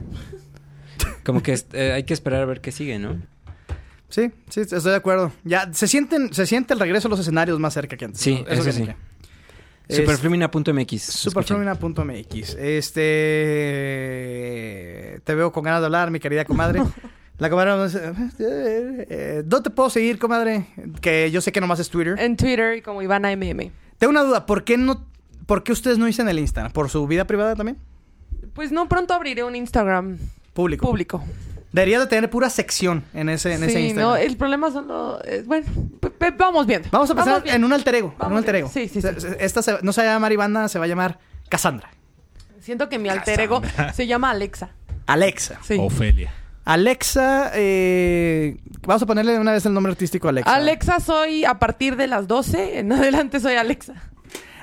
Speaker 3: Como que eh, hay que esperar a ver qué sigue, ¿no?
Speaker 1: Sí, sí, estoy de acuerdo. Ya se sienten, se siente el regreso a los escenarios más cerca que antes.
Speaker 3: Sí, eso sí.
Speaker 1: Es-
Speaker 3: Superflumina.mx. escuchen.
Speaker 1: Superflumina.mx. Este te veo con ganas de hablar, mi querida comadre. La comadre nos dice, eh, ¿Dónde te puedo seguir, comadre? Que yo sé que nomás es Twitter.
Speaker 4: En Twitter como Ivana MM.
Speaker 1: Tengo una duda, ¿por qué no, por qué ustedes no dicen el Instagram? ¿Por su vida privada también?
Speaker 4: Pues no, pronto abriré un Instagram
Speaker 1: Público.
Speaker 4: público.
Speaker 1: Deberías de tener pura sección en ese, en ese
Speaker 4: sí,
Speaker 1: Instagram.
Speaker 4: no, el problema son los... eh, Bueno, pe- pe- vamos viendo.
Speaker 1: Vamos a pensar
Speaker 4: viendo.
Speaker 1: en un alter ego. en un
Speaker 4: Vamos
Speaker 1: alter
Speaker 4: bien.
Speaker 1: ego.
Speaker 4: Sí, sí,
Speaker 1: Se-
Speaker 4: sí.
Speaker 1: se- Esta se- no se va a llamar Ivana, se va a llamar Cassandra.
Speaker 4: Siento que mi alter ego se llama Alexa.
Speaker 1: Alexa.
Speaker 4: Sí.
Speaker 2: Ofelia.
Speaker 1: Alexa, eh, vamos a ponerle una vez el nombre artístico a Alexa.
Speaker 4: Alexa soy a partir de las 12, en adelante soy Alexa.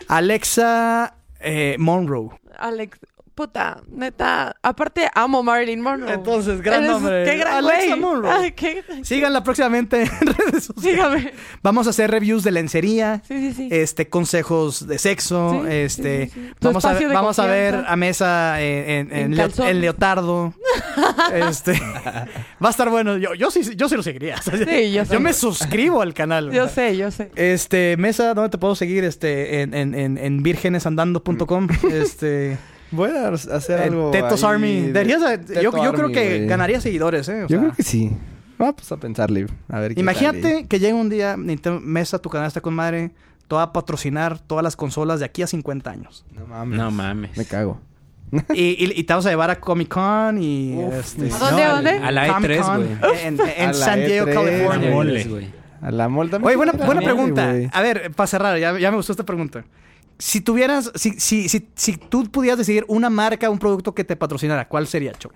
Speaker 1: Alexa eh, Monroe.
Speaker 4: Alex, puta, neta, aparte amo Marilyn Monroe.
Speaker 1: Entonces, gran nombre.
Speaker 4: Qué gran
Speaker 1: Alexa
Speaker 4: güey.
Speaker 1: Monroe.
Speaker 4: Ay, qué-
Speaker 1: Síganla próximamente en redes sociales.
Speaker 4: Sígame.
Speaker 1: Vamos a hacer reviews de lencería,
Speaker 4: Sí, sí, sí.
Speaker 1: este, consejos de sexo,
Speaker 4: Sí,
Speaker 1: este,
Speaker 4: sí, sí, sí. Tu
Speaker 1: vamos a
Speaker 4: espacio
Speaker 1: ver,
Speaker 4: de
Speaker 1: vamos a ver
Speaker 4: confianza.
Speaker 1: a mesa eh, en, en- en
Speaker 4: En
Speaker 1: leo-
Speaker 4: calzón.
Speaker 1: en leotardo, este, va a estar bueno. Yo, yo sí, yo sí lo seguiría.
Speaker 4: Sí, yo sé.
Speaker 1: me suscribo al canal.
Speaker 4: Yo sé, yo sé.
Speaker 1: Este, Mesa, ¿dónde te puedo seguir? Este, en, en, en, en virgenesandando.com. Este,
Speaker 5: Voy a hacer
Speaker 1: en
Speaker 5: Mm. algo.
Speaker 1: Eh, Tetos
Speaker 5: ahí
Speaker 1: Army.
Speaker 5: de-
Speaker 1: Deberías de-
Speaker 5: Teto
Speaker 1: yo, yo creo
Speaker 5: Army,
Speaker 1: que
Speaker 5: güey.
Speaker 1: ganaría seguidores, ¿eh? O
Speaker 5: Yo
Speaker 1: sea,
Speaker 5: creo que sí. Vamos a pensarle. A ver qué tal, eh.
Speaker 1: Imagínate que llega un día, Nintendo, Mesa, tu canal está con madre, te va a patrocinar todas las consolas de aquí a 50 años.
Speaker 5: No mames.
Speaker 6: No mames.
Speaker 5: Me cago.
Speaker 1: y, y, y te vamos a llevar a Comic Con y.
Speaker 5: Uf,
Speaker 1: este,
Speaker 5: ¿A
Speaker 4: dónde, a dónde?
Speaker 6: A la
Speaker 1: Comic
Speaker 6: E3,
Speaker 1: Con
Speaker 6: güey.
Speaker 1: E En, en
Speaker 5: A la
Speaker 1: San Diego,
Speaker 5: E3,
Speaker 1: California.
Speaker 5: güey.
Speaker 2: Mole.
Speaker 6: güey.
Speaker 5: A la mol también.
Speaker 1: Oye, buena,
Speaker 5: Era
Speaker 1: buena
Speaker 5: mole,
Speaker 1: pregunta.
Speaker 5: güey.
Speaker 1: A ver, para cerrar, ya, ya me gustó esta pregunta. Si tuvieras, si, si, si, si tú pudieras decidir una marca, un producto que te patrocinara, ¿cuál sería, Cho?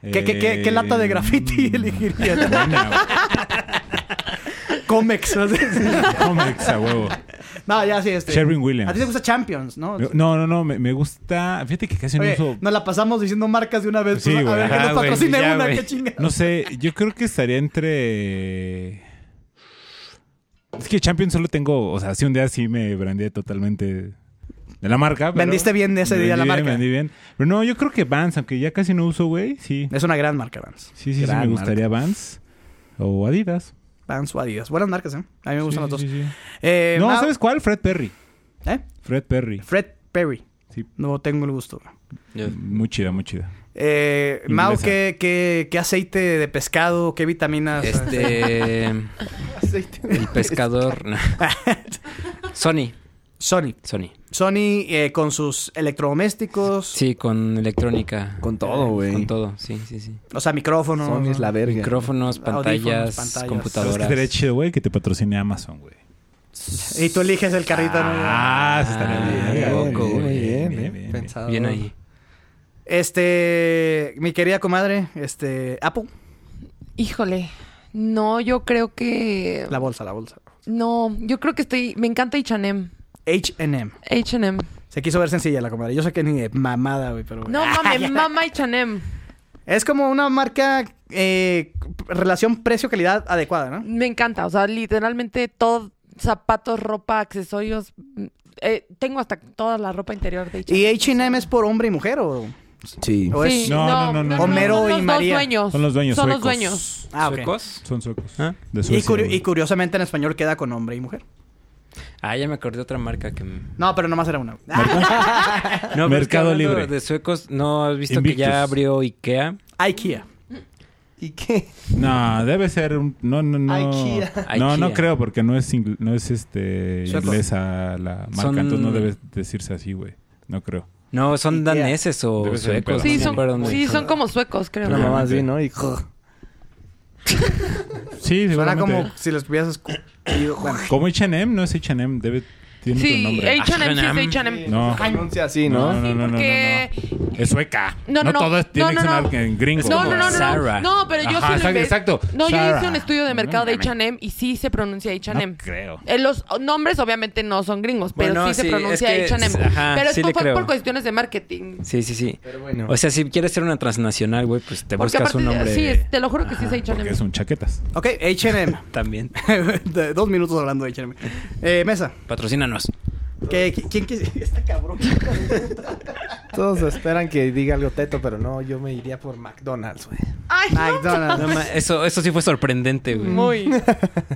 Speaker 1: ¿Qué, qué, qué, qué lata de graffiti
Speaker 2: mm,
Speaker 1: elegirías?
Speaker 2: buena, güey.
Speaker 1: Comex. ¿no?
Speaker 2: Comex, a huevo.
Speaker 1: no, ya sí, este.
Speaker 2: Sherwin Williams.
Speaker 1: A ti te gusta Champions, ¿no?
Speaker 2: No, no, no, me, me gusta. Fíjate que casi
Speaker 1: Oye,
Speaker 2: no uso.
Speaker 1: nos la pasamos diciendo marcas de una vez.
Speaker 2: Sí,
Speaker 1: pues, a
Speaker 2: güey.
Speaker 1: ver, que
Speaker 6: Ajá,
Speaker 1: nos
Speaker 6: güey,
Speaker 1: patrocine
Speaker 6: ya,
Speaker 1: una,
Speaker 6: güey.
Speaker 1: qué chinga.
Speaker 2: No sé, yo creo que estaría entre. Es que Champions solo tengo. O sea, sí, un día sí me brandé totalmente de la marca. pero-
Speaker 1: Vendiste bien ese
Speaker 2: Me
Speaker 1: día la
Speaker 2: vendí bien,
Speaker 1: marca.
Speaker 2: vendí bien. Pero no, yo creo que Vans, aunque ya casi no uso, güey. Sí.
Speaker 1: Es una gran marca, Vans.
Speaker 2: Sí, sí, sí,
Speaker 5: Gran
Speaker 2: me gustaría Vans o Adidas.
Speaker 1: Vans o Adidas. Buenas marcas, ¿eh? A mí me gustan los
Speaker 2: Sí,
Speaker 1: dos.
Speaker 2: sí, sí.
Speaker 1: Eh,
Speaker 2: No,
Speaker 1: Mau-
Speaker 2: ¿sabes cuál? Fred Perry.
Speaker 1: ¿Eh?
Speaker 2: Fred Perry.
Speaker 1: Fred Perry.
Speaker 2: Sí.
Speaker 1: No tengo el gusto.
Speaker 6: Yo-
Speaker 2: Muy chida, muy chida.
Speaker 1: Eh, Mau,
Speaker 2: Inglesa.
Speaker 1: ¿qué, qué, qué aceite de pescado? ¿Qué vitaminas?
Speaker 6: Este. el pescador. no. Sony.
Speaker 1: Sony.
Speaker 6: Sony.
Speaker 1: Sony eh, con sus electrodomésticos,
Speaker 6: Sí, con electrónica.
Speaker 5: Con todo, güey.
Speaker 6: Con todo, sí, sí, sí.
Speaker 1: o sea, micrófonos.
Speaker 5: Sony es la verga.
Speaker 6: Micrófonos,
Speaker 1: Audífonos,
Speaker 6: pantallas,
Speaker 1: pantallas.
Speaker 2: ¿Sabes qué
Speaker 6: computadoras.
Speaker 2: estaría chido, güey? Que te patrocine Amazon, güey.
Speaker 1: Y tú eliges el carrito. ¿no?
Speaker 2: Ah, eso
Speaker 6: Ah,
Speaker 2: estaría bien.
Speaker 6: loco,
Speaker 2: güey.
Speaker 5: muy bien, eh.
Speaker 2: bien.
Speaker 5: Pensado.
Speaker 6: Bien ahí.
Speaker 1: Este, mi querida comadre, este, Apple,
Speaker 4: Híjole. No, yo creo que.
Speaker 1: la bolsa, la bolsa.
Speaker 4: No, yo creo que estoy. Me encanta HM.
Speaker 1: H&M.
Speaker 4: HM.
Speaker 1: Se quiso ver sencilla la comadre. Yo sé que ni de mamada, güey, pero...
Speaker 4: No mames, mama HM.
Speaker 1: Es como una marca, eh, relación precio-calidad adecuada, ¿no?
Speaker 4: Me encanta. O sea, literalmente todo. Zapatos, ropa, accesorios. mm, eh, tengo hasta toda la ropa interior de HM.
Speaker 1: ¿Y H&M es por hombre y mujer o...?
Speaker 5: Sí.
Speaker 1: o es-
Speaker 4: Sí,
Speaker 2: No, no, no, no, no.
Speaker 1: Homero
Speaker 4: son los
Speaker 1: y
Speaker 4: dos
Speaker 1: María.
Speaker 4: dueños.
Speaker 2: Son los dueños
Speaker 4: Son los
Speaker 2: suecos.
Speaker 4: dueños.
Speaker 1: Ah, ok.
Speaker 6: ¿Suecos?
Speaker 2: Son suecos.
Speaker 6: ¿Ah?
Speaker 2: De
Speaker 1: Y,
Speaker 2: Suecia,
Speaker 1: curio-
Speaker 2: güey.
Speaker 1: y curiosamente en español queda con hombre y mujer.
Speaker 6: Ah, ya me acordé de otra marca que... me-
Speaker 1: No, pero nomás era una.
Speaker 6: No, pero es que
Speaker 2: Mercado
Speaker 6: hablando
Speaker 2: Libre.
Speaker 6: De suecos, ¿no has visto que
Speaker 2: Invictus.
Speaker 6: ya abrió Ikea?
Speaker 1: IKEA.
Speaker 5: ¿Y qué?
Speaker 2: No, debe ser un... No, no, no.
Speaker 5: Ikea.
Speaker 2: No, no
Speaker 6: Ikea.
Speaker 2: creo porque no es, ingl- no es este,
Speaker 1: Suecos.
Speaker 2: inglesa la marca.
Speaker 6: Son-
Speaker 2: Entonces no debe decirse así, güey. No creo.
Speaker 6: No, son
Speaker 5: Ikea.
Speaker 6: daneses o
Speaker 2: Debe ser un
Speaker 6: suecos.
Speaker 2: pedo.
Speaker 4: Sí,
Speaker 6: no me acuerdo
Speaker 4: son,
Speaker 6: dónde.
Speaker 4: sí, son como suecos, creo.
Speaker 5: Una mamá así,
Speaker 2: Obviamente.
Speaker 5: ¿no? Y...
Speaker 2: Sí,
Speaker 1: Suena
Speaker 2: seguramente.
Speaker 1: como si les hubieras escupido. Bueno.
Speaker 2: Como H&M, no es H&M. Debe... Tiene otro
Speaker 4: Sí,
Speaker 2: nombre.
Speaker 4: H&M sí
Speaker 6: H&M.
Speaker 4: es H&M.
Speaker 2: No.
Speaker 5: Se pronuncia así, ¿no?
Speaker 2: No, no, no, no,
Speaker 4: porque-
Speaker 2: no, no. Es sueca.
Speaker 4: No, no, no.
Speaker 2: todo es- tiene
Speaker 4: No, no,
Speaker 2: que
Speaker 4: no.
Speaker 2: sonar en gringo.
Speaker 4: No, no,
Speaker 6: como
Speaker 4: no, no, no.
Speaker 6: Zara.
Speaker 4: No, pero yo
Speaker 2: Ajá,
Speaker 4: sí lo
Speaker 2: exacto,
Speaker 4: inve-
Speaker 2: exacto.
Speaker 4: No, yo hice
Speaker 2: Zara.
Speaker 4: un estudio de
Speaker 2: No
Speaker 4: mercado de
Speaker 2: mames.
Speaker 4: H&M y sí se pronuncia H&M.
Speaker 2: No creo.
Speaker 4: Eh, los nombres obviamente no son gringos, pero
Speaker 6: Bueno,
Speaker 4: sí,
Speaker 6: sí,
Speaker 4: se
Speaker 6: es
Speaker 4: pronuncia
Speaker 6: que-
Speaker 4: H&M.
Speaker 6: ajá,
Speaker 4: pero es
Speaker 6: sí le
Speaker 4: por- fue
Speaker 6: creo.
Speaker 4: por cuestiones de marketing.
Speaker 6: Sí, sí, sí.
Speaker 5: Pero bueno.
Speaker 6: O sea, si quieres ser una transnacional, güey, pues te
Speaker 4: Porque
Speaker 6: buscas
Speaker 4: aparte,
Speaker 6: un nombre...
Speaker 4: sí, es- te lo juro que sí es
Speaker 2: Porque
Speaker 4: H&M.
Speaker 2: es un chaquetas.
Speaker 1: Ok, H&M.
Speaker 6: También.
Speaker 1: De- Dos minutos hablando de H&M. Eh, mesa.
Speaker 6: Patrocínanos.
Speaker 1: ¿Qué, qui- ¿Quién quis- Esta cabrón.
Speaker 5: Todos esperan que diga algo teto, pero no, yo me iría por McDonald's, güey.
Speaker 4: Ay,
Speaker 6: No,
Speaker 1: McDonald's.
Speaker 6: ma- eso, eso sí fue sorprendente, güey.
Speaker 4: muy.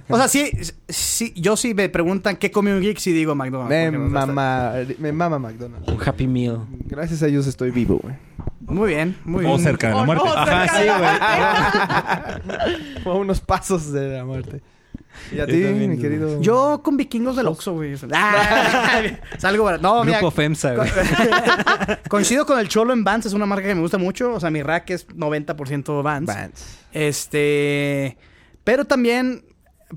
Speaker 1: O sea, sí, sí, yo sí me preguntan qué come un geek si digo McDonald's.
Speaker 5: Me
Speaker 1: porque, o sea,
Speaker 5: mama, me mama McDonald's.
Speaker 6: Un Happy Meal.
Speaker 5: Gracias a ellos estoy vivo, güey.
Speaker 1: está- Muy bien, muy bien. Ah,
Speaker 2: O cerca de la
Speaker 4: Oh,
Speaker 2: muerte.
Speaker 4: no, cerca de la muerte.
Speaker 5: Fue a unos pasos de la muerte. Y
Speaker 6: Yo
Speaker 5: a ti,
Speaker 6: también,
Speaker 5: mi
Speaker 6: yo-
Speaker 5: querido.
Speaker 1: Yo con vikingos del Oxxo, güey. Ah, salgo barato. No, mira,
Speaker 6: Grupo FEMSA, güey.
Speaker 1: coincido con el Cholo en Vans. Es una marca que me gusta mucho. O sea, mi rack es 90% Vans.
Speaker 5: Vans.
Speaker 1: Este. Pero también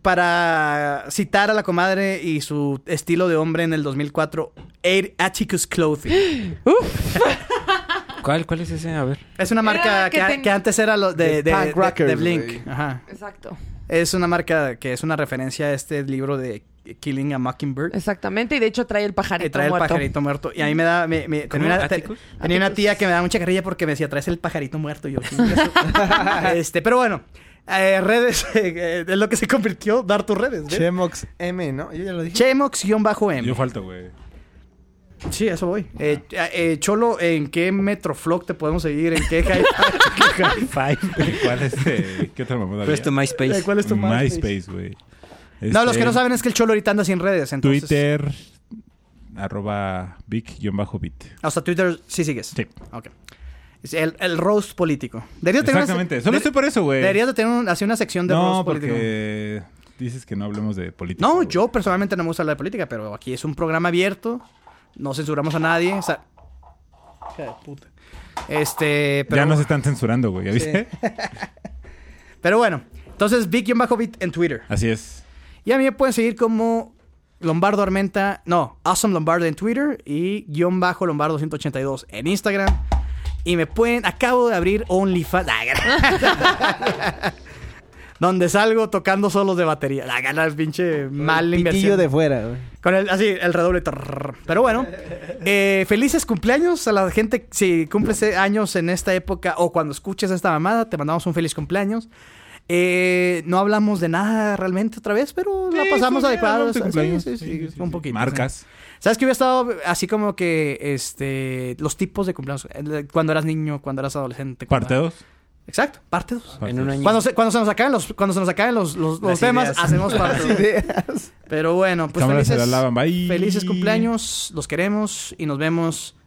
Speaker 1: para citar a la comadre y su estilo de hombre en el 2004, Air Atticus Clothing.
Speaker 3: ¿Cuál, ¿Cuál es ese? A ver.
Speaker 1: Es una marca
Speaker 4: la que
Speaker 1: que, a-
Speaker 4: ten-
Speaker 1: que antes era lo de, de,
Speaker 5: De
Speaker 1: de-
Speaker 5: Punk Rockers,
Speaker 1: de Blink.
Speaker 5: güey.
Speaker 1: Ajá.
Speaker 4: Exacto.
Speaker 1: Es una marca que es una referencia a este libro de Killing a Mockingbird.
Speaker 4: Exactamente. Y de hecho trae el pajarito
Speaker 1: que trae el
Speaker 4: muerto.
Speaker 1: pajarito muerto. Y a mí me da. Me, me- tenía, una, te-
Speaker 3: ¿Atticus?
Speaker 1: tenía una
Speaker 4: Atticus.
Speaker 1: tía que me daba mucha carrilla porque me decía, traes el pajarito muerto. Y yo, "Chinga eso". este, pero bueno, eh, redes eh, es lo que se convirtió dar tus redes. ¿ves?
Speaker 5: Chemox M, ¿no? Yo ya lo dije.
Speaker 1: Chemox-M.
Speaker 2: Yo falto, güey.
Speaker 1: Sí, a eso voy. Eh, eh, Cholo, ¿en qué Metroflog te podemos seguir? ¿En qué hi-
Speaker 2: ¿Cuál es? eh, ¿Qué otra mamada?
Speaker 3: Pero es tu
Speaker 2: había?
Speaker 3: MySpace.
Speaker 1: ¿Cuál es tu MySpace?
Speaker 2: MySpace, güey.
Speaker 1: No, los que no
Speaker 2: Este,
Speaker 1: saben es que el Cholo ahorita anda sin redes. Entonces,
Speaker 2: Twitter, arroba big-bit.
Speaker 1: Hasta Twitter sí sigues.
Speaker 2: Sí.
Speaker 1: Ok. Es El, el roast político. Deberías tener una se-
Speaker 2: Exactamente. Solo
Speaker 1: de-
Speaker 2: estoy por eso, güey.
Speaker 1: Deberías de tener un- así una sección de
Speaker 2: No,
Speaker 1: roast político.
Speaker 2: porque dices que no hablemos de política.
Speaker 1: No,
Speaker 2: güey.
Speaker 1: yo personalmente no me gusta hablar de política, pero aquí es un programa abierto. No censuramos a nadie. O sea, hija de puta. Este, pero,
Speaker 2: Ya nos están censurando, güey. ¿Ya viste?
Speaker 1: pero bueno. Entonces, Vic-Bit en Twitter.
Speaker 2: Así es.
Speaker 1: Y a mí me pueden seguir como Lombardo Armenta, no, Awesome Lombardo en Twitter y guión bajo Lombardo 182 en Instagram. Y me pueden, acabo de abrir OnlyFans, Ah, gra- donde salgo tocando solos de batería. La gana el pinche mal
Speaker 5: Pitillo
Speaker 1: inversión.
Speaker 5: de fuera, güey.
Speaker 1: Con el, así, el redoble. tarrr. Pero bueno, eh, felices cumpleaños a la gente. Si cumples años en esta época o cuando escuches esta mamada, te mandamos un feliz cumpleaños. Eh, no hablamos de nada realmente otra vez, pero la pasamos adecuada. Sí, sí, sí, un poquito.
Speaker 2: Marcas.
Speaker 1: ¿Sabes que hubiera estado así como que este los tipos de cumpleaños? Eh, Cuando eras niño, cuando eras adolescente. cuando-
Speaker 2: Parte 2.
Speaker 1: Exacto, parte dos.
Speaker 3: En un año.
Speaker 1: Cuando se, cuando se nos acaben los, cuando se nos acaben los, los- los
Speaker 3: Las
Speaker 1: temas,
Speaker 3: ideas.
Speaker 1: hacemos parte dos.
Speaker 5: Ideas.
Speaker 1: Pero bueno, pues
Speaker 2: Cámara se
Speaker 1: felices,
Speaker 2: la lavan. Bye.
Speaker 1: felices cumpleaños, los queremos y nos vemos